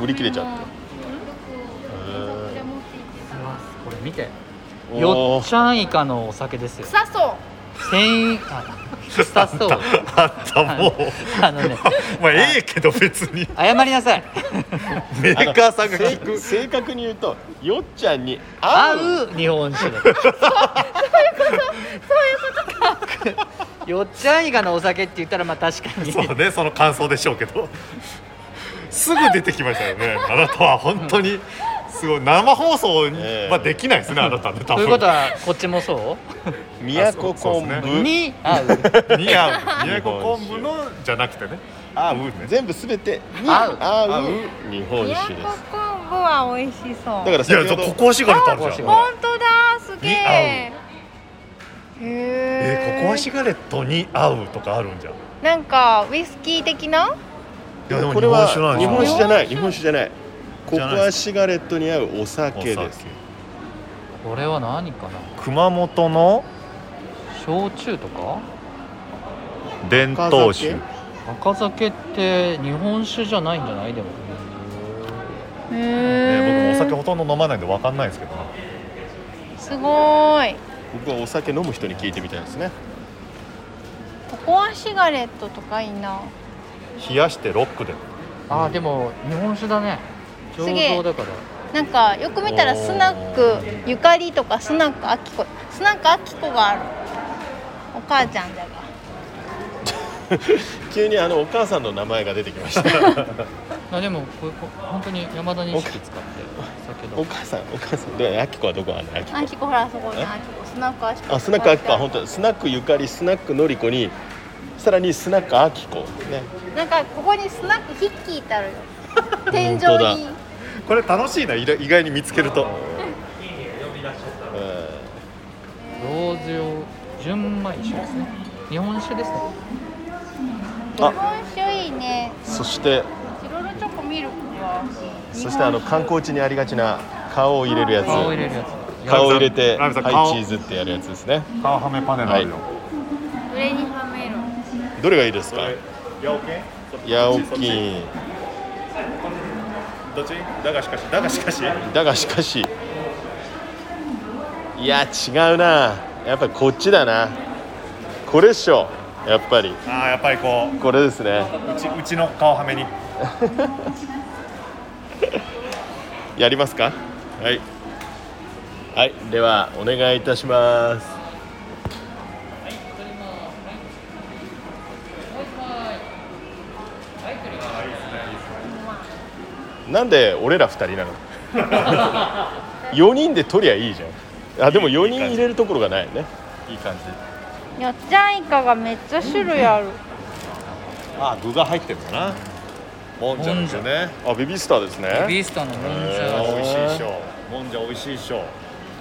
[SPEAKER 2] 売り切れちゃって
[SPEAKER 5] って
[SPEAKER 4] イこれ見てよ
[SPEAKER 2] お
[SPEAKER 4] っ
[SPEAKER 2] ー
[SPEAKER 4] ちゃんイカのお酒ですよ
[SPEAKER 5] 臭そう
[SPEAKER 4] 千あ臭そう
[SPEAKER 1] あったもう
[SPEAKER 4] あのね
[SPEAKER 1] <laughs> まあええけど別に
[SPEAKER 4] 謝りなさい
[SPEAKER 1] メーカーさんが聞
[SPEAKER 2] 正
[SPEAKER 1] く
[SPEAKER 2] 正確に言うとよっちゃんに合う
[SPEAKER 4] 合う日本酒だそういうことそういうことかよっちゃんイカのお酒って言ったらまあ確かに
[SPEAKER 1] そうねその感想でしょうけどすぐ出てきましたよねあなたは本当にすごい生放送に
[SPEAKER 2] ええ
[SPEAKER 1] はできないですねあなたね多
[SPEAKER 4] と
[SPEAKER 1] 分
[SPEAKER 4] いうことはこっちもそ
[SPEAKER 2] 宮古
[SPEAKER 1] そう
[SPEAKER 2] 昆
[SPEAKER 1] そうです
[SPEAKER 4] う
[SPEAKER 2] 布、
[SPEAKER 4] に合う
[SPEAKER 1] 似合う宮古昆布のじゃなくてね合うね
[SPEAKER 2] 全部すべてに
[SPEAKER 4] 合う
[SPEAKER 2] 合う日本
[SPEAKER 5] 宮
[SPEAKER 2] 酒
[SPEAKER 5] 古
[SPEAKER 2] で
[SPEAKER 5] 昆
[SPEAKER 2] す
[SPEAKER 5] 布は美味しそう
[SPEAKER 2] だから
[SPEAKER 1] いや
[SPEAKER 2] 先
[SPEAKER 1] じゃ
[SPEAKER 2] ほ
[SPEAKER 1] あこ
[SPEAKER 2] ど
[SPEAKER 1] こはしがれたんじゃん
[SPEAKER 4] ここはしがれた
[SPEAKER 5] 本当だすげえへ
[SPEAKER 1] え
[SPEAKER 2] 壊しガレットに合うとかあるんじゃんい
[SPEAKER 5] なんかウイスキー的な
[SPEAKER 2] やでも
[SPEAKER 6] これは日本
[SPEAKER 2] 日本酒じ
[SPEAKER 5] 酒じ
[SPEAKER 2] ゃ
[SPEAKER 5] ゃ
[SPEAKER 2] な
[SPEAKER 5] ないい
[SPEAKER 2] 日本酒じゃないコ
[SPEAKER 6] じ
[SPEAKER 2] コ
[SPEAKER 6] ゃないで
[SPEAKER 2] アシガレットに合うお酒
[SPEAKER 6] お
[SPEAKER 2] です
[SPEAKER 6] 酒
[SPEAKER 4] これは何かな
[SPEAKER 6] 熊本の
[SPEAKER 4] 焼酎とか
[SPEAKER 6] 伝統酒
[SPEAKER 2] 赤
[SPEAKER 4] 赤酒って日本酒じゃないんじゃないでも
[SPEAKER 5] へ
[SPEAKER 6] ね
[SPEAKER 5] え
[SPEAKER 6] 僕もお酒ほとんど飲まないんで分かんないんですけどね
[SPEAKER 5] すごーい
[SPEAKER 2] 僕はお酒飲む人に聞いてみたいですね
[SPEAKER 5] ココアシガレットとかいいな
[SPEAKER 6] 冷やしてロックで
[SPEAKER 4] ああでも日本酒だね
[SPEAKER 5] すげえ
[SPEAKER 4] 醸造だから
[SPEAKER 5] なんかよく見たらスナックゆかりとかスナックあきこスナックあきこがあるお母ちゃんじゃが
[SPEAKER 2] 急にあのお母さんの名前が出てきました
[SPEAKER 4] あでもこれこ本当に山田錦使って酒だ
[SPEAKER 2] お母さんお母さんであきこはどこあんのあきこ
[SPEAKER 5] あきこほらそこにあきこスナックあきこ
[SPEAKER 2] あスナックあきこは本当だスナックゆかりスナックのりこにさらにスナックあきこね
[SPEAKER 5] なんかここにスナックヒッキーってあるよ天井
[SPEAKER 2] <laughs> 本当だ
[SPEAKER 5] に
[SPEAKER 6] これ楽しいな意外意外に見つけると
[SPEAKER 2] う
[SPEAKER 4] ローズ用純米酒ですね日本酒ですね
[SPEAKER 5] 日本酒いいね
[SPEAKER 2] んそして
[SPEAKER 5] 白ロチョコミルクは
[SPEAKER 2] そしてあの観光地にありがちな顔を入れるやつ
[SPEAKER 4] 顔を入れるやつ
[SPEAKER 2] 顔を入れては
[SPEAKER 6] ラ
[SPEAKER 2] い
[SPEAKER 6] ミさん顔
[SPEAKER 2] チーズってやるやつですね
[SPEAKER 6] 顔はめパネル
[SPEAKER 2] あるよ
[SPEAKER 5] ブレニハメロン
[SPEAKER 2] どれがいいですか
[SPEAKER 1] ヤオケン
[SPEAKER 2] ヤオキン
[SPEAKER 1] どっちだがしかしだがしかし
[SPEAKER 2] だがしかしいや違うなやっぱりこっちだなこれっしょやっぱり
[SPEAKER 1] ああやっぱりこ
[SPEAKER 2] これですね
[SPEAKER 1] ううちうちの顔はめに
[SPEAKER 2] やりますかはいはいではお願いいたしますなんで俺ら2人なの4人で取りゃいいじゃんあでも4人入れるところがないね
[SPEAKER 6] いい感じ
[SPEAKER 5] よっちゃんイカがめっちゃ種類ある
[SPEAKER 6] あ具が入ってるかな
[SPEAKER 1] もんじゃですよね
[SPEAKER 2] あベビースターですね
[SPEAKER 4] ビースタのもんじ
[SPEAKER 2] へ
[SPEAKER 4] ゃ
[SPEAKER 2] ー
[SPEAKER 1] 美味しいでしょもんじゃ美味しいでしょ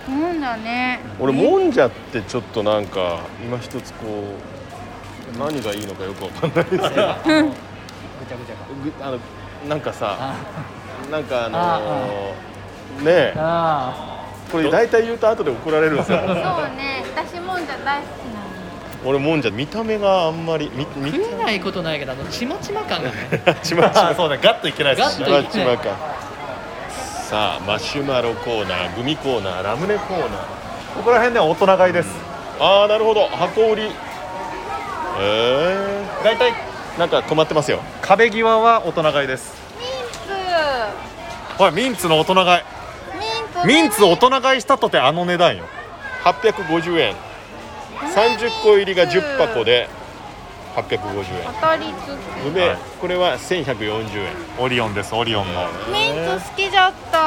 [SPEAKER 5] うんだね
[SPEAKER 2] 俺もんじゃってちょっとなんか今一つこう何がいいのかよくわかんないですけど
[SPEAKER 4] ぐちゃぐちゃか
[SPEAKER 2] ぐあのなんかさ
[SPEAKER 4] あ
[SPEAKER 2] なんかあの
[SPEAKER 4] あ
[SPEAKER 2] ーねえ
[SPEAKER 4] あ
[SPEAKER 2] これ大体言うと後で怒られるんですよ
[SPEAKER 5] <laughs> そうね私もんじゃ大好きなの
[SPEAKER 2] 俺もんじゃ見た目があんまりみ見
[SPEAKER 4] 食えないことないけどあのちまちま感がね
[SPEAKER 2] ちまち
[SPEAKER 1] あ
[SPEAKER 2] ま
[SPEAKER 1] そうねガッといけないで
[SPEAKER 4] ガ
[SPEAKER 1] す
[SPEAKER 4] ッ
[SPEAKER 2] ち
[SPEAKER 4] と
[SPEAKER 2] ま
[SPEAKER 4] い
[SPEAKER 2] ちま
[SPEAKER 4] けない
[SPEAKER 2] かさあマシュマロコーナーグミコーナーラムネコーナー
[SPEAKER 1] ここら辺では大人買いです
[SPEAKER 2] ああなるほど箱売りえ
[SPEAKER 1] 大体
[SPEAKER 2] ー、なんか止まってますよ
[SPEAKER 1] 壁際は大人買いです
[SPEAKER 5] ミン
[SPEAKER 1] おいミンツの大人買い
[SPEAKER 5] ツ
[SPEAKER 1] ミンツ大
[SPEAKER 5] と
[SPEAKER 1] 人買いしたとてあの値段よ
[SPEAKER 2] 850円30個入りが10箱で850
[SPEAKER 5] 当
[SPEAKER 2] 円
[SPEAKER 5] たり
[SPEAKER 2] 梅、
[SPEAKER 1] はい
[SPEAKER 2] これは1140円
[SPEAKER 1] オリオンですオリオンの
[SPEAKER 5] つミンツ好きじゃった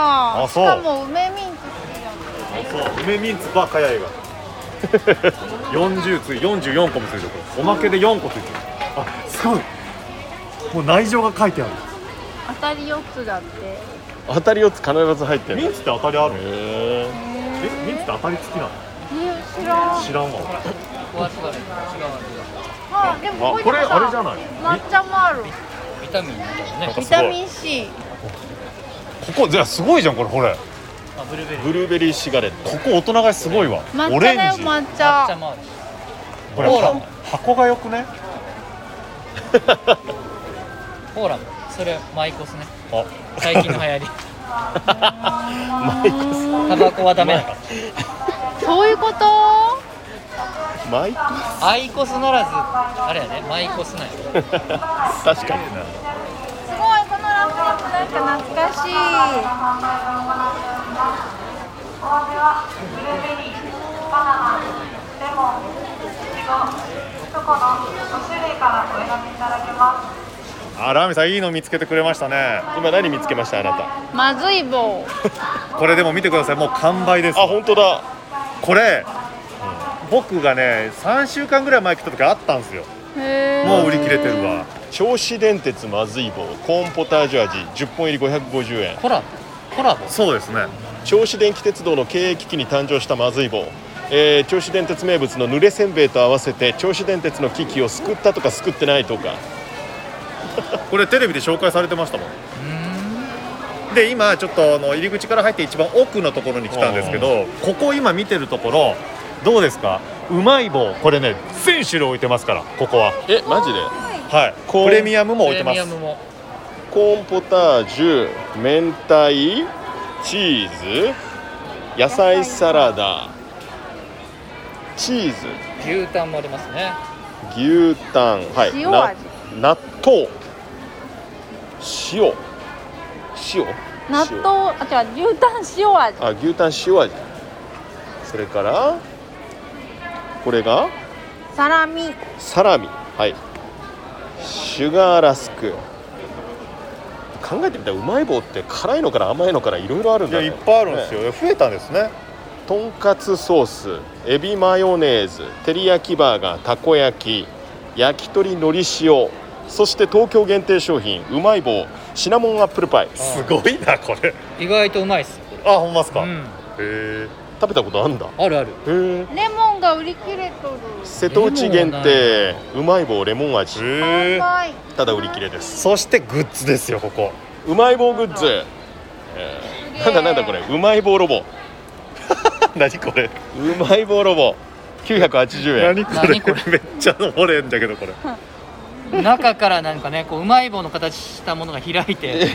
[SPEAKER 1] あそう
[SPEAKER 5] しかも梅ミンツ好きじゃった
[SPEAKER 1] そう梅ミンツばっかやい <laughs> が40つい44個もついてるこれおまけで4個ついてるあすごいもう内情が書いてある
[SPEAKER 5] 当たり4つだって
[SPEAKER 2] 当たり4つ必ず入ってる
[SPEAKER 1] ミンツって当たりある
[SPEAKER 2] へー
[SPEAKER 1] えミンツって当たり付きなの
[SPEAKER 5] え知らん
[SPEAKER 1] 知らんわ
[SPEAKER 4] 壊しがね違う
[SPEAKER 5] あ
[SPEAKER 4] わ
[SPEAKER 5] でも
[SPEAKER 2] あ
[SPEAKER 5] こ
[SPEAKER 1] これあれじゃない
[SPEAKER 5] 抹茶もある
[SPEAKER 4] ビタミンみたいなね
[SPEAKER 2] すごい
[SPEAKER 5] ビタミン C
[SPEAKER 6] ここじゃあすごいじゃんこれほれ
[SPEAKER 4] あブルーベリー
[SPEAKER 2] ブルーベリーシガレット
[SPEAKER 6] ここ大人買いすごいわ
[SPEAKER 5] 抹茶だ
[SPEAKER 6] オレ
[SPEAKER 5] よ
[SPEAKER 6] ンジ
[SPEAKER 5] 抹
[SPEAKER 4] 抹茶
[SPEAKER 5] 茶
[SPEAKER 4] もある
[SPEAKER 6] これ
[SPEAKER 4] コーラも
[SPEAKER 6] 箱がよくね
[SPEAKER 4] コーラもそれマイコスね
[SPEAKER 6] あ
[SPEAKER 4] 最近の <laughs> 流行り
[SPEAKER 2] マイコス
[SPEAKER 4] タバコはダメだから
[SPEAKER 5] そういうこと
[SPEAKER 2] マイコ
[SPEAKER 4] アイコスならずあれやねマイコスなんや
[SPEAKER 2] ス <laughs> 確かにな
[SPEAKER 5] すごいこのラムネもなんか懐かしい
[SPEAKER 1] あラーメンさんいいの見つけてくれましたね
[SPEAKER 2] 今何見つけましたあなた
[SPEAKER 5] まずい棒
[SPEAKER 1] これでも見てくださいもう完売です
[SPEAKER 2] あ本当だ
[SPEAKER 1] これ、僕がね3週間ぐらい前来た時あったんですよ
[SPEAKER 5] へえ
[SPEAKER 1] もう売り切れてるわ
[SPEAKER 2] 銚子電鉄まずい棒コーンポタージュ味10本入り550円
[SPEAKER 4] コラボコラボ
[SPEAKER 1] そうですね
[SPEAKER 2] 銚子電気鉄道の経営危機に誕生したまずい棒えー銚子電鉄名物の濡れせんべいと合わせて銚子電鉄の危機を救ったとか救ってないとか
[SPEAKER 1] これテレビで紹介されてましたもんで今ちょっとあの入り口から入って一番奥のところに来たんですけどここ今見てるところどうですかうまい棒これね全種類置いてますからここは
[SPEAKER 2] えマジで
[SPEAKER 1] はい
[SPEAKER 2] こう
[SPEAKER 1] プレミアムも置いてま
[SPEAKER 4] ミ
[SPEAKER 1] す
[SPEAKER 4] アムも
[SPEAKER 2] コーンポタージュ明太チーズ野菜サラダチーズ
[SPEAKER 4] 牛タンもありますね
[SPEAKER 2] 牛タンはい
[SPEAKER 5] 塩
[SPEAKER 2] な
[SPEAKER 5] 味
[SPEAKER 2] 納豆塩塩
[SPEAKER 5] 納
[SPEAKER 2] 塩
[SPEAKER 5] 豆あ違う牛タン塩味
[SPEAKER 2] あ牛タン塩味それからこれが
[SPEAKER 5] サラミ
[SPEAKER 2] サラミはいシュガーラスク考えてみたらうまい棒って辛いのから甘いのからいろいろあるん
[SPEAKER 1] い
[SPEAKER 2] だ
[SPEAKER 1] や
[SPEAKER 2] ね
[SPEAKER 1] いっぱいあるんですよ、増えたんですね
[SPEAKER 2] とんかつソースエビマヨネーズ照り焼きバーガーたこ焼き焼き鳥のり塩そして東京限定商品うまい棒シナモンアップルパイ
[SPEAKER 1] すごいなこれ
[SPEAKER 4] 意外とうまいっすよ
[SPEAKER 1] あほんまっすか、
[SPEAKER 4] うん
[SPEAKER 2] へ食べたことあんだへ
[SPEAKER 4] あるある
[SPEAKER 2] え
[SPEAKER 5] レモンが売り切れとる
[SPEAKER 2] 瀬戸内限定うまい棒レモン味
[SPEAKER 1] へえ
[SPEAKER 5] はい
[SPEAKER 2] ただ売り切れです
[SPEAKER 1] そしてグッズですよここ
[SPEAKER 2] うまい棒グッズ、えーなんだなんだこれうまい棒ロボ
[SPEAKER 1] <laughs> 何これ
[SPEAKER 2] うまい棒ロボ980
[SPEAKER 1] 何
[SPEAKER 2] 円
[SPEAKER 1] これ
[SPEAKER 4] 何こ
[SPEAKER 1] <laughs> めっちゃ漏れんだけどこれ
[SPEAKER 4] 中からなんかねこううまい棒の形したものが開いて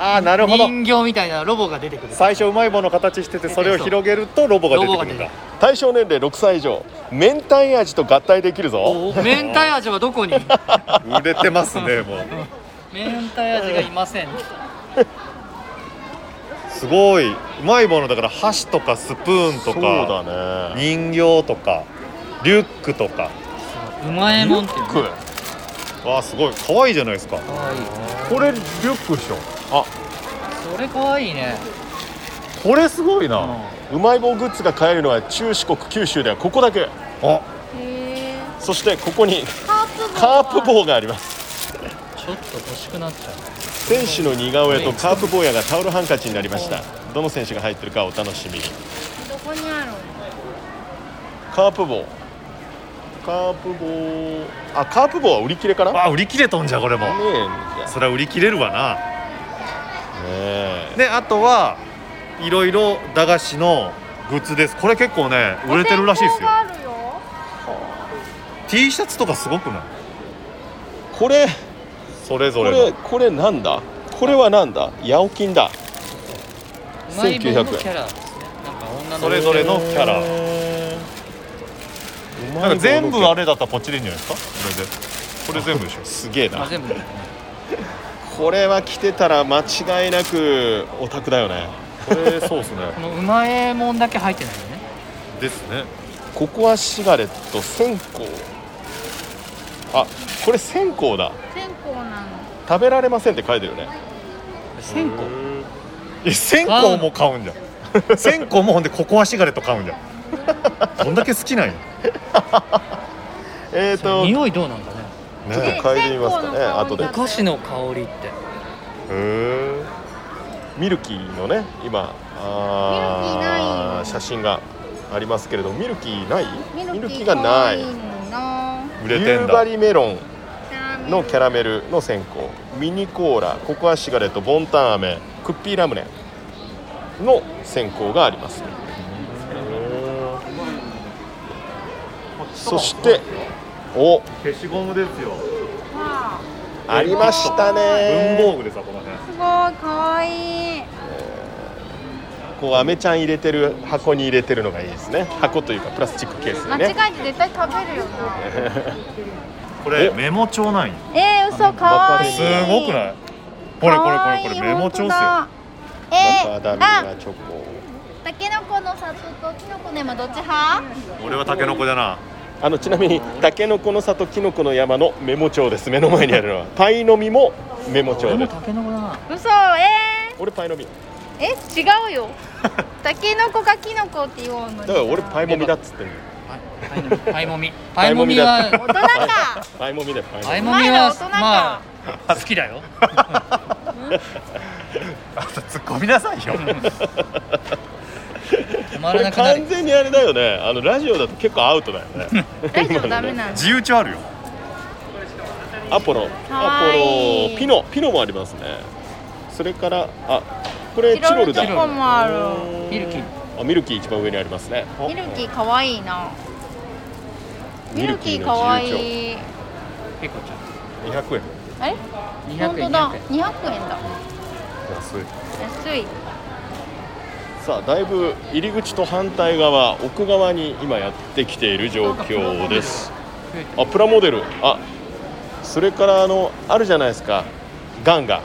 [SPEAKER 1] ああなるほど
[SPEAKER 4] 人形みたいなロボが出てくる
[SPEAKER 1] 最初うまい棒の形しててそれを広げるとロボが出てくるん
[SPEAKER 4] ロボが出てく
[SPEAKER 1] だ
[SPEAKER 4] る
[SPEAKER 2] 対象年齢6歳以上明太味と合体できるぞ
[SPEAKER 4] おお明太味はどこに
[SPEAKER 1] 売れてますねもう
[SPEAKER 4] 明太味がいません
[SPEAKER 1] すごいうまい棒のだから箸とかスプーンと
[SPEAKER 2] そう
[SPEAKER 1] か
[SPEAKER 2] だね
[SPEAKER 1] 人形とかリュックとか
[SPEAKER 4] うまいもんっていう
[SPEAKER 2] ク
[SPEAKER 4] ね
[SPEAKER 1] わあすごい可愛いじゃないですか
[SPEAKER 4] かわいい
[SPEAKER 1] これリュックでしょ
[SPEAKER 4] それかわいいね
[SPEAKER 1] これすごいな、
[SPEAKER 2] うまい棒グッズが買えるのは中四国九州ではここだけ
[SPEAKER 1] あ
[SPEAKER 5] へー
[SPEAKER 2] そしてここに
[SPEAKER 5] カープ棒
[SPEAKER 2] カープ棒があります
[SPEAKER 4] ちょっと欲しくなっちゃう
[SPEAKER 2] 選手の似顔絵とカープ坊やがタオルハンカチになりましたどの選手が入ってるかお楽しみに
[SPEAKER 5] どこにあるの
[SPEAKER 2] カープ棒カープ棒あカープ棒は売り切れかなね
[SPEAKER 1] あ売り切れとんじゃこれも
[SPEAKER 2] え
[SPEAKER 1] それは売り切れるわな
[SPEAKER 2] ねえ
[SPEAKER 1] であとはいろいろ駄菓子のグッズですこれ結構ね売れてるらしいですよ
[SPEAKER 5] お線香があるよ
[SPEAKER 1] T シャツとかすごくない
[SPEAKER 2] これ
[SPEAKER 1] それぞ
[SPEAKER 2] こ
[SPEAKER 1] れ
[SPEAKER 2] れ
[SPEAKER 1] の
[SPEAKER 2] これなんだこれはなんだ八百金だ
[SPEAKER 4] うまい棒の
[SPEAKER 2] 1900円
[SPEAKER 4] キャラですねなんか女の
[SPEAKER 1] それぞれのキャラ
[SPEAKER 2] へえうまい
[SPEAKER 1] な
[SPEAKER 2] 棒
[SPEAKER 1] ん
[SPEAKER 2] の
[SPEAKER 1] か全部あれだったらポチれんじゃないですかこれでこれ全部でしょ
[SPEAKER 2] すげえ
[SPEAKER 4] まあ
[SPEAKER 2] な
[SPEAKER 4] 全部
[SPEAKER 2] これは着てたら間違いなくオタクだよね
[SPEAKER 1] これそうですね
[SPEAKER 4] このうまいもんだけ入ってないよね
[SPEAKER 1] ですね
[SPEAKER 2] ここはシガレット線香あこれ線香だ
[SPEAKER 5] 線香なの
[SPEAKER 2] 食べられませんって書いてるね
[SPEAKER 4] 線香
[SPEAKER 1] え線香も買うんじゃん線香もほんでココアシガレット買うんじ <laughs> ゃんどんだけ好きなんや
[SPEAKER 2] えー
[SPEAKER 4] そ
[SPEAKER 2] と
[SPEAKER 4] れ匂いどうなんだね
[SPEAKER 2] ちょっと嗅いでみますかね
[SPEAKER 5] 線香の香り
[SPEAKER 2] 後で
[SPEAKER 5] だ
[SPEAKER 4] お菓子の香りって
[SPEAKER 2] へーミルキーのね今あー
[SPEAKER 5] ミルキーない
[SPEAKER 2] 写真がありますけれどミルキーない
[SPEAKER 5] ミルキー
[SPEAKER 2] がない
[SPEAKER 5] 可愛のな
[SPEAKER 1] 売
[SPEAKER 2] 夕
[SPEAKER 1] れてんだ
[SPEAKER 2] 張メロン
[SPEAKER 5] キャラメル
[SPEAKER 2] のキャラメルの線香ミニコーラココアシガレットボンタン飴クッピーラムネの線香がありますそしてお
[SPEAKER 1] 消しゴムですよ
[SPEAKER 5] わあ
[SPEAKER 2] ありました
[SPEAKER 1] 文
[SPEAKER 2] ね
[SPEAKER 1] 房具ですわこの辺
[SPEAKER 5] すごい可愛い
[SPEAKER 2] こうアメちゃん入れてる箱に入れてるのがいいですね箱というかプラスチックケースにね
[SPEAKER 5] 間違えて絶対食べるよな
[SPEAKER 1] これ
[SPEAKER 2] お
[SPEAKER 1] メモ帳なんや
[SPEAKER 5] えー、嘘可愛い
[SPEAKER 1] すごく
[SPEAKER 5] い
[SPEAKER 1] ないこれこれこれこれメモ帳っすよ
[SPEAKER 5] え
[SPEAKER 2] バカ
[SPEAKER 5] ー、
[SPEAKER 2] ダミ
[SPEAKER 5] あ
[SPEAKER 2] ナチョコ
[SPEAKER 5] タケノコの里とキノコの山どっち派
[SPEAKER 1] 俺はタケノコだな
[SPEAKER 2] あのちなみにたけのこの里きのこの山のメモ帳です目の前にあるの
[SPEAKER 5] <laughs>
[SPEAKER 2] はパイの実もメモ
[SPEAKER 4] 俺
[SPEAKER 2] 帳
[SPEAKER 4] も
[SPEAKER 2] です
[SPEAKER 4] タケノコだな
[SPEAKER 5] 嘘え
[SPEAKER 2] 俺パイの実
[SPEAKER 5] ー、え違う
[SPEAKER 1] <laughs>
[SPEAKER 5] よタケノコかキノコって言おうのに
[SPEAKER 2] だから俺パイ
[SPEAKER 5] イ
[SPEAKER 2] もみだっつってんの
[SPEAKER 4] パイの実パイもみパイもみは
[SPEAKER 5] 大人か
[SPEAKER 2] パイもみだよパイも
[SPEAKER 4] パイ
[SPEAKER 2] み
[SPEAKER 4] もみ
[SPEAKER 5] 前の大
[SPEAKER 4] は
[SPEAKER 5] 人か
[SPEAKER 4] まあ好きだよ
[SPEAKER 1] <laughs> あと突っ込みなさいよ
[SPEAKER 4] 回らなくな
[SPEAKER 2] 完
[SPEAKER 4] る
[SPEAKER 2] 全にあれだよねあのラジオだと結構アウトだよ
[SPEAKER 5] <laughs>
[SPEAKER 2] ね
[SPEAKER 5] 大丈夫ダメなんです
[SPEAKER 1] 自由帳あるよ
[SPEAKER 2] アポロ
[SPEAKER 5] か
[SPEAKER 2] ア
[SPEAKER 5] わいい
[SPEAKER 2] ポロピノピノもありますねそれからあこれチ
[SPEAKER 5] チ
[SPEAKER 2] ロ
[SPEAKER 5] ロ
[SPEAKER 2] ル
[SPEAKER 5] ル
[SPEAKER 2] だ
[SPEAKER 5] とかもある
[SPEAKER 4] ミルキー
[SPEAKER 2] あミルキー一番上にありますね
[SPEAKER 5] ミルキーかわいいなミルキーかわいい
[SPEAKER 4] ペコちゃ
[SPEAKER 1] 200円
[SPEAKER 5] あれ
[SPEAKER 4] ん
[SPEAKER 5] 本
[SPEAKER 4] 200円
[SPEAKER 5] 当だ
[SPEAKER 4] 200
[SPEAKER 5] 200
[SPEAKER 4] 円
[SPEAKER 5] 円だ
[SPEAKER 1] 安い
[SPEAKER 5] 安い
[SPEAKER 2] さあだいぶ入り口と反対側奥側に今やってきている状況です
[SPEAKER 4] 増えて
[SPEAKER 2] あプラモデルあそれからあのあるじゃないですかガンが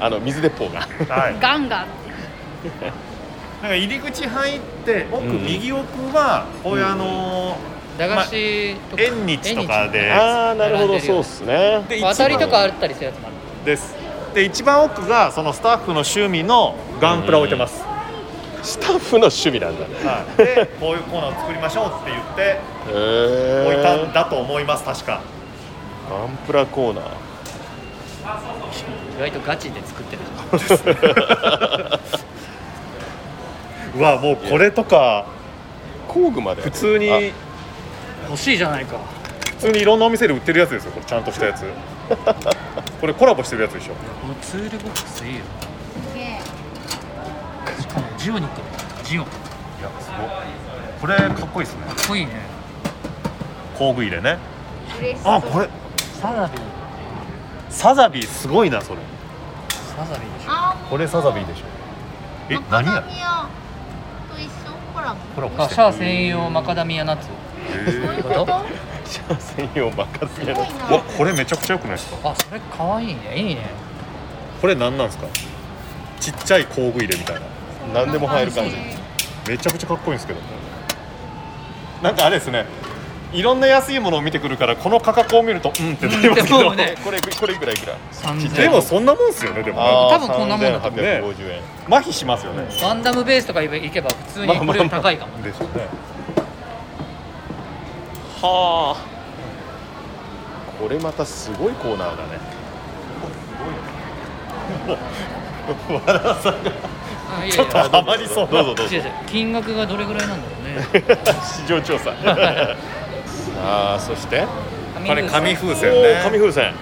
[SPEAKER 2] あの水鉄砲
[SPEAKER 1] <laughs>
[SPEAKER 2] が
[SPEAKER 1] はい
[SPEAKER 5] ガンガン
[SPEAKER 1] なんか入り口入って奥、
[SPEAKER 2] うん
[SPEAKER 1] 右奥はこういうあの
[SPEAKER 4] 駄菓子とか
[SPEAKER 1] 縁日とかで
[SPEAKER 2] ああなるほど
[SPEAKER 4] 並んでる
[SPEAKER 2] そう
[SPEAKER 4] よ
[SPEAKER 2] っすね
[SPEAKER 1] で
[SPEAKER 4] 渡りとかあ
[SPEAKER 1] あ
[SPEAKER 4] ったりするやつもある
[SPEAKER 1] ですで一番奥がそのスタッフの趣味のガンプラ置いてます、
[SPEAKER 2] スタッフの趣味なんだね
[SPEAKER 1] はい、でこういうコーナーを作りましょうって言って
[SPEAKER 2] へ
[SPEAKER 1] 置いたん
[SPEAKER 2] え
[SPEAKER 1] だと思います確か
[SPEAKER 2] ガンプラコーナー
[SPEAKER 4] 意外とガチで作ってる
[SPEAKER 1] うわもうこれとか
[SPEAKER 2] 工具まで
[SPEAKER 1] 普通に
[SPEAKER 2] あ
[SPEAKER 4] 欲しいじゃないか
[SPEAKER 1] 普通にいろんなお店で売ってるやつですよこれちゃんとしたや <laughs> つこれコラボしてるやつでしょ
[SPEAKER 4] このツールボックスいいよ
[SPEAKER 5] すげえ
[SPEAKER 4] しかもジオニックジオンか
[SPEAKER 1] いやすごこれかっこいいですね
[SPEAKER 4] っこいいね
[SPEAKER 1] 工具入れね
[SPEAKER 5] 嬉しそう
[SPEAKER 1] あこれ
[SPEAKER 4] サザビー
[SPEAKER 1] サザビーすごいなそれ
[SPEAKER 4] サザビーでしょ
[SPEAKER 5] あ
[SPEAKER 1] これサザビーでしょえ
[SPEAKER 5] マカ
[SPEAKER 1] 何
[SPEAKER 5] ダ
[SPEAKER 1] や
[SPEAKER 5] ミアと一緒コラボ
[SPEAKER 1] コラボ
[SPEAKER 4] あ
[SPEAKER 1] し
[SPEAKER 4] シ
[SPEAKER 1] て
[SPEAKER 4] ャ
[SPEAKER 1] る
[SPEAKER 4] ア専用マカダミアナッツ
[SPEAKER 5] そういうこ
[SPEAKER 4] どういうこと
[SPEAKER 2] シャア専用任せ
[SPEAKER 5] すごい
[SPEAKER 2] る
[SPEAKER 1] うわ
[SPEAKER 5] な
[SPEAKER 1] これめちゃくちゃよくないですか
[SPEAKER 4] あそれかわいいねいいね
[SPEAKER 1] これ何なんですかちっちゃい工具入れみたいな
[SPEAKER 2] 何でも入る感じ
[SPEAKER 1] めちゃくちゃかっこいいんですけどなんかあれですねいろんな安いものを見てくるからこの価格を見るとうんってなりますけ
[SPEAKER 4] うん
[SPEAKER 1] ど、
[SPEAKER 4] でも
[SPEAKER 1] <laughs>
[SPEAKER 4] ね
[SPEAKER 2] これこれいくらいくら
[SPEAKER 4] 3000
[SPEAKER 1] でもそんなもんですよねでもね
[SPEAKER 2] あー
[SPEAKER 4] 多分こんなもんだと思う
[SPEAKER 2] 3850円
[SPEAKER 1] 麻痺しますよね
[SPEAKER 4] ガンダムベースとか行けば普通にこれより高いかも
[SPEAKER 1] でしょうね
[SPEAKER 2] はあこれまたすごいコーナーだね
[SPEAKER 4] あいやい
[SPEAKER 1] ちょっと
[SPEAKER 4] や
[SPEAKER 1] ハマりそう
[SPEAKER 2] どう <laughs> ぞどうぞ
[SPEAKER 4] 違う違う金額がどれぐらいなんだろう <laughs> ね
[SPEAKER 2] 市場調査さ <laughs> あそして
[SPEAKER 1] これ紙風
[SPEAKER 2] お
[SPEAKER 1] 船ね
[SPEAKER 2] ー紙風船
[SPEAKER 4] あ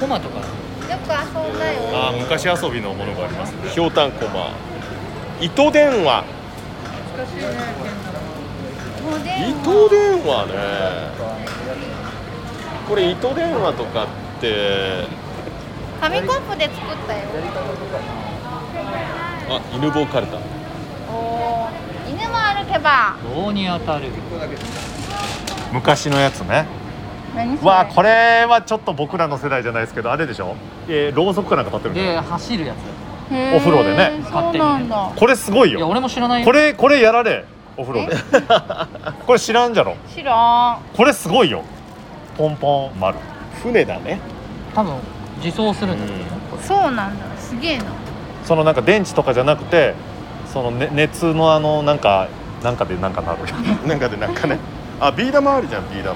[SPEAKER 4] コマとか
[SPEAKER 5] よく遊んだよ
[SPEAKER 1] あー昔遊びのものがありますね
[SPEAKER 2] ひょうたんこま糸電話
[SPEAKER 5] おでん
[SPEAKER 2] 糸電話ねこれ糸電話とかって
[SPEAKER 5] 紙コップで作ったよ
[SPEAKER 2] あ犬棒カルタ
[SPEAKER 5] おー犬も歩けば
[SPEAKER 4] 棒に当たる
[SPEAKER 1] 昔のやつね
[SPEAKER 5] 何それ
[SPEAKER 1] わあこれはちょっと僕らの世代じゃないですけどあれでしょ、えー、ろうそくかなんか立ってるんだよ
[SPEAKER 4] で走るやつ
[SPEAKER 5] へー
[SPEAKER 1] お風呂でね
[SPEAKER 5] そうなんだ
[SPEAKER 1] これすごい
[SPEAKER 4] いや
[SPEAKER 1] よ
[SPEAKER 4] 俺も知らないよ
[SPEAKER 1] これこれやられお風呂で <laughs> これ知らんじゃろ
[SPEAKER 5] 知らん
[SPEAKER 1] これすごいよポンポン丸
[SPEAKER 2] 船だね
[SPEAKER 4] 多分自走するんだけどね
[SPEAKER 5] そうなんだすげえな
[SPEAKER 1] そのなんか電池とかじゃなくてその、ね、熱のあのなんかなんかでなんかなる
[SPEAKER 2] <laughs> なんかでなんかねあビー玉あるじゃんビー玉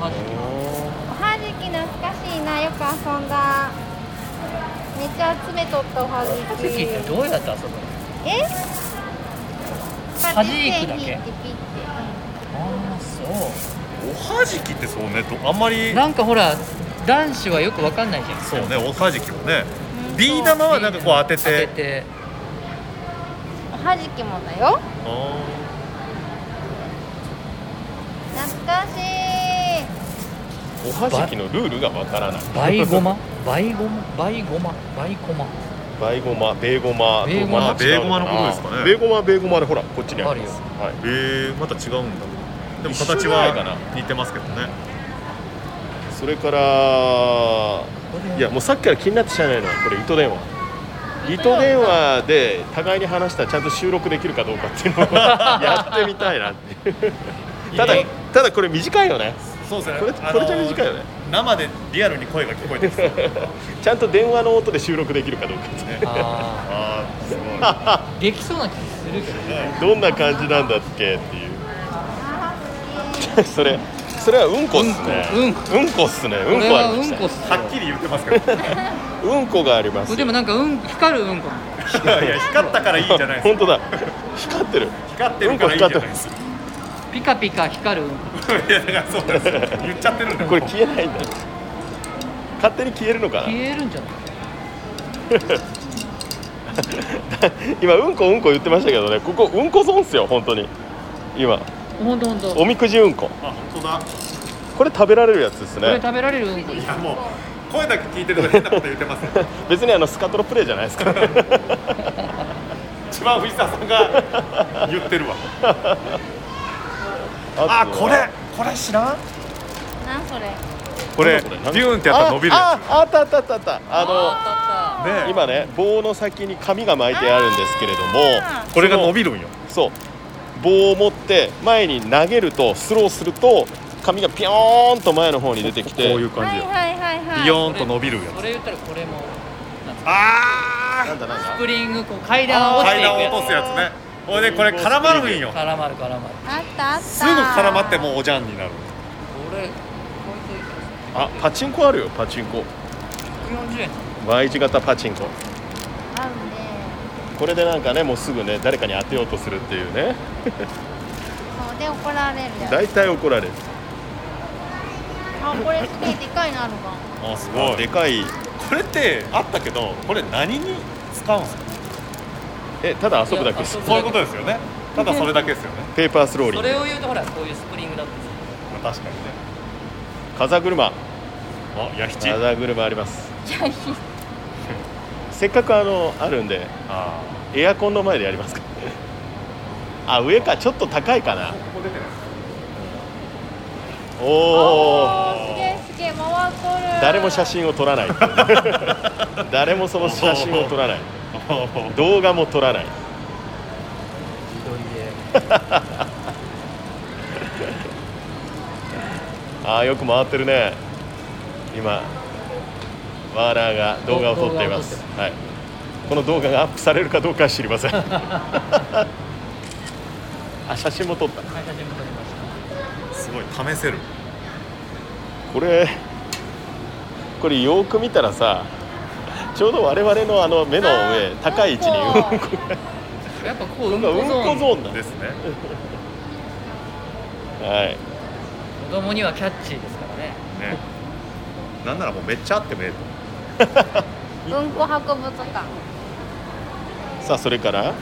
[SPEAKER 4] マジ
[SPEAKER 5] おはじき懐かしいなよく遊んだめっちゃ集めとったおはじ
[SPEAKER 4] 席
[SPEAKER 5] き
[SPEAKER 4] ってどうやって遊ぶの
[SPEAKER 5] え
[SPEAKER 4] はじく
[SPEAKER 5] パチンって
[SPEAKER 4] だけ
[SPEAKER 5] ピッて
[SPEAKER 4] ああそ
[SPEAKER 1] おはじきってそうねとあんまり
[SPEAKER 4] うなんかほら男子はよくわかんないじゃん
[SPEAKER 1] そうねおはじきもね
[SPEAKER 5] うん
[SPEAKER 1] ビー玉はなんかこう当てて
[SPEAKER 4] 当てて
[SPEAKER 5] おはじきもだよ
[SPEAKER 1] あ
[SPEAKER 5] 懐かしい
[SPEAKER 2] おはじきのルールがわからない
[SPEAKER 4] 倍ゴマ倍ゴマ倍ゴマ倍コマ
[SPEAKER 2] バイゴマベーゴマ
[SPEAKER 4] ベーゴマ
[SPEAKER 2] また違
[SPEAKER 1] ベ
[SPEAKER 2] う
[SPEAKER 1] ーゴマのことですかね
[SPEAKER 2] ベーゴマベーゴマでほらこっちにあります
[SPEAKER 4] あ
[SPEAKER 2] はい
[SPEAKER 1] ーへえまた違うんだでも
[SPEAKER 2] 一緒
[SPEAKER 1] 形
[SPEAKER 2] じゃないかな
[SPEAKER 1] は似てますけどね
[SPEAKER 2] それからいやもうさっきから気になってしゃあないのはこれ糸電話糸電話で互いに話したらちゃんと収録できるかどうかっていうのを <laughs> やってみたいなっていうただ
[SPEAKER 1] いいね
[SPEAKER 2] ただこれ短いよね
[SPEAKER 1] そうですね
[SPEAKER 2] これこれじゃ短いよね
[SPEAKER 1] 生でリアルに声が聞こえてき <laughs> そう
[SPEAKER 2] ちゃんと電話の音で収録できるかどうかっていう
[SPEAKER 4] あ
[SPEAKER 1] ああすごい
[SPEAKER 4] ーできそうな気するけどね
[SPEAKER 2] どんな感じなんだっけっていうそれそれはうんこっすね
[SPEAKER 4] うん
[SPEAKER 2] こうんこっすねうん
[SPEAKER 4] これ
[SPEAKER 2] こあ
[SPEAKER 4] は
[SPEAKER 2] り
[SPEAKER 4] う
[SPEAKER 2] ま
[SPEAKER 4] ん
[SPEAKER 2] し
[SPEAKER 4] こったす
[SPEAKER 1] は
[SPEAKER 4] よ
[SPEAKER 1] っきり言ってますけど
[SPEAKER 2] うんこがあります
[SPEAKER 4] でもなんかうん光るうんこ
[SPEAKER 1] いやいや光ったからいいじゃないです
[SPEAKER 2] <laughs> 本当だ光ってる
[SPEAKER 1] か光ってるからいいじゃないですか
[SPEAKER 4] ピカピカ光るうんこ
[SPEAKER 1] いやだからそうです言っちゃってるんだ
[SPEAKER 2] これ消えないんだ勝手に消えるのかな <laughs>
[SPEAKER 4] 消えるんじゃない
[SPEAKER 2] 今うんこうんこ言ってましたけどねここうんこ損っすよ本当に今
[SPEAKER 4] ほんとほんと
[SPEAKER 2] お
[SPEAKER 4] こ
[SPEAKER 2] みくじうんこ
[SPEAKER 1] あ本当だ
[SPEAKER 2] これ食べられるやつです
[SPEAKER 4] れ
[SPEAKER 2] ね <laughs>
[SPEAKER 4] 食べられるうんこ
[SPEAKER 1] いやもう声だけ聞いてると変なこと言ってますよ
[SPEAKER 2] 別にあのスカトロプレイじゃないですからね
[SPEAKER 1] 一番藤沢さんが言ってるわ <laughs> あこれこれ知らん
[SPEAKER 5] なんそれ
[SPEAKER 1] これ
[SPEAKER 2] こ
[SPEAKER 1] ビ
[SPEAKER 2] れ
[SPEAKER 1] ュ
[SPEAKER 2] 何
[SPEAKER 1] ーンってやったら伸びるや
[SPEAKER 2] あああったあったあったあったあ
[SPEAKER 4] あ
[SPEAKER 1] つね
[SPEAKER 2] の
[SPEAKER 1] え
[SPEAKER 2] 今ね棒の先に紙が巻いてあるんですけれども
[SPEAKER 5] あ
[SPEAKER 1] これが伸びるんよ
[SPEAKER 2] そう棒を持って前に投げるとスローすると紙がピョーンと前の方に出てき
[SPEAKER 1] こう
[SPEAKER 2] て
[SPEAKER 1] いう感
[SPEAKER 5] は
[SPEAKER 1] じ
[SPEAKER 5] い
[SPEAKER 1] よ
[SPEAKER 5] はいはいはい
[SPEAKER 1] ビヨー
[SPEAKER 4] った
[SPEAKER 1] ンと伸びるや
[SPEAKER 4] そ
[SPEAKER 1] つ
[SPEAKER 4] れ言ったらこれも
[SPEAKER 1] あ
[SPEAKER 2] なんだなん
[SPEAKER 4] ス
[SPEAKER 2] だ
[SPEAKER 4] プリングこう階段を
[SPEAKER 1] あ
[SPEAKER 4] 落ち
[SPEAKER 1] 階
[SPEAKER 4] ていく
[SPEAKER 1] 段を
[SPEAKER 4] や
[SPEAKER 1] 落とすやつねこれでこれ絡まるんよ
[SPEAKER 4] つ絡まる絡まる
[SPEAKER 5] あったあった
[SPEAKER 1] すぐ絡まってもうおじゃんになる
[SPEAKER 4] これこ
[SPEAKER 2] あパチンコあるよパチンコ
[SPEAKER 4] れ140円
[SPEAKER 2] Y 字型パチンコ
[SPEAKER 5] あるね
[SPEAKER 2] これでなんかねもうすぐね誰かに当てようとするっていうね
[SPEAKER 5] そうで怒られるやつ
[SPEAKER 2] 大体怒られる
[SPEAKER 5] あこれすげえでかいのあるわ
[SPEAKER 1] あす
[SPEAKER 2] あでかい
[SPEAKER 1] これってあったけどこれ何に使うんすか
[SPEAKER 2] えただ遊ぶだけです
[SPEAKER 4] いや
[SPEAKER 1] そういうことですよねただそれだけですよね
[SPEAKER 2] ペーパースローリ
[SPEAKER 4] そ
[SPEAKER 2] ング
[SPEAKER 4] れを言うとほらこういうスプリングだった
[SPEAKER 1] まあ確かにね
[SPEAKER 2] 風車
[SPEAKER 1] あヤヒチあ
[SPEAKER 2] 風車あります
[SPEAKER 5] じゃあいい
[SPEAKER 2] <laughs> せっかくあのあるんで
[SPEAKER 1] あ
[SPEAKER 2] エアコンの前でやりますかあ上かちょっと高いかな
[SPEAKER 1] ここ出てない
[SPEAKER 2] お
[SPEAKER 5] お
[SPEAKER 2] お
[SPEAKER 5] ーすげえすげえ回っとる
[SPEAKER 2] 誰も写真を撮らない誰もその写真を撮らない動画も撮らないあーよく回ってるね今ワーラーが動画を撮っています
[SPEAKER 4] 動
[SPEAKER 2] はいこの動画がアップされるかどうかは知りま <laughs> せんあ写真も撮った
[SPEAKER 4] 会社でも撮りました
[SPEAKER 1] すごい試せる
[SPEAKER 2] これこれよく見たらさちょうど我々のあの目の上
[SPEAKER 5] あー
[SPEAKER 2] 高い位置にうんこ
[SPEAKER 4] やっぱこううんこ
[SPEAKER 2] が
[SPEAKER 4] ゾ
[SPEAKER 2] うんこゾ
[SPEAKER 4] ーン
[SPEAKER 2] ーンだ
[SPEAKER 1] ですね
[SPEAKER 2] はい
[SPEAKER 4] 子供にはキャッチーですからね
[SPEAKER 1] ねなんならもうめっちゃあってもええと思
[SPEAKER 5] うんこ博物館
[SPEAKER 2] さあそれから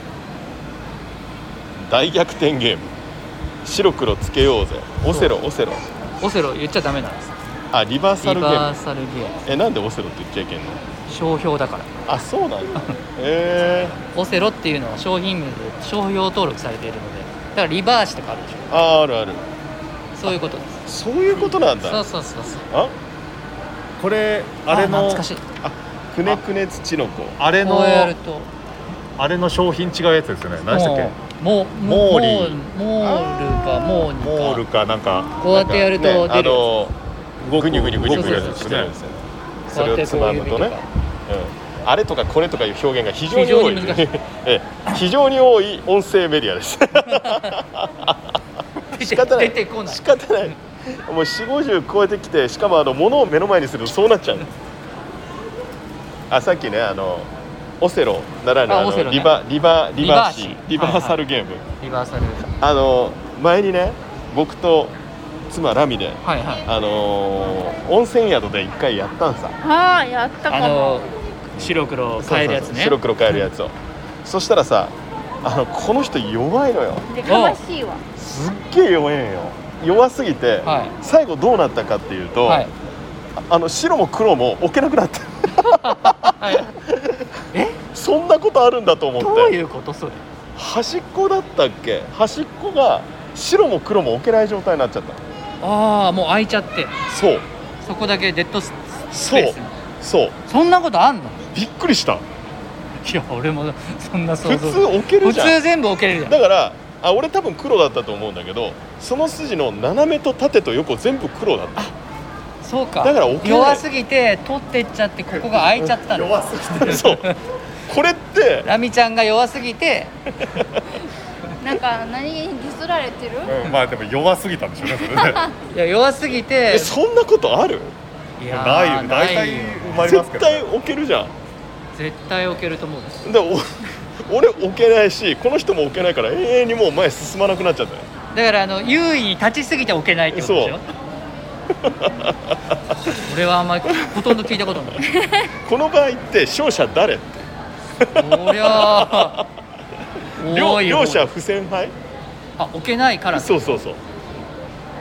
[SPEAKER 2] 大逆転ゲーム白黒つけようぜオセロオセロ
[SPEAKER 4] オセロ言っちゃダメなんです
[SPEAKER 2] あリバーサ
[SPEAKER 4] リ
[SPEAKER 2] ルゲー
[SPEAKER 4] バー
[SPEAKER 2] ム
[SPEAKER 4] サルゲーム
[SPEAKER 2] えなんでオセロって言っちゃいけんの
[SPEAKER 4] 商標だから
[SPEAKER 2] あそうなんだえ
[SPEAKER 4] オセロっていうのは商品名で商標登録されているのでだからリバーシとかあるでしょ
[SPEAKER 2] ー、ああるある
[SPEAKER 4] そういうことです
[SPEAKER 2] そういうことなん
[SPEAKER 4] そ
[SPEAKER 2] だ
[SPEAKER 4] うそうそうそう
[SPEAKER 2] あ
[SPEAKER 1] うこれあれの
[SPEAKER 4] 懐かしい
[SPEAKER 2] くねくね土の子
[SPEAKER 1] あれ
[SPEAKER 4] こ
[SPEAKER 1] の
[SPEAKER 4] うやると
[SPEAKER 1] あれの商品違うやつですよね何でしたっけ
[SPEAKER 4] もう
[SPEAKER 1] モ
[SPEAKER 4] もう
[SPEAKER 1] ーリー
[SPEAKER 4] モールかモーニか
[SPEAKER 1] モールかなんか
[SPEAKER 4] こうやってやると出
[SPEAKER 2] ね
[SPEAKER 4] る、
[SPEAKER 2] あのグニュグニュグニュグニ
[SPEAKER 4] そうそう
[SPEAKER 2] ュ
[SPEAKER 4] そう
[SPEAKER 2] してるんですよね
[SPEAKER 4] こ
[SPEAKER 2] そうれ
[SPEAKER 4] やっ
[SPEAKER 2] を
[SPEAKER 4] て
[SPEAKER 2] つ
[SPEAKER 4] こ
[SPEAKER 2] ま
[SPEAKER 4] う
[SPEAKER 2] む
[SPEAKER 4] 指
[SPEAKER 2] と
[SPEAKER 4] と
[SPEAKER 2] ね
[SPEAKER 4] か
[SPEAKER 2] うんあれとかこれとかいう表現が非常に多い
[SPEAKER 4] 非常に <laughs> 難しい
[SPEAKER 2] ええ非常に多い音声メディアです
[SPEAKER 4] <laughs>
[SPEAKER 2] 仕方ない
[SPEAKER 4] 出てこない
[SPEAKER 2] 仕方ないもう4 5 0超えてきてしかもあの物を目の前にするとそうなっちゃうあさっきねあのオセロならぬ
[SPEAKER 4] あ
[SPEAKER 2] あの
[SPEAKER 4] オセロね
[SPEAKER 2] リバリバリバーシ
[SPEAKER 4] リバーシ
[SPEAKER 2] リバーサルゲーム、
[SPEAKER 4] リバーサル
[SPEAKER 2] あの前にね僕と妻ラミで
[SPEAKER 4] はいはい
[SPEAKER 2] あの温泉宿で一回やったんさ
[SPEAKER 5] ああやったか
[SPEAKER 4] あ
[SPEAKER 5] も
[SPEAKER 4] の白黒
[SPEAKER 2] そうそうそう
[SPEAKER 4] 変えるやつね
[SPEAKER 2] 白黒変えるやつをそしたらさあのこの人弱いのよ
[SPEAKER 5] でかましいわ
[SPEAKER 2] すっげえ弱いのよ弱すぎて、
[SPEAKER 4] はい
[SPEAKER 2] 最後どうなったかっていうと、
[SPEAKER 4] はい
[SPEAKER 2] ああの白も黒も置けなくなった <laughs>
[SPEAKER 4] はい
[SPEAKER 2] そんなことあるんだと思って
[SPEAKER 4] どういうことそれ
[SPEAKER 2] 端っこだったっけ端っこが白も黒も置けない状態になっちゃった
[SPEAKER 4] ああもう開いちゃって
[SPEAKER 2] そう
[SPEAKER 4] そこだけデッドスス
[SPEAKER 2] そ
[SPEAKER 4] ペー
[SPEAKER 2] う
[SPEAKER 4] ス
[SPEAKER 2] そう
[SPEAKER 4] そんなことあんの
[SPEAKER 2] びっくりした
[SPEAKER 4] いや俺もそんな想
[SPEAKER 2] 普
[SPEAKER 4] 像
[SPEAKER 2] 通置ける
[SPEAKER 4] 普
[SPEAKER 2] じゃ
[SPEAKER 4] 通
[SPEAKER 2] ん
[SPEAKER 4] 全部置けれるじゃん
[SPEAKER 2] だからあ俺多分黒だったと思うんだけどその筋の斜めと縦と横全部黒だった
[SPEAKER 4] <laughs> そうか
[SPEAKER 2] だから置けない
[SPEAKER 4] 弱すぎて取ってっちゃってここが開いちゃっ
[SPEAKER 1] <laughs>
[SPEAKER 4] たの
[SPEAKER 1] 弱すぎて
[SPEAKER 2] そうこれって
[SPEAKER 4] ラミちゃんが弱すぎて
[SPEAKER 5] なんか何気にディスられてる
[SPEAKER 1] うんまあでも弱すぎたんでしょうね <laughs> それね
[SPEAKER 4] いや弱すぎて
[SPEAKER 2] えそんなことある
[SPEAKER 4] いやー
[SPEAKER 1] ないよ大体埋まります
[SPEAKER 2] 絶
[SPEAKER 1] けどね
[SPEAKER 2] 対置けるじゃん
[SPEAKER 4] 絶対置けると思うんです
[SPEAKER 2] でお <laughs> 俺置けないしこの人も置けないから永遠にもう前進まなくなっちゃったよ
[SPEAKER 4] だからあの優位に立ちすぎて置けないってことでしょ
[SPEAKER 2] そう
[SPEAKER 4] <laughs> 俺はあんまりほとんど聞いたことない
[SPEAKER 2] この場合って勝者誰
[SPEAKER 4] そりゃあ
[SPEAKER 2] <laughs> 両
[SPEAKER 4] 多いよ
[SPEAKER 2] 両者不戦敗
[SPEAKER 4] あ置けないから
[SPEAKER 2] そうそうそう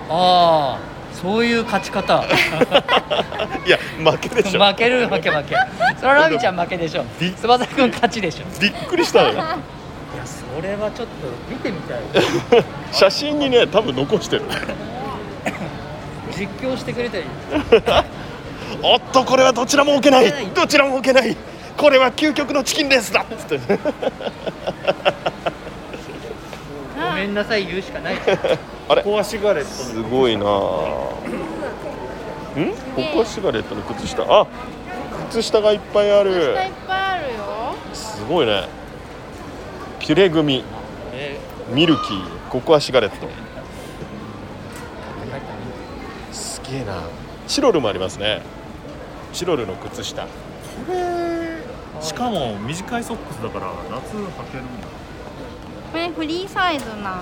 [SPEAKER 4] ああそういう勝ち
[SPEAKER 2] <laughs>
[SPEAKER 4] 方
[SPEAKER 2] いや負けでしょ
[SPEAKER 4] 負ける負け負けそれはラミちゃん負け
[SPEAKER 2] <laughs>
[SPEAKER 4] でしょ
[SPEAKER 2] び
[SPEAKER 4] 翼くん勝ちでしょ
[SPEAKER 2] びっくりしたの <laughs> よ
[SPEAKER 4] いやそれはちょっと見てみたい
[SPEAKER 2] 写真にね多分残してる
[SPEAKER 4] 実況してくれたり
[SPEAKER 2] おっとこれはどちらも置けないどちらも置けないこれは究極のチキンレースだっつって
[SPEAKER 4] ごめんなさい言うしかない
[SPEAKER 2] <laughs> あれ
[SPEAKER 1] ここはシガレットの
[SPEAKER 2] すごいなあんここはシガレットの靴下あ靴下がいっぱいある
[SPEAKER 5] 下いっぱいあるよ
[SPEAKER 2] すごいねピュレ組ミルキーココアシガレットすげえなチロルもありますねチロルの靴下
[SPEAKER 1] しかも短いソックスだから夏履けるんだ
[SPEAKER 5] これフリーサイズなん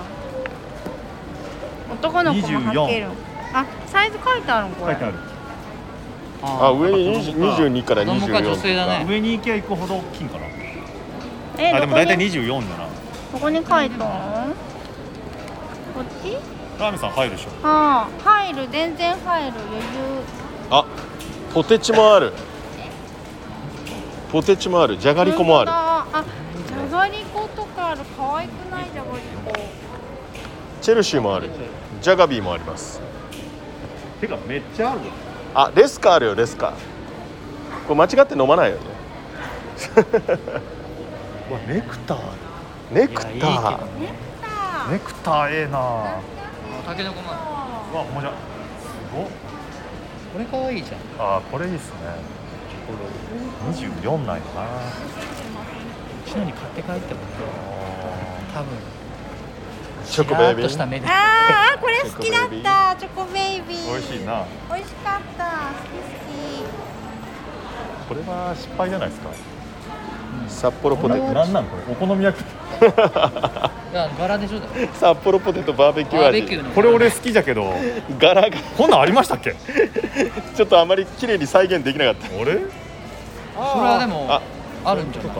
[SPEAKER 5] 男の子も履けるあサイズ書いてあるんこ
[SPEAKER 1] 書
[SPEAKER 5] れ
[SPEAKER 1] いてある
[SPEAKER 2] あ上に20 22から
[SPEAKER 4] 子供か女性だ
[SPEAKER 2] 24
[SPEAKER 4] ね
[SPEAKER 1] 上に行きゃ行くほど大きいんかな
[SPEAKER 5] え
[SPEAKER 1] あ
[SPEAKER 5] ど
[SPEAKER 1] でも
[SPEAKER 5] こ
[SPEAKER 1] 大体
[SPEAKER 5] に
[SPEAKER 1] 24だな
[SPEAKER 5] どこに書いたんこっち
[SPEAKER 1] ラーメンさん入るでしょ
[SPEAKER 5] ああ入る全然入る余裕
[SPEAKER 2] あポテチもあるポテチもあるじゃがりこもある
[SPEAKER 5] 本当だあじゃがりことかある可愛くないじゃがりこ
[SPEAKER 2] チェルシーもあるジャガビーもあります
[SPEAKER 1] てかめっちゃある
[SPEAKER 2] あレスカあるよレスカこれ間違って飲まないよね
[SPEAKER 1] わネクターあ
[SPEAKER 2] ネクタ
[SPEAKER 4] いやいいけ
[SPEAKER 2] ー
[SPEAKER 4] ど
[SPEAKER 1] るネクターええなわ
[SPEAKER 4] タケノコま
[SPEAKER 1] おもちゃすごっ
[SPEAKER 4] これ可愛いじゃん
[SPEAKER 1] あーこれいいっすね24なんやな
[SPEAKER 4] うちのに買って帰っても多分
[SPEAKER 2] チョコ
[SPEAKER 4] キ
[SPEAKER 2] ベイ
[SPEAKER 4] ラーっ
[SPEAKER 2] ビ
[SPEAKER 4] とした
[SPEAKER 2] ー
[SPEAKER 4] 目で
[SPEAKER 5] あーこれ好きだったチョコベイビー
[SPEAKER 1] 美味しいな
[SPEAKER 5] 美味しかった好
[SPEAKER 1] これは失敗じゃないですか
[SPEAKER 2] 札幌ポ
[SPEAKER 1] こ
[SPEAKER 2] テ
[SPEAKER 1] れ
[SPEAKER 2] ト
[SPEAKER 1] なんなんこれお好み焼き
[SPEAKER 4] いやバラでしょだろ
[SPEAKER 2] 札幌ポテトバーベキュー
[SPEAKER 4] バーベキュ
[SPEAKER 2] 味
[SPEAKER 4] ーの
[SPEAKER 1] これ俺好きじゃけど
[SPEAKER 2] 柄が
[SPEAKER 1] こんなんありましたっけ
[SPEAKER 2] ちょっとあまり綺麗に再現できなかっ
[SPEAKER 1] あれ
[SPEAKER 4] それはでも
[SPEAKER 2] あ
[SPEAKER 4] あるんじゃない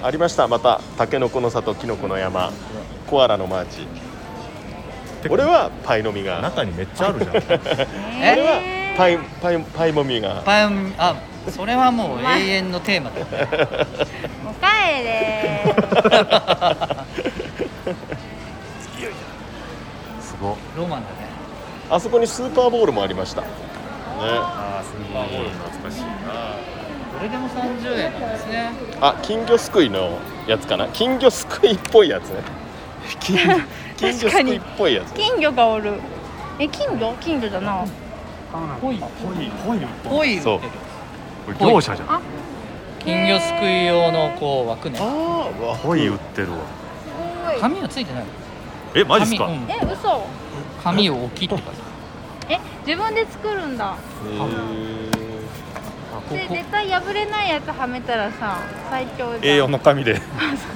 [SPEAKER 2] たありましたまたたけのこの里きのこの山コアラのマーチ
[SPEAKER 1] てか
[SPEAKER 2] 俺はパイの実が
[SPEAKER 1] 中にめっちゃあるじゃん
[SPEAKER 5] き
[SPEAKER 4] え
[SPEAKER 2] 俺はパイパイパイもみが
[SPEAKER 4] パンあそれはもう永遠のテーマだ
[SPEAKER 5] おかえ
[SPEAKER 4] <laughs>
[SPEAKER 5] り
[SPEAKER 1] すごっ
[SPEAKER 4] ロマンだね
[SPEAKER 2] あそこにスーパーボールもありましたね
[SPEAKER 1] あースーパーボール懐かしいな
[SPEAKER 4] これでも30円なんですね
[SPEAKER 2] あ金魚すくいのやつかな金魚すくいっぽい
[SPEAKER 1] <laughs>
[SPEAKER 2] やつね金金魚すくいっぽいやつ
[SPEAKER 5] 金魚がおるえ金魚金魚だな
[SPEAKER 4] ぽい
[SPEAKER 1] コイコイ
[SPEAKER 4] ぽい
[SPEAKER 2] そう
[SPEAKER 4] 売ってる
[SPEAKER 1] これ業者じゃん
[SPEAKER 4] 金魚すくい用のこう枠ね
[SPEAKER 2] あーわ
[SPEAKER 1] コイ売ってるわ
[SPEAKER 5] すごい
[SPEAKER 4] 紙はついてない
[SPEAKER 1] えマジっすか
[SPEAKER 4] 紙,、うん
[SPEAKER 5] え嘘
[SPEAKER 4] 紙を置きって書いて
[SPEAKER 5] え自分で作るんだ
[SPEAKER 4] ある
[SPEAKER 5] で
[SPEAKER 4] ここ
[SPEAKER 5] 絶対破れないやつはめたらさ最強だ
[SPEAKER 1] A4 の紙で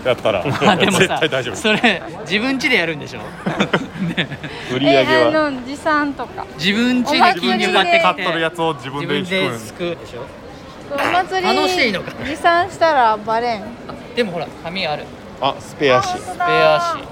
[SPEAKER 1] やったら
[SPEAKER 4] あでも
[SPEAKER 1] <laughs> 絶
[SPEAKER 4] さ
[SPEAKER 1] 対大丈夫
[SPEAKER 4] それ自分家でやるん
[SPEAKER 1] <laughs>
[SPEAKER 4] でしょね
[SPEAKER 2] 売り上
[SPEAKER 5] え
[SPEAKER 2] げは
[SPEAKER 5] あの持参とか
[SPEAKER 4] 自分家
[SPEAKER 5] お祭
[SPEAKER 4] で
[SPEAKER 5] り
[SPEAKER 4] 金魚
[SPEAKER 5] で
[SPEAKER 4] 買って
[SPEAKER 1] 買
[SPEAKER 4] 買
[SPEAKER 1] っ
[SPEAKER 4] っ
[SPEAKER 1] とるやつを自分
[SPEAKER 4] 自
[SPEAKER 1] で
[SPEAKER 4] 分
[SPEAKER 1] 作
[SPEAKER 4] で
[SPEAKER 1] る
[SPEAKER 4] すくうでしょ
[SPEAKER 5] お祭り
[SPEAKER 4] あのしていいのか
[SPEAKER 5] 持参したらバレん
[SPEAKER 4] あでもほら紙ある
[SPEAKER 2] あスペアシ
[SPEAKER 5] ス
[SPEAKER 4] ベアシ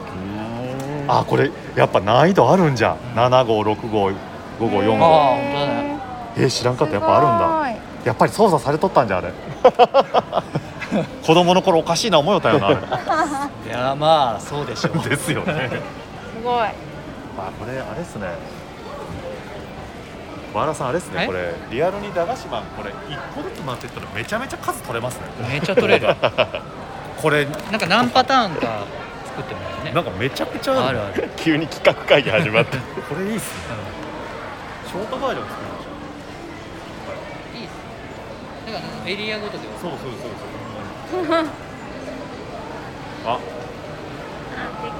[SPEAKER 1] あこれやっぱ難易度あるんじゃん7号6号5号4
[SPEAKER 4] あ
[SPEAKER 1] 号
[SPEAKER 4] あ本当だね
[SPEAKER 1] えー知らんかったやっぱあるんだやっぱり操作されとったんじゃあれ
[SPEAKER 4] <laughs>
[SPEAKER 1] 子供の頃おかしいな思いよったよなあ
[SPEAKER 4] いやまあそうでしょう
[SPEAKER 1] れ <laughs> ですよね
[SPEAKER 5] すごい
[SPEAKER 1] あこれあれっすね和田さんあれっす
[SPEAKER 4] え
[SPEAKER 1] ねこれリアルに駄菓子マンこれ1個ずつ回ってったらめちゃめちゃ数取れますね
[SPEAKER 4] めっちゃ取れるな
[SPEAKER 1] <laughs> これ
[SPEAKER 4] んか何パターンか作ってもらえるね
[SPEAKER 1] なんかめちゃくちゃ
[SPEAKER 4] あ
[SPEAKER 1] ある
[SPEAKER 4] るある
[SPEAKER 2] 急に企画会議始
[SPEAKER 4] <laughs>
[SPEAKER 2] まった
[SPEAKER 1] これいいっすね消化バージョン作りましょ
[SPEAKER 4] いいっすねだからエリアごとで
[SPEAKER 1] うそうそうそうそうあ
[SPEAKER 5] あ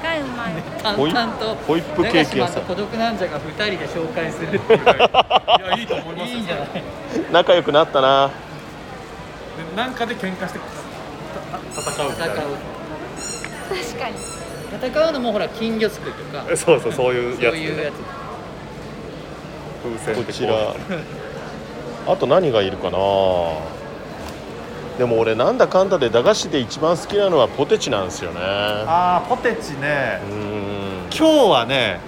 [SPEAKER 5] でかいうまい
[SPEAKER 4] 淡
[SPEAKER 2] ホイ
[SPEAKER 4] 々と
[SPEAKER 2] ホイップケーキ屋さん
[SPEAKER 4] 長島と孤独なんじゃが2人で紹
[SPEAKER 1] <laughs>
[SPEAKER 4] 介するっていういやいいと思いますいいんじゃない
[SPEAKER 2] 仲良くなったな
[SPEAKER 7] でなんかで喧嘩してた戦うみたいな
[SPEAKER 4] 戦う
[SPEAKER 5] 確かに
[SPEAKER 4] 戦うのもほら金魚すくいとか
[SPEAKER 1] そうそうそういう
[SPEAKER 4] そ
[SPEAKER 1] や
[SPEAKER 4] う
[SPEAKER 1] つ
[SPEAKER 4] いうやつ
[SPEAKER 1] 風船って
[SPEAKER 2] こ
[SPEAKER 1] こう
[SPEAKER 2] ちらあと何がいるかなでも俺なんだかんだで駄菓子で一番好きなのはポテチなんですよね
[SPEAKER 1] ああポテチね
[SPEAKER 2] うん
[SPEAKER 1] 今日はね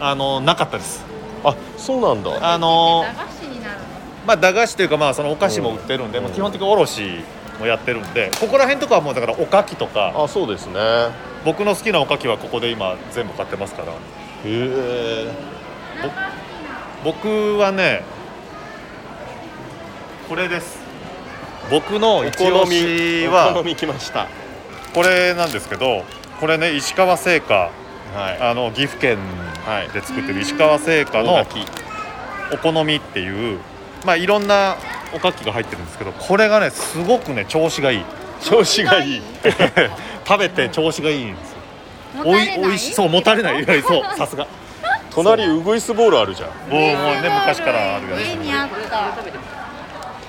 [SPEAKER 1] あのなかったです
[SPEAKER 2] あそうなんだ
[SPEAKER 1] あの
[SPEAKER 5] 駄菓子になるの
[SPEAKER 1] まあ駄菓子というかまあそのお菓子も売ってるんで、
[SPEAKER 2] うん
[SPEAKER 1] まあ基本的におろしもやってるんでここら辺とかはもうだからおかきとか
[SPEAKER 2] あそうですね
[SPEAKER 1] 僕の好きなおかきはここで今全部買ってますから
[SPEAKER 2] へえ
[SPEAKER 1] 僕はねこれです僕の
[SPEAKER 2] お
[SPEAKER 1] 一押
[SPEAKER 2] 好み
[SPEAKER 1] し
[SPEAKER 2] お好
[SPEAKER 1] は
[SPEAKER 2] みきました
[SPEAKER 1] これなんですけどこれね石川製菓
[SPEAKER 2] はい
[SPEAKER 1] あの岐阜県で作ってる石川製菓の
[SPEAKER 2] 大垣
[SPEAKER 1] お好みっていうまあいろんなおかきが入ってるんですけどこれがねすごくね調子がいい
[SPEAKER 2] 調子がいい
[SPEAKER 1] <laughs> 食べて調子がいいんですよおいおいしそうもたれない <laughs> そうさすがも
[SPEAKER 2] 隣ウグイスボールあるじゃん
[SPEAKER 1] うもうね昔からあるや
[SPEAKER 5] 家
[SPEAKER 1] つ
[SPEAKER 5] にあった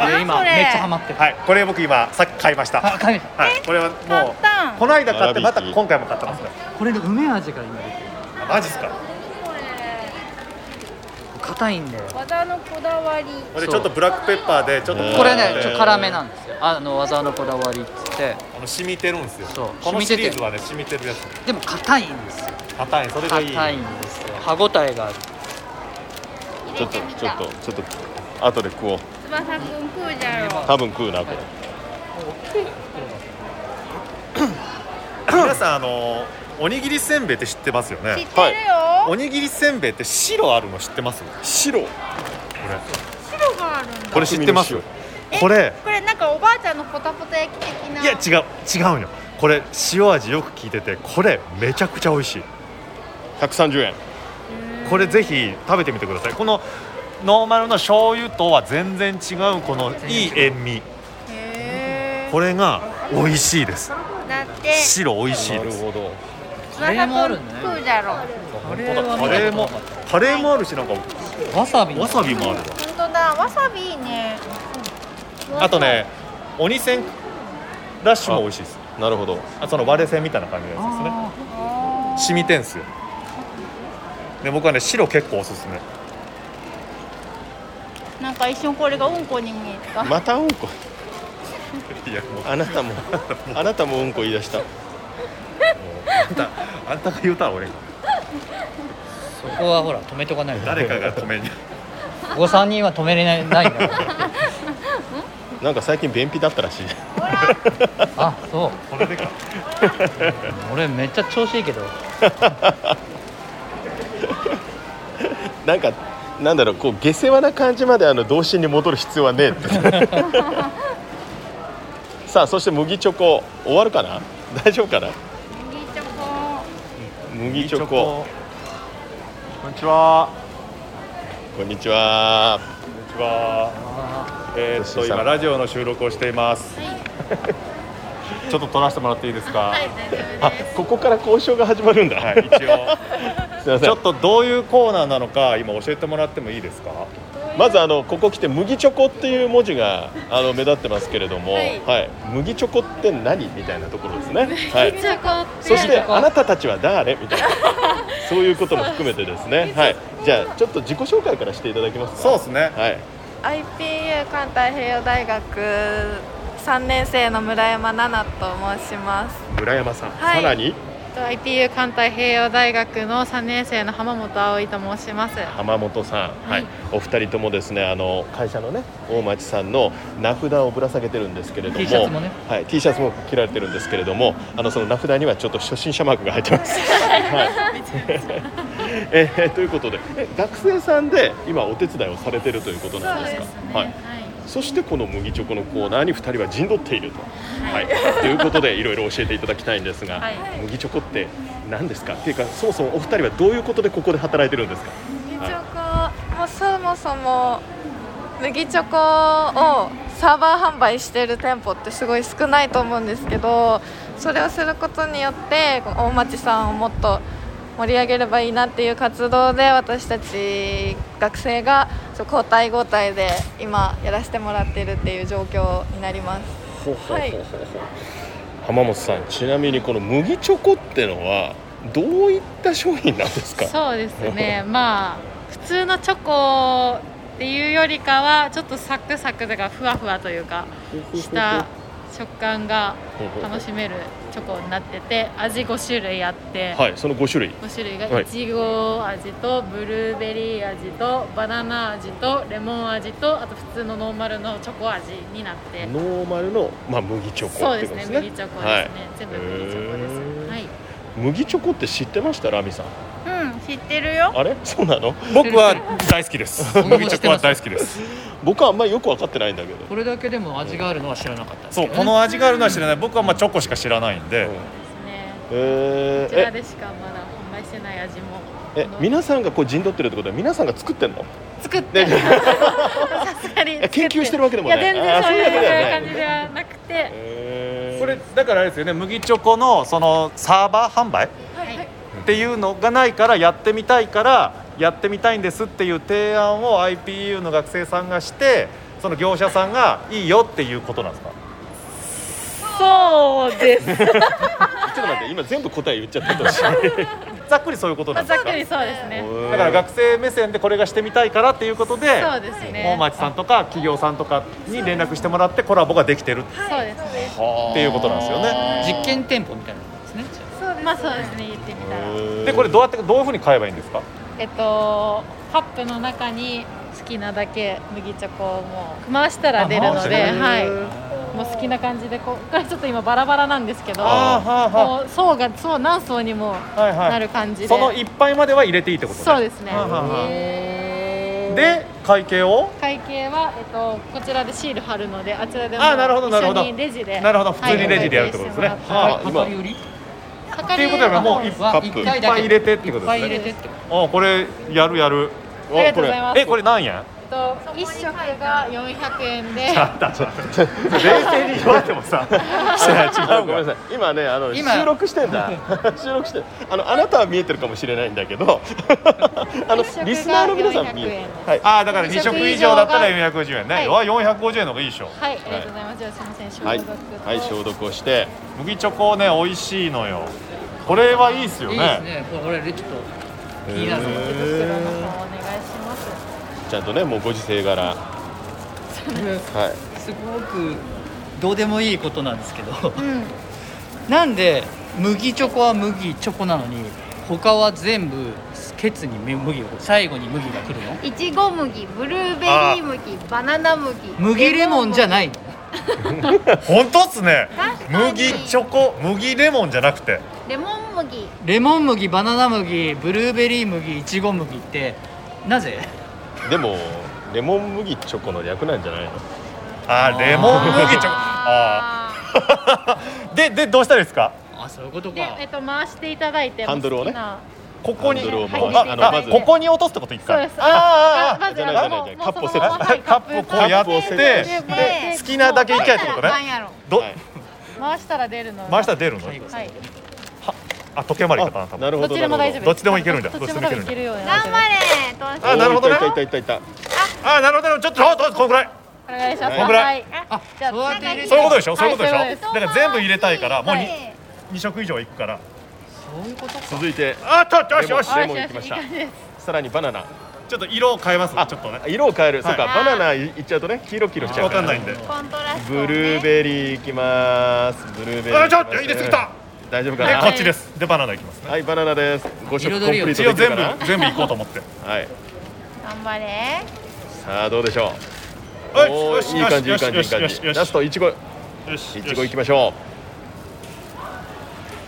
[SPEAKER 4] で今
[SPEAKER 5] それ
[SPEAKER 4] めっちゃハマってる
[SPEAKER 1] はいこれ僕今さっき買いました
[SPEAKER 4] あ
[SPEAKER 1] は
[SPEAKER 4] 神様
[SPEAKER 1] いこれは
[SPEAKER 5] 買っ
[SPEAKER 1] もう
[SPEAKER 5] たん
[SPEAKER 1] この間買ってまた
[SPEAKER 2] 並び
[SPEAKER 1] 今回も買ってますから
[SPEAKER 4] これで梅味が今出てる
[SPEAKER 1] あマジっすか
[SPEAKER 4] 硬いんだよ
[SPEAKER 5] 技のこだわり
[SPEAKER 1] これちょっとブラックペッパーでちょっと
[SPEAKER 2] へー
[SPEAKER 4] これねちょっと辛めなんですよあの技のこだわりっつって
[SPEAKER 1] あの染みてるんですよ
[SPEAKER 4] そう
[SPEAKER 1] このシ
[SPEAKER 4] 染みてて
[SPEAKER 1] リーズはね染みてるやつ
[SPEAKER 4] でも硬いんですよ
[SPEAKER 1] 硬いそれがいい
[SPEAKER 4] 硬いんですよ歯ごたえがある
[SPEAKER 2] ちょっとちょっとちょっと後で食おう
[SPEAKER 5] 翼くん食うじゃろ
[SPEAKER 2] 多分食うなこれ
[SPEAKER 1] 皆さんあのおにぎりせんべいって知ってますよ
[SPEAKER 5] 知っ
[SPEAKER 1] ね
[SPEAKER 5] てる
[SPEAKER 1] お
[SPEAKER 5] よ
[SPEAKER 1] にぎりせんべいって白あるの知ってます
[SPEAKER 2] 白
[SPEAKER 5] 白があるんだ
[SPEAKER 1] これ知ってます
[SPEAKER 2] 匠の
[SPEAKER 1] これ
[SPEAKER 5] これなんかおばあちゃんのポタポタ焼き的ない
[SPEAKER 1] や違う違うよこれ塩味よく効いててこれめちゃくちゃ美味しい
[SPEAKER 2] 130円
[SPEAKER 1] これぜひ食べてみてくださいこのノーマルの醤油とは全然違うこのいい塩味
[SPEAKER 5] へ
[SPEAKER 1] これが美味しいです
[SPEAKER 5] ーだって
[SPEAKER 1] 白美味しい
[SPEAKER 2] な
[SPEAKER 1] で
[SPEAKER 2] る
[SPEAKER 1] す
[SPEAKER 2] ほど
[SPEAKER 4] カレーもあ
[SPEAKER 5] 翼
[SPEAKER 4] る
[SPEAKER 5] くん
[SPEAKER 4] ね
[SPEAKER 5] 食うじゃろ
[SPEAKER 4] カレーは
[SPEAKER 1] カ
[SPEAKER 4] 見
[SPEAKER 1] レ
[SPEAKER 4] た
[SPEAKER 1] ー
[SPEAKER 4] こ
[SPEAKER 1] も
[SPEAKER 4] となかっ
[SPEAKER 1] カレーもあるしなんか
[SPEAKER 4] たわさび
[SPEAKER 1] わさびもある
[SPEAKER 5] 本当だわさびいいね
[SPEAKER 1] わあとね鬼せんラッシュも美味しいです
[SPEAKER 2] なるほど
[SPEAKER 1] あその割れ線みたいな感じのやつですね染みてんすよで僕はね白結構おすすめ
[SPEAKER 5] なんか一瞬これがうんこに見えた
[SPEAKER 2] またうんこ
[SPEAKER 1] いやもう
[SPEAKER 2] あ
[SPEAKER 1] <laughs>
[SPEAKER 2] なたもあなたもうんこ言い出した
[SPEAKER 1] あんたあんたが言うたら俺が
[SPEAKER 4] そこはほら止めとかないと
[SPEAKER 1] 誰かが止めに
[SPEAKER 4] お三人は止めれない
[SPEAKER 1] <laughs>
[SPEAKER 4] ないんだから
[SPEAKER 2] なんか最近便秘だったらしい
[SPEAKER 4] あそう
[SPEAKER 1] これでか
[SPEAKER 4] <laughs> 俺めっちゃ調子いいけど
[SPEAKER 2] なんかなんだろうこう下世話な感じまであの童心に戻る必要は
[SPEAKER 1] <laughs>
[SPEAKER 2] ねえってさあそして麦チョコ終わるかな大丈夫かな
[SPEAKER 5] 麦チョコ
[SPEAKER 2] 麦チョコ
[SPEAKER 1] こんにちは
[SPEAKER 2] こんにちは
[SPEAKER 1] こんにちはえー、っと今ラジオの収録をしています <laughs> ちょっと撮らせてもらっていいですか
[SPEAKER 5] はい大丈夫
[SPEAKER 2] あ
[SPEAKER 5] です
[SPEAKER 2] ここから交渉が始まるんだ、
[SPEAKER 1] はい <laughs> 一応
[SPEAKER 2] すいませ
[SPEAKER 1] ちょ
[SPEAKER 2] ん
[SPEAKER 1] っとどういうコーナーなのか今教えてもらってもいいですか
[SPEAKER 2] まずあのここ来て麦チョコっていう文字があの目立ってますけれども、はい麦チョコって何みたいなところですね、はい、
[SPEAKER 5] 麦チョコ
[SPEAKER 2] そしてあなたたちは誰みたいなそういうことも含めてですねはいじゃあちょっと自己紹介からしていただけますか
[SPEAKER 1] そうですね
[SPEAKER 2] はい
[SPEAKER 8] IPU 関太平洋大学3年生の村山奈々と申します。
[SPEAKER 2] 村山さん、
[SPEAKER 8] はい
[SPEAKER 2] さらに
[SPEAKER 8] えっと IPU 関太平洋大学の3年生の浜本葵と申します。
[SPEAKER 2] 浜本さん、は
[SPEAKER 8] はいい、
[SPEAKER 2] お二人ともですねあの会社のね大町さんの名札をぶら下げてるんですけれども
[SPEAKER 4] T シャツもね
[SPEAKER 2] はい、T シャツも着られてるんですけれどもあのその名札にはちょっと初心者マークが入ってます。はい、えーということでえ学生さんで今お手伝いをされてるということなんですかはい、そしてこの麦チョコのコーナーに2人は陣取っていると。はい、ということでいろいろ教えていただきたいんですが、
[SPEAKER 8] はい
[SPEAKER 2] 麦チョコって何ですかっていうかそもそもお二人はどういうことでここで働いてるんですか
[SPEAKER 8] 麦チョコもうそもそも麦チョコをサーバー販売してる店舗ってすごい少ないと思うんですけどそれをすることによってこの大町さんをもっと盛り上げればいいなっていう活動で私たち学生がそう交代交代で今やらせてもらってるっていう状況になります
[SPEAKER 2] ほほほほほ、
[SPEAKER 9] はい
[SPEAKER 2] 浜本さんちなみにこの麦チョコってのはどういった商品なんですか
[SPEAKER 10] そうです
[SPEAKER 2] <laughs>
[SPEAKER 10] ねまあ普通のチョコっていうよりかはちょっとサクサクだからふわふわというかした食感が楽しめるチョコになってて味5種類あって、
[SPEAKER 2] はいその5種類
[SPEAKER 10] 5種類
[SPEAKER 2] は
[SPEAKER 10] が
[SPEAKER 2] い
[SPEAKER 10] いちご味とブルーベリー味とバナナ味とレモン味とあと普通のノーマルのチョコ味になって
[SPEAKER 2] ノーマルの、まあ、麦チョコってこ
[SPEAKER 10] そ
[SPEAKER 2] とで
[SPEAKER 10] うですす
[SPEAKER 2] ね
[SPEAKER 10] ね麦チョコですね、
[SPEAKER 2] はい
[SPEAKER 10] 全部麦チョコで
[SPEAKER 2] へー
[SPEAKER 10] すはい
[SPEAKER 2] 麦チョコって知ってましたラミさん
[SPEAKER 10] うん知ってるよ
[SPEAKER 2] あれそうなの
[SPEAKER 1] 僕は大好きです。
[SPEAKER 4] 僕も知
[SPEAKER 1] 麦チ
[SPEAKER 4] ってます
[SPEAKER 1] ョコは大好きです。
[SPEAKER 2] 僕はあんまりよく分かってないんだけど
[SPEAKER 4] これだけでも味があるのは知らなかったで
[SPEAKER 1] <laughs>
[SPEAKER 4] す
[SPEAKER 1] そ
[SPEAKER 4] け
[SPEAKER 1] う、
[SPEAKER 4] どね
[SPEAKER 1] この味があるのは知らない。僕はまあチョコしか知らないんで。
[SPEAKER 10] ですね
[SPEAKER 2] え
[SPEAKER 10] こちら
[SPEAKER 2] ー、
[SPEAKER 10] でしかまだ販売してない味も
[SPEAKER 2] ええ
[SPEAKER 10] この
[SPEAKER 2] 皆さんがこう陣取ってるってことは皆さんが作ってんの
[SPEAKER 10] 作って
[SPEAKER 2] ね
[SPEAKER 10] さすがに作って
[SPEAKER 2] 研究してるわけでもない
[SPEAKER 10] いや全
[SPEAKER 2] あー
[SPEAKER 10] 然そ
[SPEAKER 2] そ
[SPEAKER 10] う
[SPEAKER 2] ういうわけではない
[SPEAKER 10] いう感じではなくて
[SPEAKER 2] えー
[SPEAKER 1] これだからあれですよね。麦チョコのそのサーバー販売っていうのがないからやってみたいからやってみたいんですっていう提案を IPU の学生さんがして、その業者さんがいいよっていうことなんですか。
[SPEAKER 10] そうです
[SPEAKER 2] ちょっと待って今全部答え言っちゃったと <laughs> しだ
[SPEAKER 1] ざっくりそういうことなんで
[SPEAKER 10] ざっ
[SPEAKER 1] すか
[SPEAKER 10] く。りそうですね
[SPEAKER 1] だから学生目線でこれがしてみたいからっていうことで。
[SPEAKER 10] そうですね
[SPEAKER 1] 大町さんとか企業さんとかに連絡してもらってコラボができてる
[SPEAKER 10] そうですね
[SPEAKER 1] っていうことなんですよね。
[SPEAKER 4] 実験店舗みたいなものですねじゃあ
[SPEAKER 10] まあそうですね言ってみたら
[SPEAKER 1] でこれどうやってどういうふうに買えばいいんですか。
[SPEAKER 10] えっとカップの中に好きなだけ麦チョコをもう回したら出るので、はい、もう好きな感じでここからちょっと今バラバラなんですけど
[SPEAKER 1] あーはあは
[SPEAKER 10] もう層が層何層にも
[SPEAKER 1] あはい
[SPEAKER 10] な
[SPEAKER 1] は
[SPEAKER 10] る感じ
[SPEAKER 1] い。
[SPEAKER 10] で、
[SPEAKER 1] そのいっぱいまでは入れていいってことね。
[SPEAKER 10] そうですね
[SPEAKER 1] はあはあはあで会計を
[SPEAKER 10] 会計は、えっと、こちらでシール貼るのであちらでも
[SPEAKER 1] あーなるほどなるほど
[SPEAKER 10] 一緒にレジで
[SPEAKER 1] なるほど普通にレジでやるってことですね
[SPEAKER 10] はい
[SPEAKER 2] あ今
[SPEAKER 4] 量り
[SPEAKER 10] 係
[SPEAKER 1] っていうことだからもういっ
[SPEAKER 4] は
[SPEAKER 2] カップ
[SPEAKER 4] 一回だけ
[SPEAKER 1] いっぱい入れてってことですね
[SPEAKER 4] いっぱい入れてってこ
[SPEAKER 1] あこれやるやる。
[SPEAKER 10] ありがとうございます
[SPEAKER 1] えこれ何円？
[SPEAKER 10] えっと一食が400円で
[SPEAKER 1] あったちょっと冷静に言われても
[SPEAKER 2] <laughs>
[SPEAKER 1] さ。
[SPEAKER 2] あ
[SPEAKER 1] 違
[SPEAKER 2] ご
[SPEAKER 1] う
[SPEAKER 2] めんなさい今ねあの
[SPEAKER 4] 今
[SPEAKER 2] 収録してん
[SPEAKER 10] <laughs>
[SPEAKER 2] だ収録してあのあなたは見えてるかもしれないんだけ
[SPEAKER 10] <laughs>
[SPEAKER 2] どあの
[SPEAKER 10] 一色が
[SPEAKER 2] リスナーの皆さん見えてる
[SPEAKER 10] 400円です
[SPEAKER 2] はい
[SPEAKER 1] あだから二食以上だったら450円
[SPEAKER 10] は
[SPEAKER 1] ね。
[SPEAKER 10] いう
[SPEAKER 1] わ450円の方がいいでしょ。
[SPEAKER 10] はいありがとうございますじゃあすみません消
[SPEAKER 2] はい
[SPEAKER 10] 毒と、
[SPEAKER 2] はい、消毒をして
[SPEAKER 1] 麦チョコね美味しいのよ。これはいいですよ
[SPEAKER 4] といいです
[SPEAKER 1] ね。
[SPEAKER 4] ねこれ俺ちょっと気になる
[SPEAKER 10] 手袋の方お願いします
[SPEAKER 2] ちゃんとねもうご時世柄は
[SPEAKER 4] すごくどうでもいいことなんですけど、 <laughs> なんで麦チョコは麦チョコなのに他は全部ケツに麦を最後に麦が来るの
[SPEAKER 10] いちご麦、ブルーベリー麦、バナナ麦
[SPEAKER 4] 麦レモンじゃないの
[SPEAKER 1] 本当っすね
[SPEAKER 10] 確。かに
[SPEAKER 1] 麦チョコ麦レモンじゃなくて。
[SPEAKER 10] レモン麦
[SPEAKER 4] レモン麦バナナ麦ブルーベリー麦いちご麦ってなぜ
[SPEAKER 2] いでもレモン麦チョコの略なんじゃないの
[SPEAKER 1] あ
[SPEAKER 4] あー
[SPEAKER 1] レモン麦チョコ。あ
[SPEAKER 10] あ
[SPEAKER 1] ー <laughs> ででどうしたらいいですか。
[SPEAKER 4] あそういうこと
[SPEAKER 10] ーで、
[SPEAKER 4] か
[SPEAKER 10] えっと、回していただいて
[SPEAKER 2] ハンドルをね
[SPEAKER 10] 好
[SPEAKER 1] こ
[SPEAKER 10] きな
[SPEAKER 1] こに
[SPEAKER 2] ハンドルを回
[SPEAKER 10] はい
[SPEAKER 2] してあの
[SPEAKER 10] は
[SPEAKER 2] ま
[SPEAKER 10] い
[SPEAKER 2] ず
[SPEAKER 1] ここに落とすってこと一
[SPEAKER 10] そう
[SPEAKER 1] 回
[SPEAKER 10] です
[SPEAKER 1] あーあーあ
[SPEAKER 10] まずは
[SPEAKER 2] じゃない
[SPEAKER 10] もう
[SPEAKER 2] じゃない
[SPEAKER 10] もう
[SPEAKER 2] じゃない
[SPEAKER 10] そのままはい
[SPEAKER 1] カ
[SPEAKER 10] カ
[SPEAKER 1] ップ
[SPEAKER 10] ッ
[SPEAKER 1] を
[SPEAKER 10] プ
[SPEAKER 1] こうやっ
[SPEAKER 2] カップを
[SPEAKER 1] て
[SPEAKER 2] セット
[SPEAKER 10] で
[SPEAKER 2] して
[SPEAKER 10] で
[SPEAKER 1] 好きなだけいけってことね
[SPEAKER 10] 回したらあかんやろ
[SPEAKER 1] ど、
[SPEAKER 2] はい
[SPEAKER 10] 回したら出るので
[SPEAKER 1] 回したら出るの
[SPEAKER 4] 最後
[SPEAKER 10] はい
[SPEAKER 1] あ時計回り方な多
[SPEAKER 2] あな
[SPEAKER 1] 分
[SPEAKER 2] るほど
[SPEAKER 10] どちらも大丈夫
[SPEAKER 1] どっちでもいけるんだ
[SPEAKER 10] どっちでも多分いけるようになってます
[SPEAKER 2] お
[SPEAKER 1] あ
[SPEAKER 2] ー
[SPEAKER 1] なるほどね
[SPEAKER 2] いたいたいたいた
[SPEAKER 1] あーなるほどなるほどちょっとちょっとこのぐらい
[SPEAKER 10] お願いします
[SPEAKER 1] こんぐら
[SPEAKER 10] い
[SPEAKER 4] あ
[SPEAKER 10] じゃあ
[SPEAKER 4] そうやって入れて
[SPEAKER 1] そういうことでしょ、そういうことでしょ
[SPEAKER 10] はいそういうこ
[SPEAKER 1] だから全部入れたいからもう 2,、
[SPEAKER 10] はい
[SPEAKER 1] 二食以上いくから
[SPEAKER 4] そういうことか
[SPEAKER 2] 続いて
[SPEAKER 1] あーとよしよし
[SPEAKER 2] レモンいきましたさらにバナナ
[SPEAKER 1] ちょっと色を変えますちょっとね
[SPEAKER 2] 色を変える、そうか
[SPEAKER 10] はい
[SPEAKER 2] バナナいいっちゃうとね黄色黄色しちゃう
[SPEAKER 1] わ
[SPEAKER 2] から
[SPEAKER 1] かんないんで
[SPEAKER 10] コントラストをね
[SPEAKER 2] ブルーベリーいきますブルーベリー
[SPEAKER 1] あちょっと入れすぎた
[SPEAKER 2] 大丈夫
[SPEAKER 1] で
[SPEAKER 2] か
[SPEAKER 1] こ
[SPEAKER 2] な
[SPEAKER 1] っちですでバナナいきますね
[SPEAKER 2] はいバナナです5色コンプ
[SPEAKER 4] 彩
[SPEAKER 2] リ
[SPEAKER 4] りを
[SPEAKER 2] ー
[SPEAKER 1] 一
[SPEAKER 2] トで
[SPEAKER 1] 応
[SPEAKER 2] きる
[SPEAKER 1] 全
[SPEAKER 2] か
[SPEAKER 1] 部
[SPEAKER 2] な
[SPEAKER 1] 全部いこうと思って
[SPEAKER 2] はい
[SPEAKER 10] 頑張れ
[SPEAKER 2] さあどうでしょう
[SPEAKER 1] はい
[SPEAKER 2] おー
[SPEAKER 1] よし
[SPEAKER 2] いい感じい
[SPEAKER 1] よ
[SPEAKER 2] い
[SPEAKER 1] し
[SPEAKER 2] 感じいい感
[SPEAKER 1] よしよし
[SPEAKER 2] じ
[SPEAKER 1] よし
[SPEAKER 2] ラストいちごい
[SPEAKER 1] よし
[SPEAKER 2] ちごいき
[SPEAKER 1] ま
[SPEAKER 2] ましょ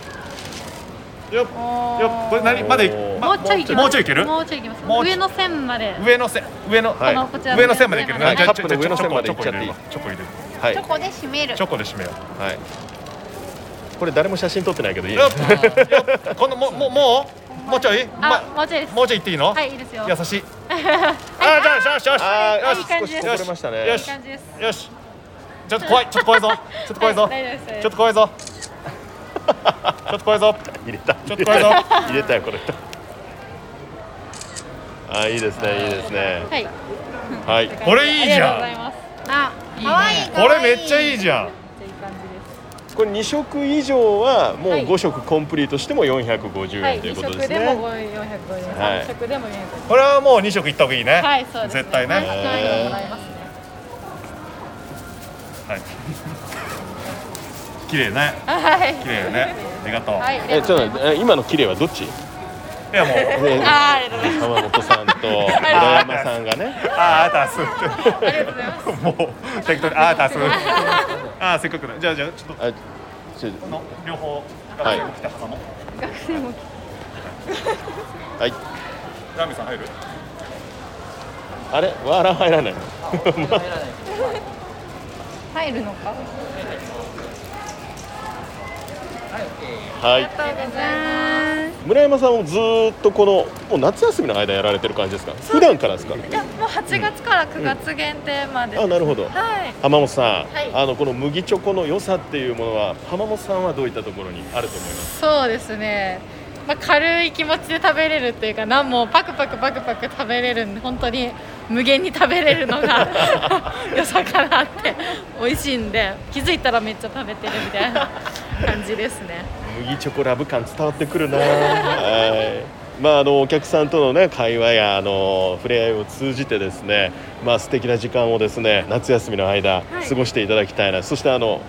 [SPEAKER 1] すよっよっこれ何まだい
[SPEAKER 2] おー
[SPEAKER 1] ま
[SPEAKER 10] もうちょいいきます
[SPEAKER 1] もうちょいいける
[SPEAKER 10] もうちょいいきます
[SPEAKER 1] もうちょい
[SPEAKER 10] 上の線まで
[SPEAKER 1] 上の線上の、
[SPEAKER 2] はい
[SPEAKER 10] このこちら
[SPEAKER 1] 上の線までいける
[SPEAKER 2] はい
[SPEAKER 1] じゃあ
[SPEAKER 2] カップの上の線までいっちゃっていい
[SPEAKER 1] チョコ入れるわ
[SPEAKER 2] うはい
[SPEAKER 10] チョコで締める
[SPEAKER 1] チョコで締めよう
[SPEAKER 2] はいこれ誰も写真撮ってないけどいい
[SPEAKER 1] よっよっ <laughs> このもももうもうちょい
[SPEAKER 10] あ
[SPEAKER 1] ま
[SPEAKER 10] もうちょいです
[SPEAKER 1] もうちょい行っていいの、
[SPEAKER 10] はいいいですよ
[SPEAKER 1] 優
[SPEAKER 10] <laughs>
[SPEAKER 1] しいあじゃあよしよしよし
[SPEAKER 2] あー
[SPEAKER 10] あ
[SPEAKER 2] よし
[SPEAKER 10] いい感
[SPEAKER 2] 少
[SPEAKER 10] じ
[SPEAKER 2] し
[SPEAKER 10] です
[SPEAKER 2] こぼれましたね
[SPEAKER 1] よ
[SPEAKER 10] いい
[SPEAKER 1] し
[SPEAKER 10] 感じです
[SPEAKER 1] よしちょっと怖
[SPEAKER 10] <laughs>
[SPEAKER 1] いちょっと怖いぞちょっと怖いぞ、
[SPEAKER 10] はい大丈夫です
[SPEAKER 1] ちょっと怖いぞちょっと怖いぞ
[SPEAKER 2] 入れた
[SPEAKER 1] ちょっとこれぞ
[SPEAKER 2] <laughs> 入れたよこれあいいですねいいですね
[SPEAKER 10] はい
[SPEAKER 2] はい
[SPEAKER 1] これいいじゃん
[SPEAKER 10] あ、可愛い可愛
[SPEAKER 1] こ
[SPEAKER 10] い。
[SPEAKER 1] れめっちゃいいじゃん
[SPEAKER 10] めっちゃいい
[SPEAKER 2] これ2食以上はもう
[SPEAKER 10] はい
[SPEAKER 2] 5食コンプリートしても450
[SPEAKER 10] は
[SPEAKER 2] 円
[SPEAKER 10] い、
[SPEAKER 2] という
[SPEAKER 10] 二
[SPEAKER 2] ことで
[SPEAKER 10] 食
[SPEAKER 2] すね、
[SPEAKER 10] でも450円、
[SPEAKER 2] はい
[SPEAKER 10] 三食でも450円。
[SPEAKER 1] これはもう2食いった方がいいね、
[SPEAKER 10] はい、そうです、ね。
[SPEAKER 1] 絶対ね
[SPEAKER 10] はい少ないのもらえますね。
[SPEAKER 1] はい、綺麗ね
[SPEAKER 10] はい。
[SPEAKER 1] 綺麗ねありがとう、
[SPEAKER 10] はい、あり
[SPEAKER 2] え
[SPEAKER 10] が
[SPEAKER 2] ち
[SPEAKER 10] と
[SPEAKER 2] ょ
[SPEAKER 10] う
[SPEAKER 2] っと
[SPEAKER 10] ござ
[SPEAKER 2] 待っ
[SPEAKER 10] います。
[SPEAKER 2] てえ今の綺麗はどっち
[SPEAKER 1] いやも <laughs> う
[SPEAKER 2] ね
[SPEAKER 10] あー、ありがとうござい
[SPEAKER 2] 浜本
[SPEAKER 10] ます。
[SPEAKER 2] さんと村山さんがね
[SPEAKER 1] ああ足す
[SPEAKER 10] ありがとうございます。
[SPEAKER 1] もう適当にああ <laughs> 足すああせっかくだじゃあじゃあちょっと
[SPEAKER 2] あちょ
[SPEAKER 1] この両方学
[SPEAKER 2] はい
[SPEAKER 1] 生も来て挟もう、
[SPEAKER 2] はい
[SPEAKER 1] ラミさん入る
[SPEAKER 2] あれわら入らないの <laughs>
[SPEAKER 10] 入るのか。
[SPEAKER 2] はい
[SPEAKER 10] ありがとうございます。
[SPEAKER 2] 村山さんもずーっとこのもう夏休みの間やられてる感じですか普段からですか
[SPEAKER 11] いやもう8月から9月限定まで、
[SPEAKER 2] あなるほど
[SPEAKER 11] はい
[SPEAKER 2] 浜本さん、
[SPEAKER 10] はい
[SPEAKER 2] あのこの麦チョコの良さっていうものは浜本さんはどういったところにあると思います
[SPEAKER 10] そうですね。まあ、軽い気持ちで食べれるっていうか、何もパクパクパクパク食べれるんで、本当に無限に食べれるのが良さかなって、美味しいんで、気づいたらめっちゃ食べてるみたいな感じですね。
[SPEAKER 2] 麦チョコラブ感伝わってくるなはいまああのお客さんとのね会話やあの触れ合いを通じてですねまあ素敵な時間をですね夏休みの間
[SPEAKER 10] い
[SPEAKER 2] 過ごしていただきたいな、そしてあの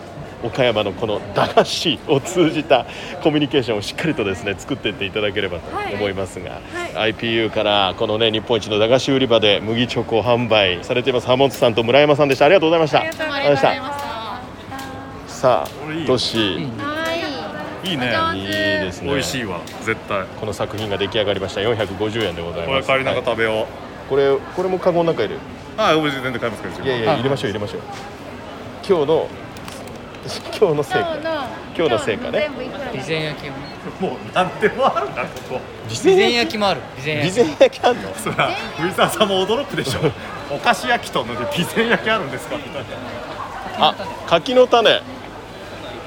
[SPEAKER 2] 岡山のこの駄菓子を通じたコミュニケーションをしっかりとですね作っていっていただければと思いますが、IPU からこのね日本一の駄菓子売り場で麦チョコを販売されています浜本さんと村山さんでしたありがとうございました
[SPEAKER 10] どうもありがとうございました。
[SPEAKER 2] さ
[SPEAKER 1] これいい
[SPEAKER 2] あ
[SPEAKER 1] よ
[SPEAKER 2] トシいい
[SPEAKER 10] はい。
[SPEAKER 1] いいね
[SPEAKER 2] ですね
[SPEAKER 1] 美味しいわ絶対
[SPEAKER 2] この作品が出来上がりました450円でございます
[SPEAKER 1] これ帰りなんか食べよう、
[SPEAKER 2] これこれもカゴの中入れる
[SPEAKER 1] ああ全然買いますけど
[SPEAKER 2] いやいや入れましょう入れましょう今日の <laughs> 今日の成果今日の成果ね
[SPEAKER 4] 備前焼きも
[SPEAKER 1] もうなんでもあるなここ
[SPEAKER 4] 備前焼きもある備前
[SPEAKER 2] 備
[SPEAKER 4] 焼き
[SPEAKER 2] 前焼きあんの
[SPEAKER 1] そら藤沢さんも驚くで <laughs> しょお菓子焼きとので備前焼きあるんですかみたいな
[SPEAKER 2] あ柿の種
[SPEAKER 1] <laughs>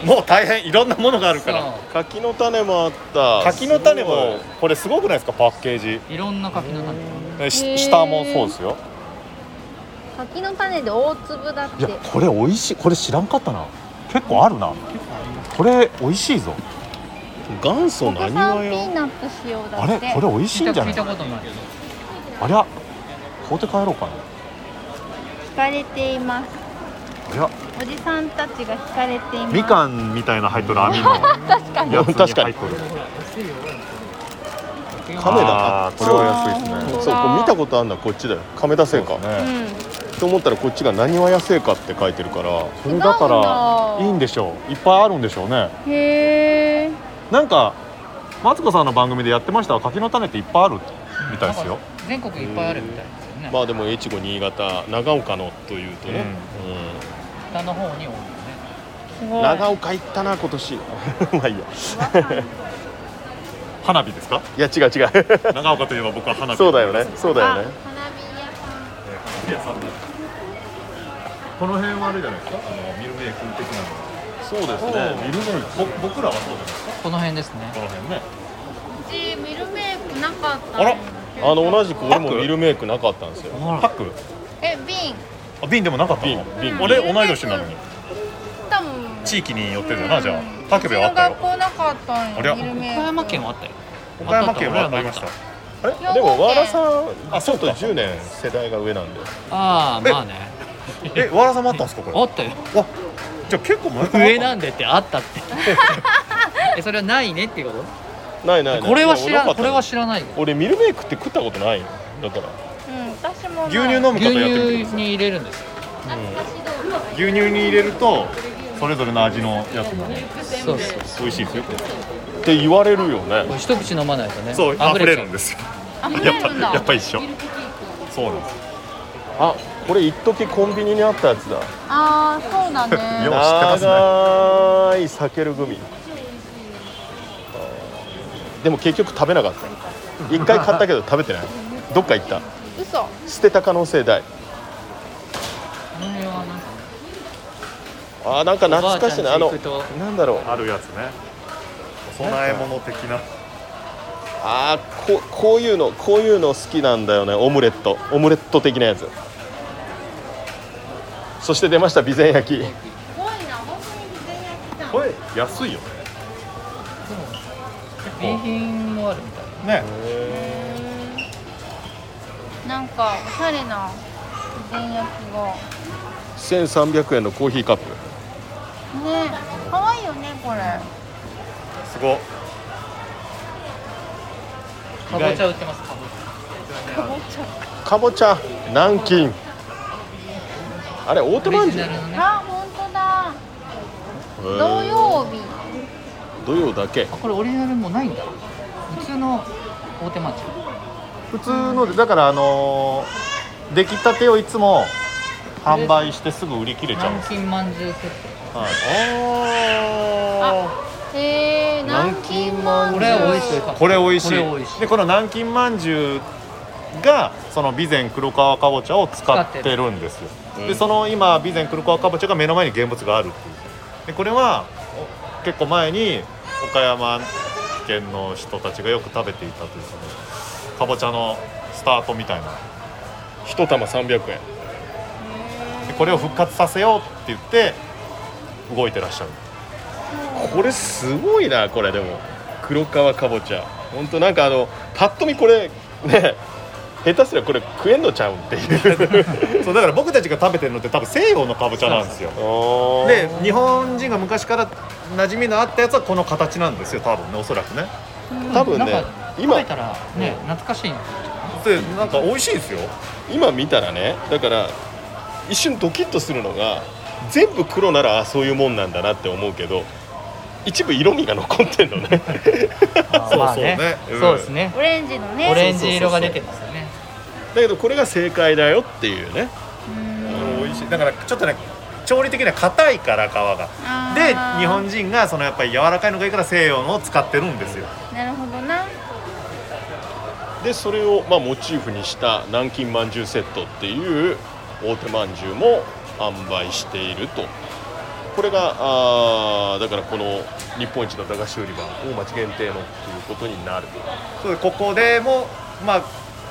[SPEAKER 1] もう大変いろんなものがあるから
[SPEAKER 2] 柿の種もあった
[SPEAKER 1] 柿の種もこれすごくないですかパッケージ
[SPEAKER 4] そういろんな柿の種
[SPEAKER 1] ねし下もそうですよ
[SPEAKER 5] 柿の種で大粒だって
[SPEAKER 12] いやこれ美味しいこれ知らんかったな結構あるなこれ美味しいぞ
[SPEAKER 2] 元祖
[SPEAKER 5] 国
[SPEAKER 2] 何
[SPEAKER 5] 産
[SPEAKER 2] わ
[SPEAKER 5] ピ
[SPEAKER 2] よ
[SPEAKER 5] ーナッツ使用だ
[SPEAKER 12] あ
[SPEAKER 5] っ
[SPEAKER 12] れ
[SPEAKER 5] て
[SPEAKER 12] これ美味しいんじゃな
[SPEAKER 4] 聞
[SPEAKER 12] い
[SPEAKER 4] いたことない
[SPEAKER 12] ありゃ買うて帰ろうかな
[SPEAKER 5] 惹かれています
[SPEAKER 12] いや
[SPEAKER 5] おじさんたちが惹かれています
[SPEAKER 1] みかんみたいな入っとる網の
[SPEAKER 2] <laughs>
[SPEAKER 5] 確かに
[SPEAKER 2] やつに確か
[SPEAKER 1] 入
[SPEAKER 2] に
[SPEAKER 1] っとる
[SPEAKER 2] 亀田
[SPEAKER 1] あーこれは安いですね
[SPEAKER 2] そうこれ見たことあんのはこっちだよ亀田製菓と思ったらこっちが何わや製菓って書いてるから
[SPEAKER 1] これだか
[SPEAKER 5] 違う
[SPEAKER 1] ら
[SPEAKER 5] んだ
[SPEAKER 1] いいんでしょういっぱいあるんでしょうね
[SPEAKER 5] へえ
[SPEAKER 1] なんかマツコさんの番組でやってました柿の種っていっぱいあるみたいですよ
[SPEAKER 4] 全国いっぱいあるみたいですよね
[SPEAKER 2] まあでも越後新潟長岡のというとね、うん
[SPEAKER 4] 北の方に多いよね
[SPEAKER 2] 長岡行ったな今年 <laughs> ま
[SPEAKER 4] <laughs>
[SPEAKER 2] あいいや
[SPEAKER 1] 花火ですか
[SPEAKER 2] いや違う違う
[SPEAKER 1] <laughs> 長岡といえば僕は花火
[SPEAKER 2] そうだよねそうだよね
[SPEAKER 1] この辺はあれじゃないですかあのミルメイ君的な
[SPEAKER 2] そうですね
[SPEAKER 1] ミルメイぼ僕らはそうですか
[SPEAKER 4] この辺ですね
[SPEAKER 1] この辺ね
[SPEAKER 10] うちミルメイクなかった
[SPEAKER 1] あら
[SPEAKER 2] あの同じく俺も
[SPEAKER 1] パック
[SPEAKER 2] ミルメイクなかったんですよ
[SPEAKER 1] パック
[SPEAKER 5] え瓶
[SPEAKER 1] あ瓶でもなかった
[SPEAKER 2] 瓶
[SPEAKER 1] の
[SPEAKER 2] 瓶
[SPEAKER 1] 俺同い年なのに
[SPEAKER 5] 多分
[SPEAKER 1] 地域によってだ
[SPEAKER 5] う
[SPEAKER 1] なんじゃあパックではあ
[SPEAKER 5] う
[SPEAKER 1] っ
[SPEAKER 5] ちの
[SPEAKER 1] たよ
[SPEAKER 5] 学校なかったんよ
[SPEAKER 1] ありゃ
[SPEAKER 5] ミル
[SPEAKER 4] 岡
[SPEAKER 5] メイク
[SPEAKER 4] 山県はあったよ
[SPEAKER 1] 岡山県はありました
[SPEAKER 5] 兵庫県
[SPEAKER 2] でも和田さん
[SPEAKER 1] あ
[SPEAKER 2] ち
[SPEAKER 1] そ
[SPEAKER 2] ょ
[SPEAKER 1] う
[SPEAKER 2] っと
[SPEAKER 1] か
[SPEAKER 2] 10年世代が上なんで
[SPEAKER 4] ああまあね
[SPEAKER 1] え和田さんもあったんですかこれ
[SPEAKER 4] あったよ
[SPEAKER 1] じゃあ結構前から
[SPEAKER 4] 上なんでってあったってえそれはないねっていうこ
[SPEAKER 2] ないない
[SPEAKER 4] と
[SPEAKER 2] ない
[SPEAKER 4] これは知
[SPEAKER 2] いや
[SPEAKER 4] ら
[SPEAKER 2] 俺なか
[SPEAKER 4] ん
[SPEAKER 2] った
[SPEAKER 4] これは知らないよ
[SPEAKER 2] 俺ミルメイクって食ったことないよだから
[SPEAKER 11] うん、私もない
[SPEAKER 1] 牛乳飲む
[SPEAKER 4] 牛
[SPEAKER 1] 方やってみてくだ
[SPEAKER 4] 乳
[SPEAKER 1] さい
[SPEAKER 4] に入れるんですよ
[SPEAKER 1] 牛乳に入れるとそれぞれの味のやつもね
[SPEAKER 4] そうそうそ
[SPEAKER 1] 美味しいですよこれ
[SPEAKER 2] って言われるよね
[SPEAKER 4] う一口飲まないとね
[SPEAKER 1] そう溢れるん
[SPEAKER 4] で
[SPEAKER 1] ですよ
[SPEAKER 5] あ
[SPEAKER 1] やっ
[SPEAKER 5] れ
[SPEAKER 1] ぱ
[SPEAKER 5] るんだ
[SPEAKER 1] やっぱ一緒そうなんです
[SPEAKER 2] あこれ一時コンビニにあったやつだ
[SPEAKER 5] あーそう
[SPEAKER 1] <laughs>
[SPEAKER 5] だ
[SPEAKER 1] よ
[SPEAKER 5] ね
[SPEAKER 1] う知ってますね
[SPEAKER 2] 長い避ける組でも結局食べなかった一回買ったけど食べてないどっか行った
[SPEAKER 5] 嘘
[SPEAKER 2] 捨てた可能性大あーなんか懐かしいなあ
[SPEAKER 4] お
[SPEAKER 2] の
[SPEAKER 4] ばあちゃんち行くと
[SPEAKER 2] なんだろう
[SPEAKER 1] あるやつねお供え物的な
[SPEAKER 2] あーここういうのこういうの好きなんだよねオムレットオムレット的なやつそして出ました備前焼き
[SPEAKER 5] すごいな本当に備前焼きだ
[SPEAKER 1] これ安いよね
[SPEAKER 4] 名品もあるみたい
[SPEAKER 13] ね
[SPEAKER 5] なんかおしゃれな電薬が
[SPEAKER 2] 1300円のコーヒーカップ
[SPEAKER 5] ね可愛いよねこれ
[SPEAKER 13] すご
[SPEAKER 4] かぼちゃ売ってますかぼち
[SPEAKER 2] かぼちゃ南京あれ大手
[SPEAKER 4] ゃオ
[SPEAKER 2] まん
[SPEAKER 4] リジ
[SPEAKER 2] じゅ
[SPEAKER 4] ナ
[SPEAKER 2] う
[SPEAKER 4] ルのね
[SPEAKER 5] あ本当だ土曜日
[SPEAKER 2] 土曜だけ
[SPEAKER 4] あこれオリジナルもうないんだ普通の大手町
[SPEAKER 1] 普通のでだからあのー出来たてをいつも販売してすぐ売り切れちゃうん
[SPEAKER 4] 南
[SPEAKER 1] です
[SPEAKER 4] 京まんじゅうセット
[SPEAKER 5] へえ南京まんじゅ
[SPEAKER 4] こ
[SPEAKER 5] う
[SPEAKER 4] れ美味しい
[SPEAKER 1] これ美味しい
[SPEAKER 4] これ美味しい
[SPEAKER 1] でこの南京まんじゅうがその備前黒川かぼちゃを使ってるんですよでその今備前黒川かぼちゃが目の前に現物があるっていうでこれはお結構前に岡山県の人たちがよく食べていたというそのかぼちゃのスタートみたいな
[SPEAKER 2] 一玉300円
[SPEAKER 1] でこれを復活させようって言って動いてらっしゃる
[SPEAKER 2] これすごいなこれでも黒川かぼちゃ本当なんかあのパッと見これね下手すりゃこれ食えんのちゃうんっていう
[SPEAKER 1] そうだから僕たちが食べてるのって多分西洋のかぼちゃなんですよで
[SPEAKER 2] で
[SPEAKER 1] 日本人が昔から馴染みのあったやつはこの形なんですよ多分ねおそらくね
[SPEAKER 2] 多分ね
[SPEAKER 4] なんか
[SPEAKER 2] 今
[SPEAKER 4] 食べたらね懐かしいな
[SPEAKER 1] でなんか美味しいですよ
[SPEAKER 2] 今見たらねだから一瞬ドキッとするのが全部黒ならあそういうもんなんだなって思うけど一部色味が残ってんのね
[SPEAKER 1] そう
[SPEAKER 4] まあね
[SPEAKER 1] そうね
[SPEAKER 4] そうですね
[SPEAKER 5] オレンジのね
[SPEAKER 4] オレンジ色が出てますよね
[SPEAKER 2] だけどこれが正解だよっていうね
[SPEAKER 1] 美味しいだからちょっとね調理的には硬いから皮が
[SPEAKER 5] あ
[SPEAKER 1] で
[SPEAKER 5] ー
[SPEAKER 1] 日本人がそのやっぱり柔らかいのがいいから西洋のを使ってるんですよ
[SPEAKER 5] なるほどな
[SPEAKER 2] でそれをまあモチーフにした南京まんじゅうセットっていう大手まんじゅうも販売しているとこれがあーだからこの日本一の駄菓子売り場大町限定のっていうことになる
[SPEAKER 1] そうでここでもまあ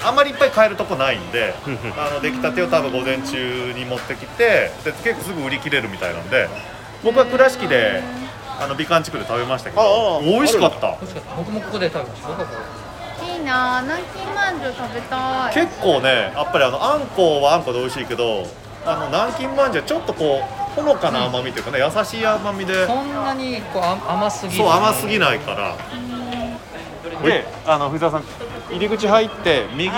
[SPEAKER 1] あんまりいっぱい買えるとこないんであの出来たてを多分午前中に持ってきてで結構すぐ売り切れるみたいなんで僕は倉敷であの美観地区で食べましたけ
[SPEAKER 2] ああ
[SPEAKER 1] ど美味しかった
[SPEAKER 4] 美味しかった僕もここで食べました僕はここ
[SPEAKER 5] いいな南京まんじゅう食べたい
[SPEAKER 1] 結構ねやっぱりあのあんこはあんこで美味しいけどあの南京まんじゅうはちょっとこうほのかな甘みというかね優しい甘みで
[SPEAKER 4] そんなにこうあ甘すぎる
[SPEAKER 1] そう甘すぎないからであの藤沢さん入り口入って右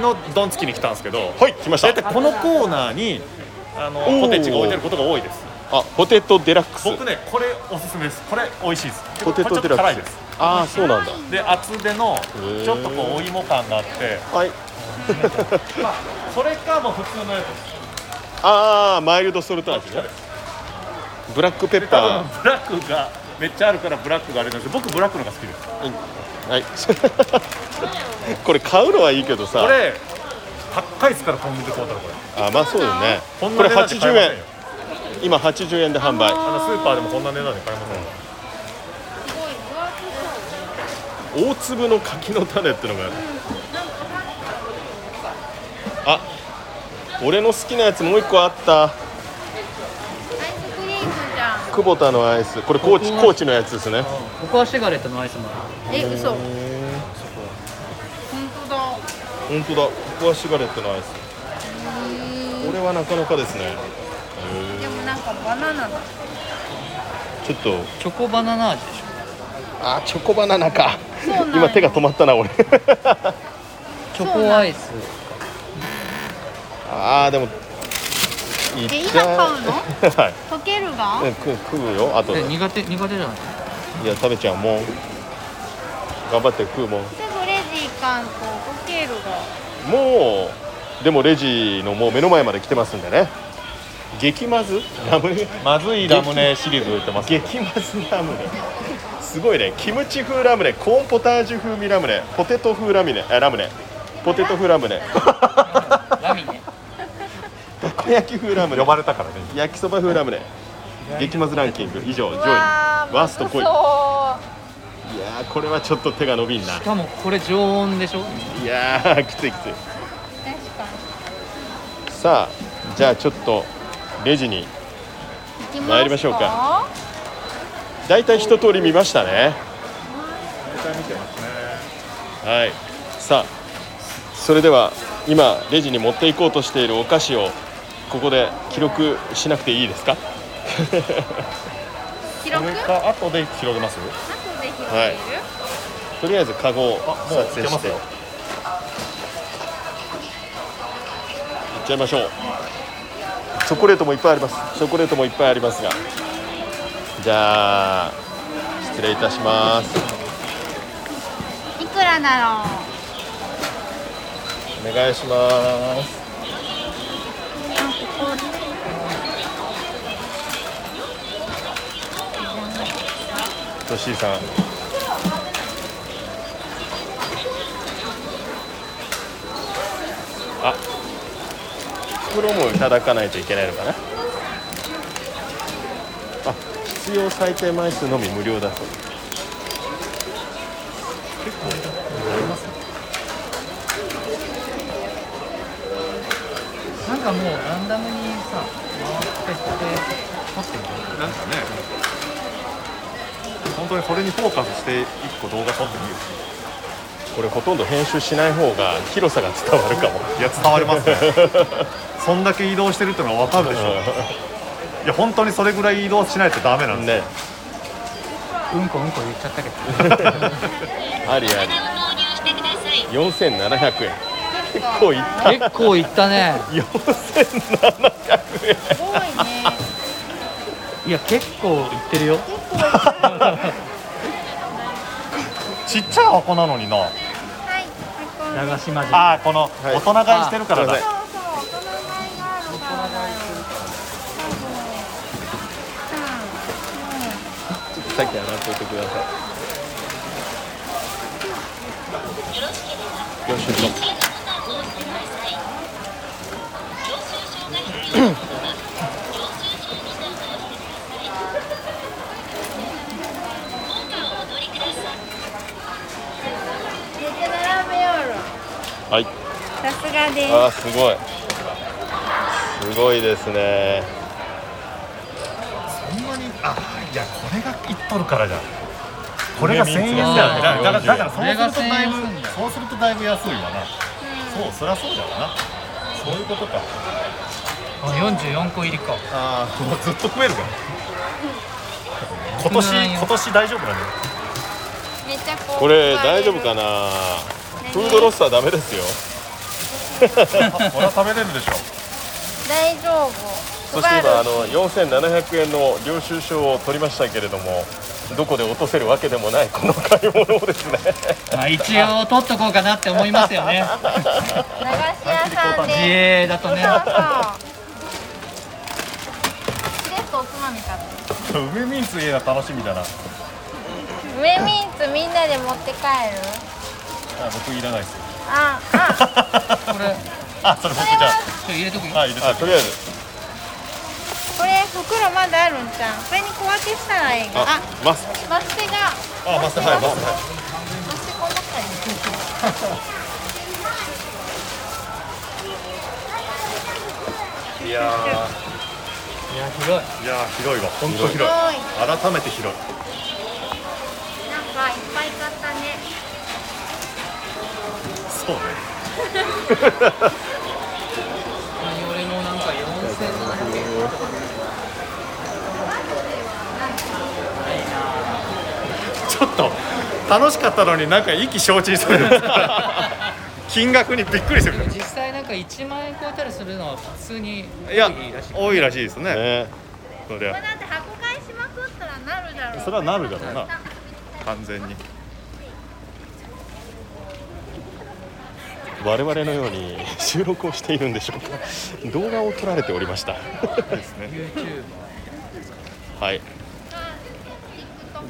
[SPEAKER 1] のドンつきに来たんですけど
[SPEAKER 2] はい来まし
[SPEAKER 1] 大
[SPEAKER 2] た
[SPEAKER 1] 体このコーナーにあの
[SPEAKER 2] おー
[SPEAKER 1] ポテチが置いてることが多いです
[SPEAKER 2] あポテトデラックス
[SPEAKER 1] 僕ねこれおすすめですこれ美味しいです
[SPEAKER 2] ポテト
[SPEAKER 1] これちょ
[SPEAKER 2] デ
[SPEAKER 1] っと
[SPEAKER 2] ラ
[SPEAKER 1] 辛
[SPEAKER 2] ッ
[SPEAKER 1] い
[SPEAKER 2] ク
[SPEAKER 1] で
[SPEAKER 2] ス
[SPEAKER 1] す
[SPEAKER 2] ああそうなんだ
[SPEAKER 1] で厚手の
[SPEAKER 2] ー
[SPEAKER 1] ちょっとこうお芋感があって
[SPEAKER 2] はい
[SPEAKER 1] まあそれかもう普通のやつ
[SPEAKER 2] ああマイルドソルト味ねブラックペッ
[SPEAKER 1] で多分
[SPEAKER 2] パ
[SPEAKER 1] ブラックがめっちゃあるからブラックがあれなんですけど僕ブラックのが好きです
[SPEAKER 2] ーはい <laughs> これ買うのはいいけどさ
[SPEAKER 1] これ高いですからコンビニで買うたらこれ
[SPEAKER 2] あまあそうだよね
[SPEAKER 1] こんな
[SPEAKER 2] これ
[SPEAKER 1] 値段で買え
[SPEAKER 2] 80
[SPEAKER 1] ません
[SPEAKER 2] 円
[SPEAKER 1] よ
[SPEAKER 2] 今80円で販売
[SPEAKER 1] あのスーパーでもこんな値段で買えませんよ
[SPEAKER 2] 大粒の柿の種ってのがあるあ俺の好きなやつもう一個あった
[SPEAKER 5] アイスクリームじゃん
[SPEAKER 2] 久保田のアイスこれ高知
[SPEAKER 4] ここ
[SPEAKER 2] 高知のやつですね
[SPEAKER 4] ここはシガレットのアイスもあ
[SPEAKER 5] え嘘本当だ
[SPEAKER 2] 本当だここはシガレットのアイスこれはなかなかですね
[SPEAKER 5] でもなんかバナナだ
[SPEAKER 2] ちょっと
[SPEAKER 4] るチョコバナナ味でし
[SPEAKER 2] あチョコバナナか
[SPEAKER 5] そうなんや
[SPEAKER 2] 今手が止まったな
[SPEAKER 5] <laughs>
[SPEAKER 2] 俺
[SPEAKER 4] ょチョコアイス
[SPEAKER 2] あーでもい
[SPEAKER 5] え今買
[SPEAKER 2] <laughs>
[SPEAKER 5] うの
[SPEAKER 2] はい
[SPEAKER 5] 溶けるが
[SPEAKER 2] うんく食うよ後で
[SPEAKER 4] え苦手苦手じゃない
[SPEAKER 2] いや食べちゃうもん頑張って食うもん
[SPEAKER 5] すぐレジ行かんと溶けるが
[SPEAKER 2] もうでもレジのもう目の前まで来てますんでね激まずラムネ
[SPEAKER 1] まずいラムネシリーズ売ってます
[SPEAKER 2] 激まずラムネすごいねキムチ風ラムネコーンポタージュ風味ラムネポテト風ラムネあラムネポテト風ラ
[SPEAKER 1] <laughs>
[SPEAKER 2] ムネ
[SPEAKER 4] ラミね
[SPEAKER 2] たこ焼き風ラムネ
[SPEAKER 1] 呼ばれたからね
[SPEAKER 2] 焼きそば風ラムネ激まずランキング以上上位
[SPEAKER 14] わ
[SPEAKER 2] ワ
[SPEAKER 14] ー
[SPEAKER 2] ースト5位いや
[SPEAKER 14] そ
[SPEAKER 2] ーこれはちょっと手が伸びんな
[SPEAKER 4] しかもこれ常温でしょ
[SPEAKER 2] いやーきついきつい
[SPEAKER 5] 確か
[SPEAKER 2] さあじゃあちょっとレジに
[SPEAKER 5] に行きますか
[SPEAKER 2] 参りましょう
[SPEAKER 5] か
[SPEAKER 2] 大体一通り見ましたねはいさあそれでは今レジに持っていこうとしているお菓子をここで記録しなくていいですか
[SPEAKER 15] 記録後で
[SPEAKER 1] あ後で広げます
[SPEAKER 15] 広げる、
[SPEAKER 2] はいとりあえずカゴを
[SPEAKER 1] もう
[SPEAKER 2] 撮影
[SPEAKER 1] いけま
[SPEAKER 2] し
[SPEAKER 1] す
[SPEAKER 2] てい
[SPEAKER 1] よ
[SPEAKER 2] っちゃいましょうチョコレートもいっぱいありますチョコレートもいっぱいありますがじゃあ失礼いたします
[SPEAKER 5] いくらだろ
[SPEAKER 2] お願いします
[SPEAKER 5] うあここ
[SPEAKER 2] トシーさんあ袋もいただかないといけないのかなあ必要最低枚数のみ無料だそうです
[SPEAKER 4] なんかもうランダムにさ回ってって撮ってる
[SPEAKER 1] なんかね本当にこれにフォーカスして一個動画撮ってみる
[SPEAKER 2] これほとんど編集しない方が広さが伝わるかも
[SPEAKER 1] いや伝わりますね <laughs> そんだけ移動してるってのは分かるでし <laughs> ょいや本当にそれぐらい移動しないとダメなんです
[SPEAKER 2] ね
[SPEAKER 4] うんこうんこ言っちゃったけど
[SPEAKER 2] ありあり4700円結構いった
[SPEAKER 4] 結構いったね
[SPEAKER 2] 4700円
[SPEAKER 5] すごい <laughs> ね
[SPEAKER 4] いや結構いってるよ
[SPEAKER 1] ちっちゃい箱なのにな
[SPEAKER 5] はい箱に
[SPEAKER 4] 長島人
[SPEAKER 16] ああこの
[SPEAKER 2] い
[SPEAKER 16] 大人買いしてるからだ、
[SPEAKER 2] はい
[SPEAKER 5] そうそう大人買いがあるからだ
[SPEAKER 2] さ
[SPEAKER 5] よ
[SPEAKER 2] っき洗っておいてください。よろしく
[SPEAKER 5] 多分めっちゃ並べよる
[SPEAKER 2] はい。
[SPEAKER 5] さすがです
[SPEAKER 2] あーすごい。すごいですね。
[SPEAKER 1] そんなにあいやこれがいっとるからじゃんこれが1000円だよね
[SPEAKER 4] あ
[SPEAKER 1] だ
[SPEAKER 4] ー
[SPEAKER 1] からだからそう
[SPEAKER 4] これが
[SPEAKER 1] するとだいぶ
[SPEAKER 4] 1000円すんだ
[SPEAKER 1] そうするとだいぶ安いわな、そうそりゃそうだわなそういうことか
[SPEAKER 4] 44個入りか
[SPEAKER 1] ああもうずっと食えるから今年今年大丈夫だね
[SPEAKER 5] めっちゃこう
[SPEAKER 2] これ大丈夫かな。フードロスはダメですよ。
[SPEAKER 1] これは食べれるでしょ <laughs>
[SPEAKER 5] 大丈夫
[SPEAKER 2] そして今あの4700円の領収書を取りましたけれども、どこで落とせるわけでもないこの買い物をですね。
[SPEAKER 4] まあ一応取っとこうかなって思います
[SPEAKER 2] <laughs>
[SPEAKER 4] よね
[SPEAKER 5] 駄菓子屋さん
[SPEAKER 4] 自
[SPEAKER 5] で
[SPEAKER 4] 営だとね
[SPEAKER 5] そうそうしれっとおつまみ買って
[SPEAKER 1] 梅ミンツ家が楽しみだなあ
[SPEAKER 5] 梅ミンツみんなで持って帰る
[SPEAKER 1] 僕いらないですよ
[SPEAKER 5] あ、あ、
[SPEAKER 1] <laughs>
[SPEAKER 4] これ
[SPEAKER 1] あそれ僕じゃ
[SPEAKER 4] ちょ入れとくよ
[SPEAKER 1] ああ入れて
[SPEAKER 2] あとりあえず
[SPEAKER 5] これ袋まだあるんじゃんこれに小分けしたらええがあ
[SPEAKER 2] あ、マス
[SPEAKER 5] バステが
[SPEAKER 1] あマスターはいマスターはい
[SPEAKER 5] バステこんな感じ
[SPEAKER 1] いや
[SPEAKER 4] いや広い
[SPEAKER 1] ーいやー広いわ本当広い
[SPEAKER 5] すごいなんかいっ
[SPEAKER 1] 改めて広い
[SPEAKER 5] ぱい買ったね
[SPEAKER 1] そうね
[SPEAKER 4] 俺もなんか4700円
[SPEAKER 1] ちょっと楽しかったのになんか意気消沈する <laughs> 金額にびっくりする
[SPEAKER 4] 実際なんか1万円超えたりするのは普通に
[SPEAKER 1] いや
[SPEAKER 4] 多いらしい
[SPEAKER 1] 多いらしいですね
[SPEAKER 2] ね。
[SPEAKER 1] そり
[SPEAKER 5] これ
[SPEAKER 1] ゃ
[SPEAKER 5] だって箱買いしまくったらなるだろう
[SPEAKER 16] それはなるだろうな
[SPEAKER 1] 完全に
[SPEAKER 2] 我々のように収録をしているんでしょうか動画を撮られておりました
[SPEAKER 1] ですね
[SPEAKER 4] YouTube
[SPEAKER 2] はい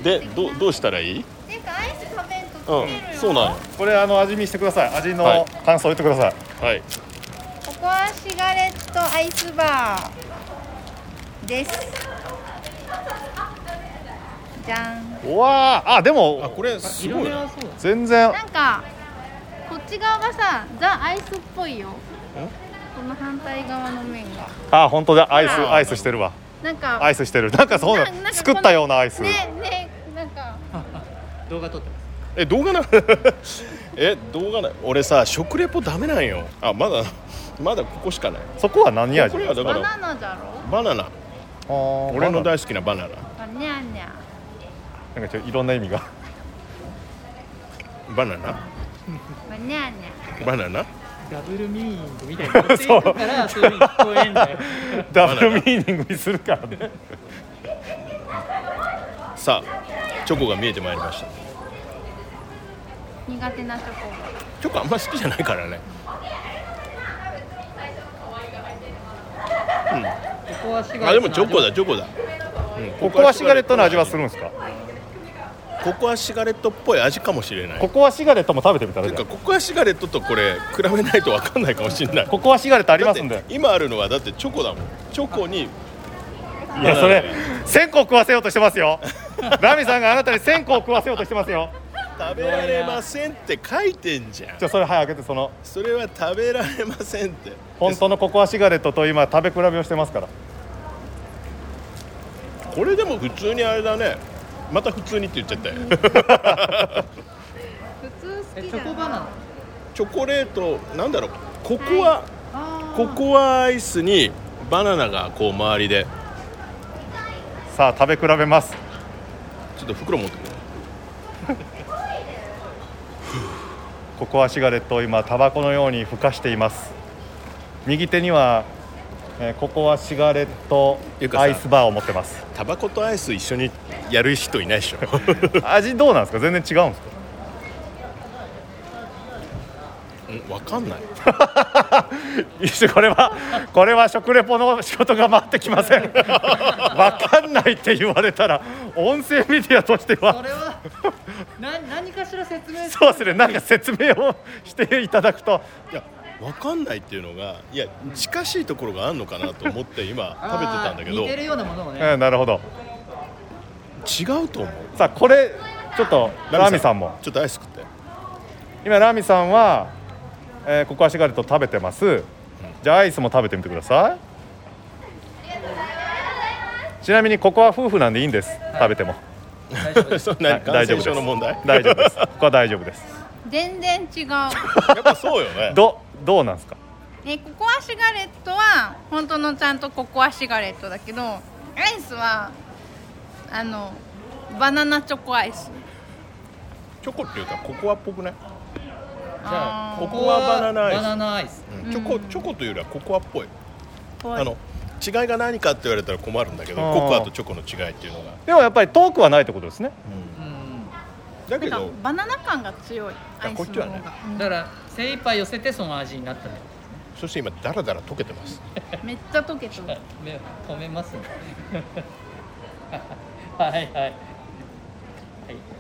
[SPEAKER 2] でどうどうしたらいい
[SPEAKER 5] てかアイス食べんと
[SPEAKER 2] う
[SPEAKER 5] 溶けるよ
[SPEAKER 2] んそうなの
[SPEAKER 1] これあの味見してください味
[SPEAKER 2] は
[SPEAKER 1] の
[SPEAKER 2] い
[SPEAKER 1] 感想言ってください
[SPEAKER 2] はい
[SPEAKER 5] ここはシガレットアイスバーですじゃん
[SPEAKER 1] うわーあでもこれ
[SPEAKER 4] 色目はそうだ
[SPEAKER 1] 全然
[SPEAKER 5] なんかこっち側がさザアイスっぽいよこの反対側の面が
[SPEAKER 1] あ本当だアイス
[SPEAKER 5] あー
[SPEAKER 1] アイスしてるわ
[SPEAKER 10] なんか
[SPEAKER 1] アイスしてるなんかそうな
[SPEAKER 10] ななんかこの
[SPEAKER 1] 作ったようなアイス、
[SPEAKER 10] ねねなんか
[SPEAKER 4] 動画撮ってます
[SPEAKER 2] え動画な <laughs> え動画ない俺さ食レポダメなんよあまだまだここしかない
[SPEAKER 1] そこは何味
[SPEAKER 2] これはだか
[SPEAKER 10] バ
[SPEAKER 2] ら
[SPEAKER 10] ナナじゃ
[SPEAKER 2] バ
[SPEAKER 10] ろ
[SPEAKER 2] ナナ俺
[SPEAKER 1] 俺
[SPEAKER 2] の大好きなバナナ
[SPEAKER 10] あにゃんにゃん
[SPEAKER 1] なんかちょっといろんな意味 <laughs> が
[SPEAKER 2] バナナ
[SPEAKER 10] まあにゃんにゃん
[SPEAKER 2] バナナ
[SPEAKER 4] ダブルミーニングみたいになってるからそういうふうに聞こえんだ
[SPEAKER 2] <laughs>
[SPEAKER 4] よ
[SPEAKER 1] <laughs> ダブルミーニングにするからね
[SPEAKER 2] さあチョコが見えてまいりました
[SPEAKER 10] 苦手なチョコが
[SPEAKER 2] チョコあんま好きじゃないからね
[SPEAKER 4] ここはシガ
[SPEAKER 2] あ
[SPEAKER 4] レ
[SPEAKER 2] で
[SPEAKER 4] ット
[SPEAKER 2] も
[SPEAKER 4] の
[SPEAKER 2] チョコだチョコだ、うん
[SPEAKER 1] ココアシガレットの味はするんですか
[SPEAKER 2] ココアシガレットっぽい味かもしれない
[SPEAKER 1] ココアシガレットも食べてみたら
[SPEAKER 2] て
[SPEAKER 1] じゃ
[SPEAKER 2] か
[SPEAKER 1] あ
[SPEAKER 2] ココアシガレットとこれ比べないと分かんないかもしれない
[SPEAKER 1] ココアシガレットあ
[SPEAKER 2] あ
[SPEAKER 1] りますんで
[SPEAKER 2] 今あるのはだってチョコだもんチョコに
[SPEAKER 1] いやそれ1000個食わせようとしてますよラミさんがあなたに1000個を食わせようとしてますよ
[SPEAKER 2] 食べられませんって書いてんじゃん
[SPEAKER 1] じゃあそれ早く開けてその
[SPEAKER 2] それは食べられませんって
[SPEAKER 1] 本当のココアシガレットと今食べ比べをしてますから
[SPEAKER 2] これでも普通にあれだねまた普通にって言っちゃったよ
[SPEAKER 10] 普通好
[SPEAKER 4] え
[SPEAKER 10] き
[SPEAKER 4] チ
[SPEAKER 10] じ
[SPEAKER 4] ョ
[SPEAKER 10] ゃな
[SPEAKER 4] コ
[SPEAKER 10] い
[SPEAKER 4] バナナ
[SPEAKER 2] チョコレートなんだろうココア、
[SPEAKER 10] あ
[SPEAKER 2] ココアアイスにバナナがこう周りで
[SPEAKER 1] さあ食べ比べます
[SPEAKER 2] ちょっと袋持ってくる
[SPEAKER 1] ココアシガレットを今タバコのようにふかしています右手には、えーココアシガレット
[SPEAKER 2] ゆかさん
[SPEAKER 1] アイスバーを持ってます
[SPEAKER 2] <laughs> タバコとアイス一緒にやる人いな
[SPEAKER 1] <laughs>
[SPEAKER 2] いでしょ
[SPEAKER 1] 味どうなんですか全然違うんですか
[SPEAKER 2] うんわかんない
[SPEAKER 1] 一緒 <laughs> これはこれは食レポの仕事が回ってきま
[SPEAKER 2] <laughs>
[SPEAKER 1] せんわかんないって言われたら音声メディアとして
[SPEAKER 4] そ
[SPEAKER 1] は
[SPEAKER 4] れ
[SPEAKER 2] <laughs>
[SPEAKER 4] はな何かしら説明する
[SPEAKER 1] そうですねなんか説明をしていただくと
[SPEAKER 2] いやわかんないっていうのがいや近しいところがあるのかなと思って今食べてたんだけ
[SPEAKER 4] あー
[SPEAKER 2] ど
[SPEAKER 4] 似てるようなものをね、
[SPEAKER 1] うんなるほど
[SPEAKER 2] 違うと思う
[SPEAKER 1] さあこれちょっとラミさんも
[SPEAKER 2] ちょっとアイス食って
[SPEAKER 1] 今ラミさんは、えーココアシガレット食べてますじゃあアイスも食べてみてくださいちなみにここは夫婦なんでいいんです食べても
[SPEAKER 2] そんな
[SPEAKER 1] はい
[SPEAKER 2] 感
[SPEAKER 1] 大丈夫
[SPEAKER 2] 染
[SPEAKER 1] です
[SPEAKER 2] 症の問題
[SPEAKER 1] 大丈夫ですここは大丈夫
[SPEAKER 2] <laughs>
[SPEAKER 1] です
[SPEAKER 10] ー全然違う
[SPEAKER 2] やっぱそうよね
[SPEAKER 1] どどうなんですか
[SPEAKER 10] ねココアシガレットは本当のちゃんとココアシガレットだけどアイスはあのバナナチョコアイス
[SPEAKER 2] チョコっていうかココアっぽくない
[SPEAKER 10] あ
[SPEAKER 2] ココアバナナアイス
[SPEAKER 4] バナナアイス
[SPEAKER 10] うん
[SPEAKER 2] チョコチョコというよりはココアっぽい
[SPEAKER 10] ー
[SPEAKER 2] あの違いが何かって言われたら困るんだけど
[SPEAKER 1] あー
[SPEAKER 2] ココアとチョコの違いっていうのが
[SPEAKER 1] でもやっぱり遠くはないってことですね
[SPEAKER 2] だけ
[SPEAKER 10] なんか
[SPEAKER 2] ど
[SPEAKER 10] バナナ感が強いアイス
[SPEAKER 2] こ
[SPEAKER 10] の
[SPEAKER 2] っち
[SPEAKER 10] 方
[SPEAKER 2] は
[SPEAKER 10] が、
[SPEAKER 2] ね
[SPEAKER 4] だから精一杯寄せてその味になったね
[SPEAKER 2] そして今ダラダラ溶けてます
[SPEAKER 10] めっちゃ溶けてる
[SPEAKER 4] 目を止めますね <laughs> はいはいはいはい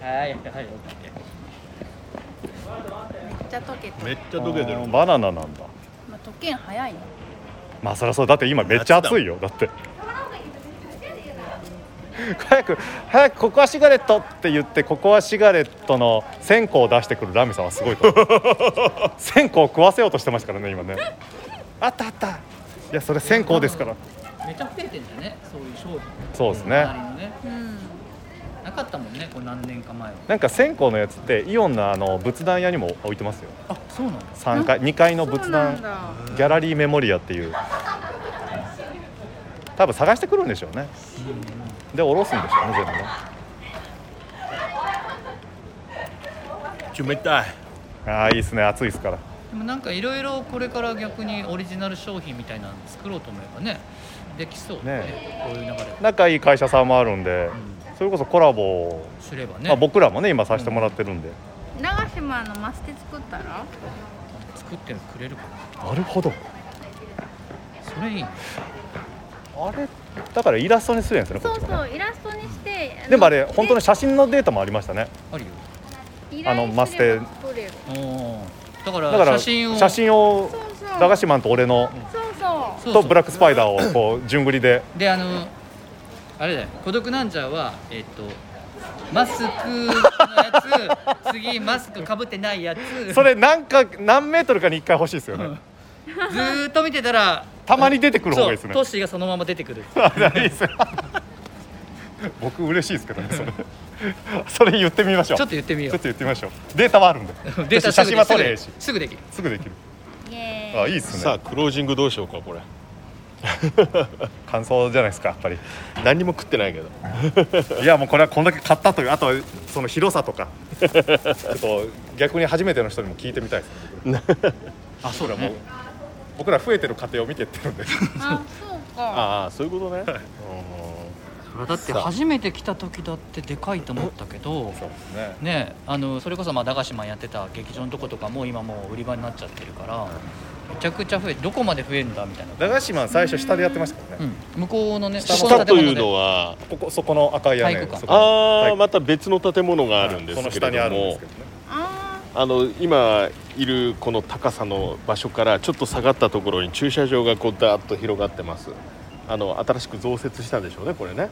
[SPEAKER 4] はいはい
[SPEAKER 10] めっちゃ溶けてる、
[SPEAKER 2] めっちゃ溶けて
[SPEAKER 1] あー
[SPEAKER 2] る
[SPEAKER 1] バナナなんだ
[SPEAKER 10] まあ、溶けん早いな
[SPEAKER 1] まあそりゃそうだって今めっちゃ暑いよだって早く早くココアシガレットって言ってココアシガレットの線香を出してくるラミさんはすごいと
[SPEAKER 2] <laughs>
[SPEAKER 1] 思う線香を食わせようとしてましたからね今ねあったあったいやそれ線香ですから
[SPEAKER 4] めちゃ増えてんだねそういう商品
[SPEAKER 1] そうです
[SPEAKER 4] 周
[SPEAKER 1] ね
[SPEAKER 4] りのね
[SPEAKER 10] うん
[SPEAKER 4] なかったもんねこれ何年か前は
[SPEAKER 1] なんか線香のやつってイオンのあの仏壇屋にも置いてますよ
[SPEAKER 4] あそうなの
[SPEAKER 1] 3階2階の
[SPEAKER 10] そう
[SPEAKER 1] 仏
[SPEAKER 10] なん
[SPEAKER 1] 壇
[SPEAKER 10] だ
[SPEAKER 1] ギャラリーメモリアっていう多分探してくるんでしょうねで下ろすんでしょうね全部ね
[SPEAKER 2] 冷たい
[SPEAKER 1] ああいいですね暑いですから
[SPEAKER 4] でもなんかいろいろこれから逆にオリジナル商品みたいなの作ろうと思えばねできそうね
[SPEAKER 1] ね
[SPEAKER 4] こういう流れ
[SPEAKER 1] 仲いい会社さんもあるんで、
[SPEAKER 4] ん
[SPEAKER 1] それこそコラボを、
[SPEAKER 4] すればね、
[SPEAKER 1] まあ、僕らもね今させてもらってるんで、
[SPEAKER 10] 長島のマステ作ったら
[SPEAKER 4] 作ってくれるかな
[SPEAKER 1] なるほど
[SPEAKER 4] それいいね
[SPEAKER 1] あれだからイラストにするんですよねこ
[SPEAKER 10] そ
[SPEAKER 1] っ
[SPEAKER 10] う
[SPEAKER 1] ちも
[SPEAKER 10] そ
[SPEAKER 1] ね
[SPEAKER 10] うイラストにして
[SPEAKER 1] でもあれ本当に写真のデータもありましたね
[SPEAKER 4] あるよ
[SPEAKER 1] あのマステ <laughs>
[SPEAKER 4] おーだか
[SPEAKER 1] だか
[SPEAKER 4] ら
[SPEAKER 1] ら
[SPEAKER 4] 写真を
[SPEAKER 1] 写真を駄菓子マンと俺の
[SPEAKER 10] そうそ
[SPEAKER 4] そうそ
[SPEAKER 1] と
[SPEAKER 4] う
[SPEAKER 1] ブラックスパイダーをこう順繰りで
[SPEAKER 4] であのあれだよ孤独なんじゃはえっとマスクの
[SPEAKER 1] <laughs>
[SPEAKER 4] やつ次マスクかぶってないやつ
[SPEAKER 1] それなんか何メートルかに1回欲しいですよね
[SPEAKER 4] ずーっと見てたら
[SPEAKER 1] たまに出てくる方
[SPEAKER 4] そ
[SPEAKER 1] がいういですね
[SPEAKER 4] トッシーがそのまま出てくる
[SPEAKER 1] <laughs> 僕嬉しいですけどねそれ <laughs> それ言ってみましょう
[SPEAKER 4] ちょっと言ってみ
[SPEAKER 1] ちょっ
[SPEAKER 4] よ
[SPEAKER 1] と言ってみましょうデータはあるんで
[SPEAKER 4] う <laughs> データ
[SPEAKER 1] 写
[SPEAKER 4] すぐ
[SPEAKER 1] 真
[SPEAKER 4] です
[SPEAKER 1] は
[SPEAKER 4] す
[SPEAKER 1] 撮
[SPEAKER 4] ぐ
[SPEAKER 1] れへ
[SPEAKER 4] で
[SPEAKER 1] んし
[SPEAKER 4] すぐ
[SPEAKER 1] すぐ
[SPEAKER 4] できる
[SPEAKER 1] できる
[SPEAKER 5] イエーイ
[SPEAKER 1] あいいです
[SPEAKER 2] さ
[SPEAKER 1] ね
[SPEAKER 2] あクロージングどうしようかこれ
[SPEAKER 1] 感想じゃないですかやっぱり
[SPEAKER 2] 何にも食ってないけど
[SPEAKER 1] <laughs> いやもうこれはこんだけ買ったというあとはその広さと
[SPEAKER 2] <laughs>
[SPEAKER 1] かちょっと逆に初めての人にも聞いてみたいですねあそうだもう僕ら増えてる過程を見てってるんで
[SPEAKER 5] あ
[SPEAKER 1] <laughs>
[SPEAKER 5] そうか
[SPEAKER 2] ああそういうことね
[SPEAKER 4] だって初めて来た時だってでかいと思ったけど
[SPEAKER 1] そうですね
[SPEAKER 4] ねあのそれこそまあ駄菓子マンやってた劇場のとことかも今もう売り場になっちゃってるからめちゃくちゃ増えてどこまで増えるんだみたいな、
[SPEAKER 1] 駄菓子マン最初下でやってましたから
[SPEAKER 4] う
[SPEAKER 1] ね、
[SPEAKER 4] ん、向こうのねこ
[SPEAKER 2] 下という
[SPEAKER 4] で
[SPEAKER 2] のは
[SPEAKER 1] ここそこの赤い屋根
[SPEAKER 4] 体育館
[SPEAKER 1] そこ
[SPEAKER 2] ああ
[SPEAKER 1] 体育
[SPEAKER 2] また別の建物があるんです
[SPEAKER 1] その
[SPEAKER 2] け
[SPEAKER 1] 下
[SPEAKER 2] れ
[SPEAKER 1] にある
[SPEAKER 2] ど
[SPEAKER 1] んです
[SPEAKER 2] も
[SPEAKER 1] けどね
[SPEAKER 5] あ
[SPEAKER 2] あの今いるこの高さの場所からちょっと下がったところに駐車場がこうダーッと広がってますあの新しく増設したんでしょうねこれね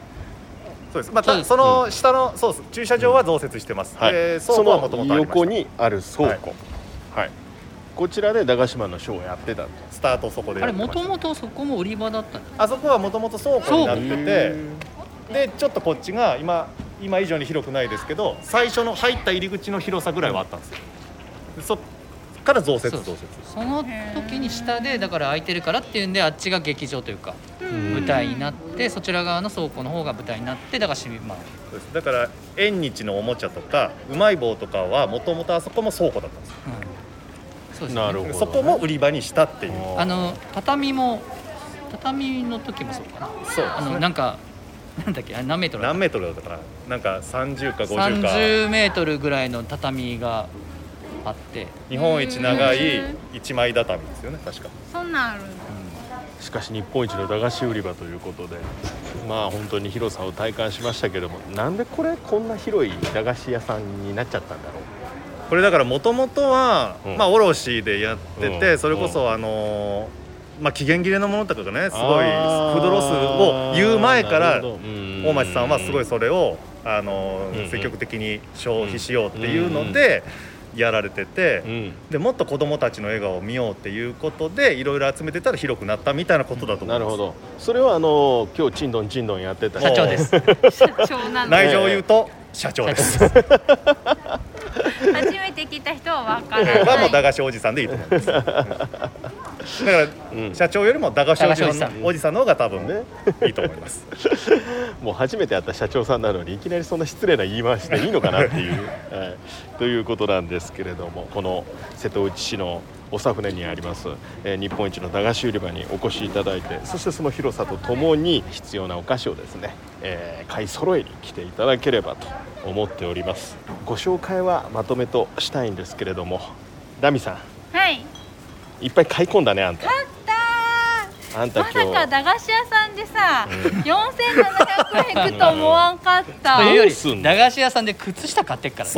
[SPEAKER 1] そうですま
[SPEAKER 4] そう
[SPEAKER 1] た
[SPEAKER 4] です
[SPEAKER 1] その下のそうです駐車場は増設してます、
[SPEAKER 2] はい、
[SPEAKER 1] で倉
[SPEAKER 2] そ
[SPEAKER 1] 庫はもともと
[SPEAKER 2] の
[SPEAKER 1] ありました
[SPEAKER 2] 横にある倉庫はい、こちらで駄菓子マンのショーをやってたんで
[SPEAKER 1] スタートそこで
[SPEAKER 4] あ
[SPEAKER 1] や
[SPEAKER 4] れ
[SPEAKER 1] ってま
[SPEAKER 4] も
[SPEAKER 1] した
[SPEAKER 4] ともとそこも売り場だったんだ
[SPEAKER 1] あそこはもともと倉庫になっててでちょっとこっちが今今以上に広くないですけど最初の入った入り口の広さぐらいはあったんですよでそっから増設
[SPEAKER 4] そう
[SPEAKER 1] 増設
[SPEAKER 4] その時に下でだから空いてるからっていうんであっちが劇場というか舞台になってそちら側の倉庫の方が舞台になってだからしまあ
[SPEAKER 1] そうですだから縁日のおもちゃとかうまい棒とかはもともとあそこも倉庫だったんですよ
[SPEAKER 4] うんそうですすね
[SPEAKER 2] なるほど、ね、
[SPEAKER 1] そこも売り場にしたっていう
[SPEAKER 4] あの畳も畳の時もそうかな
[SPEAKER 1] そう
[SPEAKER 4] あのなんかなんだっけあれ何メートルだっ
[SPEAKER 1] 何メートルだったかななんか30か
[SPEAKER 4] た
[SPEAKER 1] 50か
[SPEAKER 4] 30メートルぐらいの畳があって
[SPEAKER 1] 日本一長い一枚畳ですよね確か
[SPEAKER 5] そんなんあるんだ
[SPEAKER 2] しかし日本一の駄菓子売り場ということでまあ本当に広さを体感しましたけどもなんでこれこんな広い駄菓子屋さんになっちゃったんだろう
[SPEAKER 1] これだからもともとは、
[SPEAKER 2] うん
[SPEAKER 1] まあ卸でやってて、
[SPEAKER 2] うん
[SPEAKER 1] それこそあのーまあ期限切れのものとかがねすごい
[SPEAKER 2] あー
[SPEAKER 1] フードロスを言う前か
[SPEAKER 2] な
[SPEAKER 1] ら
[SPEAKER 2] るほどうん
[SPEAKER 1] 大町さんはすごいそれを、あのー
[SPEAKER 2] うん
[SPEAKER 1] 積極的に消費しようっていうのでやられてて、
[SPEAKER 2] うん
[SPEAKER 1] でもっと子供たちの笑顔を見ようっていうことでいろいろ集めてたら広くなったみたいなことだと思
[SPEAKER 2] ない
[SPEAKER 1] ます。
[SPEAKER 2] るほどそれはあの今日ちんどんちんどんやってた
[SPEAKER 4] 社長です
[SPEAKER 5] 社長なの
[SPEAKER 1] 内情を言うと社長
[SPEAKER 2] <laughs>
[SPEAKER 1] です。
[SPEAKER 5] 初めて来た人は分から
[SPEAKER 1] はもう
[SPEAKER 5] な
[SPEAKER 1] 駄
[SPEAKER 5] い
[SPEAKER 1] 菓子おじさんでいいと思います。だから
[SPEAKER 2] うん
[SPEAKER 1] 社長よりも駄菓子おじ
[SPEAKER 4] 駄菓子おじ
[SPEAKER 1] さ
[SPEAKER 4] さ
[SPEAKER 1] ん
[SPEAKER 4] ん
[SPEAKER 1] おじさんの方が多分
[SPEAKER 2] ね
[SPEAKER 1] いいと思います。
[SPEAKER 2] もう初めて会った社長さんなのにいきなりそんな失礼な言い回しでいいのかなっていう、 <laughs> はいということなんですけれどもこの瀬戸内市の長船にあります、えー日本一の駄菓子売り場にお越しいただいてそしてその広さとともに必要なお菓子をですね、えー買い揃えに来ていただければと思っておりますご紹介はまとめとしたいんですけれどもラミさ
[SPEAKER 5] はい
[SPEAKER 2] んいっぱい買い込んだねあんた
[SPEAKER 5] 買った
[SPEAKER 2] あんた今
[SPEAKER 5] ーまさか
[SPEAKER 2] 日
[SPEAKER 5] 駄菓子屋さんでさ、4700円いくと思わんかった
[SPEAKER 4] というより
[SPEAKER 2] すんの
[SPEAKER 4] 駄菓子屋さんで靴下買ってっからね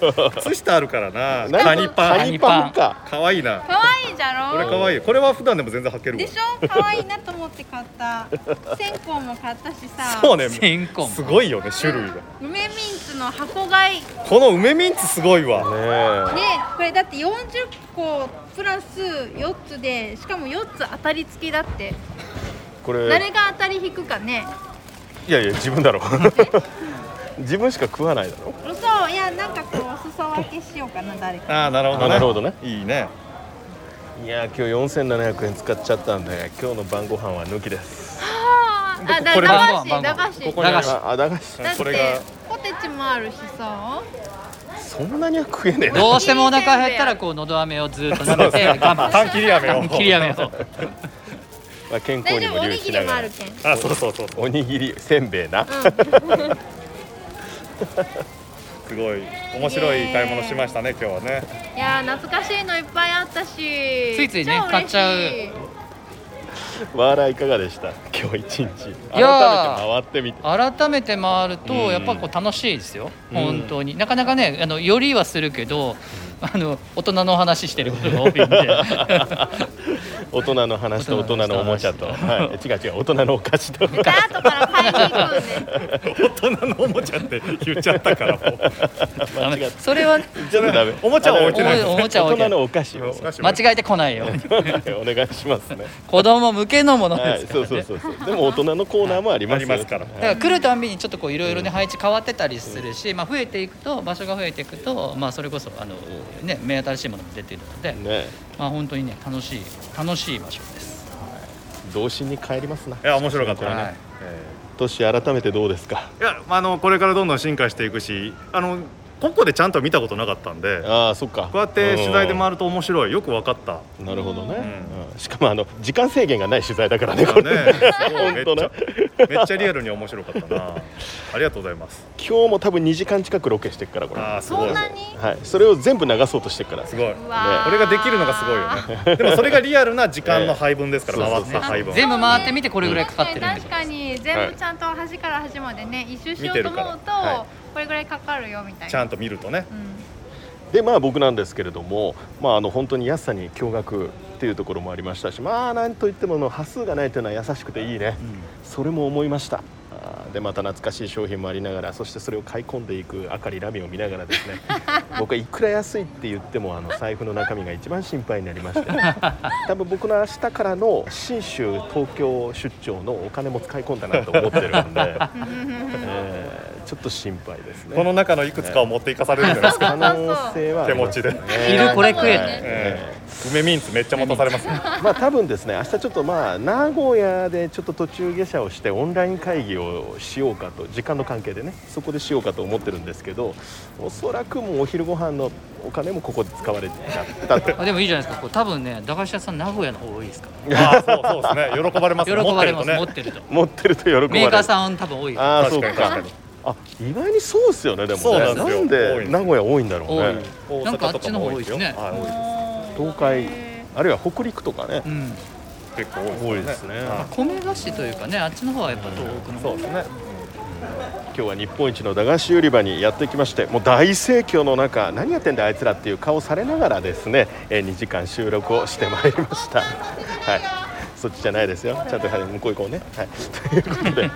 [SPEAKER 1] そう
[SPEAKER 2] <laughs>
[SPEAKER 1] ね。靴下あるからな。
[SPEAKER 2] なんか
[SPEAKER 1] カニパ
[SPEAKER 2] カ
[SPEAKER 1] ン。
[SPEAKER 2] ニパンか
[SPEAKER 1] 可愛いな。
[SPEAKER 5] 可愛いじゃ
[SPEAKER 1] これ
[SPEAKER 5] ろ
[SPEAKER 1] 可愛いよ。これは普段でも全然履けるわ
[SPEAKER 5] でし。ょ可愛いなと思って買った線香も買ったしさ
[SPEAKER 1] そうね。
[SPEAKER 4] 線香も
[SPEAKER 1] すごいよね種類が。
[SPEAKER 5] 梅ミンツの箱買いね
[SPEAKER 1] この梅ミンツすごいわ。
[SPEAKER 2] ね
[SPEAKER 5] これだって40個プラス4つでしかも4つ当たり付きだって
[SPEAKER 2] えこれ
[SPEAKER 5] 誰が当たり引くかね
[SPEAKER 2] いやいや自分だろ <laughs> 自分しか食わないだろ
[SPEAKER 5] 嘘いやなんかこうお裾分けしようかな誰か
[SPEAKER 1] ああなるほどね。
[SPEAKER 2] あなるほどね
[SPEAKER 1] いいね。
[SPEAKER 2] いやー今日4700円使っちゃったんで今日の晩ご飯は抜きです
[SPEAKER 5] あーあだ
[SPEAKER 1] こ
[SPEAKER 5] 駄
[SPEAKER 1] れ
[SPEAKER 5] 菓
[SPEAKER 4] 番号
[SPEAKER 5] 子駄菓
[SPEAKER 1] こ
[SPEAKER 5] 子
[SPEAKER 1] こに
[SPEAKER 4] 駄菓子
[SPEAKER 2] ああ駄菓子
[SPEAKER 5] だっ
[SPEAKER 1] こ
[SPEAKER 5] て
[SPEAKER 1] れが
[SPEAKER 5] ポテチもあるしさ
[SPEAKER 2] そんなには食えねえな
[SPEAKER 4] <laughs> どうしてもお腹減ったらこうのど飴をずっと舐めて我慢
[SPEAKER 1] 半切り飴を。
[SPEAKER 4] 切り飴を
[SPEAKER 2] まあ、健康
[SPEAKER 5] 大
[SPEAKER 2] に
[SPEAKER 5] 丈
[SPEAKER 2] も
[SPEAKER 5] 夫お
[SPEAKER 2] 留
[SPEAKER 5] に
[SPEAKER 2] 意
[SPEAKER 5] ぎ
[SPEAKER 2] し
[SPEAKER 5] り
[SPEAKER 2] な
[SPEAKER 5] も
[SPEAKER 2] が
[SPEAKER 5] あ
[SPEAKER 2] ら
[SPEAKER 5] るけん
[SPEAKER 1] あそうそうそう。
[SPEAKER 2] おにぎりせんべいな、
[SPEAKER 1] すごい面白い買い物しましたね今日はね。
[SPEAKER 5] いやー懐かしいのいっぱいあったしつい
[SPEAKER 4] いついね買っちゃう
[SPEAKER 2] <laughs> わーらいかがでした今日一日改めて
[SPEAKER 4] いやー
[SPEAKER 2] 回ってみて
[SPEAKER 4] 改めて回ると
[SPEAKER 2] うん
[SPEAKER 4] やっぱこう楽しいですよ、
[SPEAKER 2] うん
[SPEAKER 4] 本当になかなかねあのよりはするけどあの大人のお話してることが多いんで
[SPEAKER 2] 大人の話と大人のおもちゃと、
[SPEAKER 4] 大人の
[SPEAKER 2] はい、違う違う大人のお菓子と
[SPEAKER 10] で
[SPEAKER 5] <laughs>
[SPEAKER 10] 後から買いに行くんで
[SPEAKER 1] 大人のおもちゃって言っちゃったからもう
[SPEAKER 4] ダメそれはね
[SPEAKER 2] ちょっとダメ
[SPEAKER 1] おもちゃは置い
[SPEAKER 4] お
[SPEAKER 1] てない
[SPEAKER 4] もおもちゃを
[SPEAKER 2] 大
[SPEAKER 4] 置い
[SPEAKER 2] 人
[SPEAKER 4] て
[SPEAKER 2] のお菓子を
[SPEAKER 4] 間違えてこないように
[SPEAKER 2] <laughs> お願いしますね
[SPEAKER 4] 子供向けのもの
[SPEAKER 2] は
[SPEAKER 4] で
[SPEAKER 2] い
[SPEAKER 4] すか
[SPEAKER 2] そ
[SPEAKER 4] ら、
[SPEAKER 2] う
[SPEAKER 4] ね
[SPEAKER 2] そうそうそうでも大人のコーナーもありますよ
[SPEAKER 1] ありますから
[SPEAKER 4] だから来るたんびにちょっとこういろいろね配置変わってたりするし、まあ、増えていくと場所が増えていくと、まあ、それこそあの、ね、目新しいものも出ているので、
[SPEAKER 2] ね
[SPEAKER 4] まあ、本当にね楽しい楽しい場所です。
[SPEAKER 2] 童心に帰りますない
[SPEAKER 1] や面白かったね、
[SPEAKER 4] はい
[SPEAKER 1] えー
[SPEAKER 2] トシ改めてどうですか
[SPEAKER 1] いやあのこれからどんどん進化していくしあのここでちゃんと見たことなかったんで
[SPEAKER 2] ああそっか
[SPEAKER 1] こうやって取材で
[SPEAKER 2] あ
[SPEAKER 1] 回ると面白いよく分か <laughs> った
[SPEAKER 2] なるほどね、
[SPEAKER 1] ん
[SPEAKER 2] うんしかもあの時間制限がない取材だからね
[SPEAKER 1] だ
[SPEAKER 2] こ
[SPEAKER 1] か
[SPEAKER 2] れ
[SPEAKER 1] らねすごいめ
[SPEAKER 2] 本
[SPEAKER 1] っ
[SPEAKER 2] 当
[SPEAKER 1] ち
[SPEAKER 2] ね
[SPEAKER 1] ゃめっちゃリアルに面白かったなありがとうございます
[SPEAKER 2] 今日も多分2時間近くロケしてるからこれ
[SPEAKER 1] あーすごい
[SPEAKER 10] そんなに
[SPEAKER 2] はい、それを全部流そうとしてるから
[SPEAKER 1] すごいこ
[SPEAKER 10] うわー
[SPEAKER 1] れができるのがすごいよねでもそれがリアルな時間の配分ですから
[SPEAKER 2] ええ
[SPEAKER 1] 回った配分
[SPEAKER 4] 全部回ってみてこれぐらいかかってるんで
[SPEAKER 10] 確かに確かに全部ちゃんと端から端までね一周しようと思う
[SPEAKER 1] 見てる
[SPEAKER 10] と、
[SPEAKER 2] らは
[SPEAKER 10] これぐらいかかるよみたい
[SPEAKER 1] ちゃ
[SPEAKER 10] なん
[SPEAKER 1] と見るとね
[SPEAKER 10] うん
[SPEAKER 2] でまあ僕なんですけれども、まあ、あの本当に安さに驚愕っていうところもありましたしまあなんといってもあの端数がないというのは優しくていいね、それも思いましたあーでまた懐かしい商品もありながらそしてそれを買い込んでいくあかりラミを見ながらですね
[SPEAKER 1] <laughs>
[SPEAKER 2] 僕はいくら安いって言ってもあの財布の中身が一番心配になりま
[SPEAKER 1] <laughs>
[SPEAKER 2] して多分僕の明日からの信州東京出張のお金も使い込んだなと思ってる
[SPEAKER 1] <laughs>
[SPEAKER 2] んで、えーちょっと心配ですね
[SPEAKER 1] この中のいくつかを持っていかされるんじゃないですか
[SPEAKER 2] 可能性はあ
[SPEAKER 1] 手
[SPEAKER 2] り
[SPEAKER 1] 持
[SPEAKER 2] ます
[SPEAKER 1] ちで
[SPEAKER 4] 昼これ食え
[SPEAKER 2] はい
[SPEAKER 1] ええ梅ミンツめっちゃ持たされますよ
[SPEAKER 2] まあ多分ですね明日ちょっとまあ名古屋でちょっと途中下車をしてオンライン会議をしようかと時間の関係でねそこでしようかと思ってるんですけどおそらくもうお昼ご飯のお金もここで使われてたと
[SPEAKER 4] あでもいいじゃないですかこう多分ね駄菓子屋さん名古屋の方が多いですから、ね、
[SPEAKER 1] ああそうそうですね喜ばれます
[SPEAKER 4] 喜
[SPEAKER 1] ね持っ
[SPEAKER 4] ば
[SPEAKER 1] て
[SPEAKER 4] れ
[SPEAKER 1] ると
[SPEAKER 4] ます持
[SPEAKER 1] ね
[SPEAKER 4] ってると
[SPEAKER 2] 持ってると喜ばれる
[SPEAKER 4] メーカーさん多分多いです
[SPEAKER 2] ああそう
[SPEAKER 1] 確か
[SPEAKER 2] か
[SPEAKER 1] に確かに
[SPEAKER 2] あ意外にそうですよねでもね
[SPEAKER 1] そうなんですよ多いんで
[SPEAKER 2] です名古屋多いんだろう
[SPEAKER 4] 多
[SPEAKER 2] ね
[SPEAKER 4] いなんかあっちの方多いですね
[SPEAKER 1] はい多いです
[SPEAKER 2] 東海あるいは北陸とかね
[SPEAKER 4] うん
[SPEAKER 1] 結構多いですね。
[SPEAKER 2] は
[SPEAKER 4] 米菓子というかねあっちの方はやっぱ東北の方
[SPEAKER 1] そうですね。
[SPEAKER 2] 今日は日本一の駄菓子売り場にやってきましてもう大盛況の中何やってんだあいつらっていう顔されながらですね、え2時間収録をしてまいりましたはいそっちじゃないですよちゃんとはい向こう行こうねはい <laughs> ということで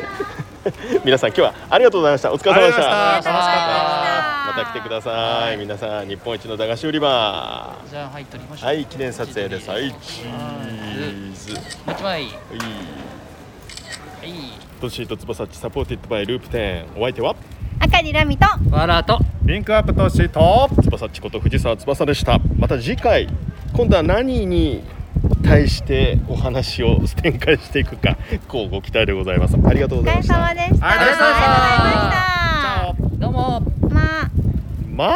[SPEAKER 2] <laughs> 皆さん今日はありがとうございましたお疲れ様でした
[SPEAKER 1] あり
[SPEAKER 2] ま
[SPEAKER 1] がとうございました楽し
[SPEAKER 2] た来てください皆さん日本一の駄菓子売り場
[SPEAKER 4] じゃあ入っとりましょう
[SPEAKER 2] はい記念撮影ですはいチ
[SPEAKER 4] ー
[SPEAKER 2] ーズは
[SPEAKER 4] もう一枚はい
[SPEAKER 2] トシーと翼っちサポーティッドバイループ10お相手はい
[SPEAKER 10] 赤にラミと
[SPEAKER 4] いわらと
[SPEAKER 1] リンクアップ投資と。
[SPEAKER 2] 翼っちこと藤沢翼でしたまた次回今度は何に対してお話を展開していくかこうご期待でございますありがとう
[SPEAKER 10] お
[SPEAKER 2] ございました
[SPEAKER 10] でした
[SPEAKER 1] ありがとうございました
[SPEAKER 10] ありがとうございました
[SPEAKER 4] どうも
[SPEAKER 10] まあ
[SPEAKER 2] ま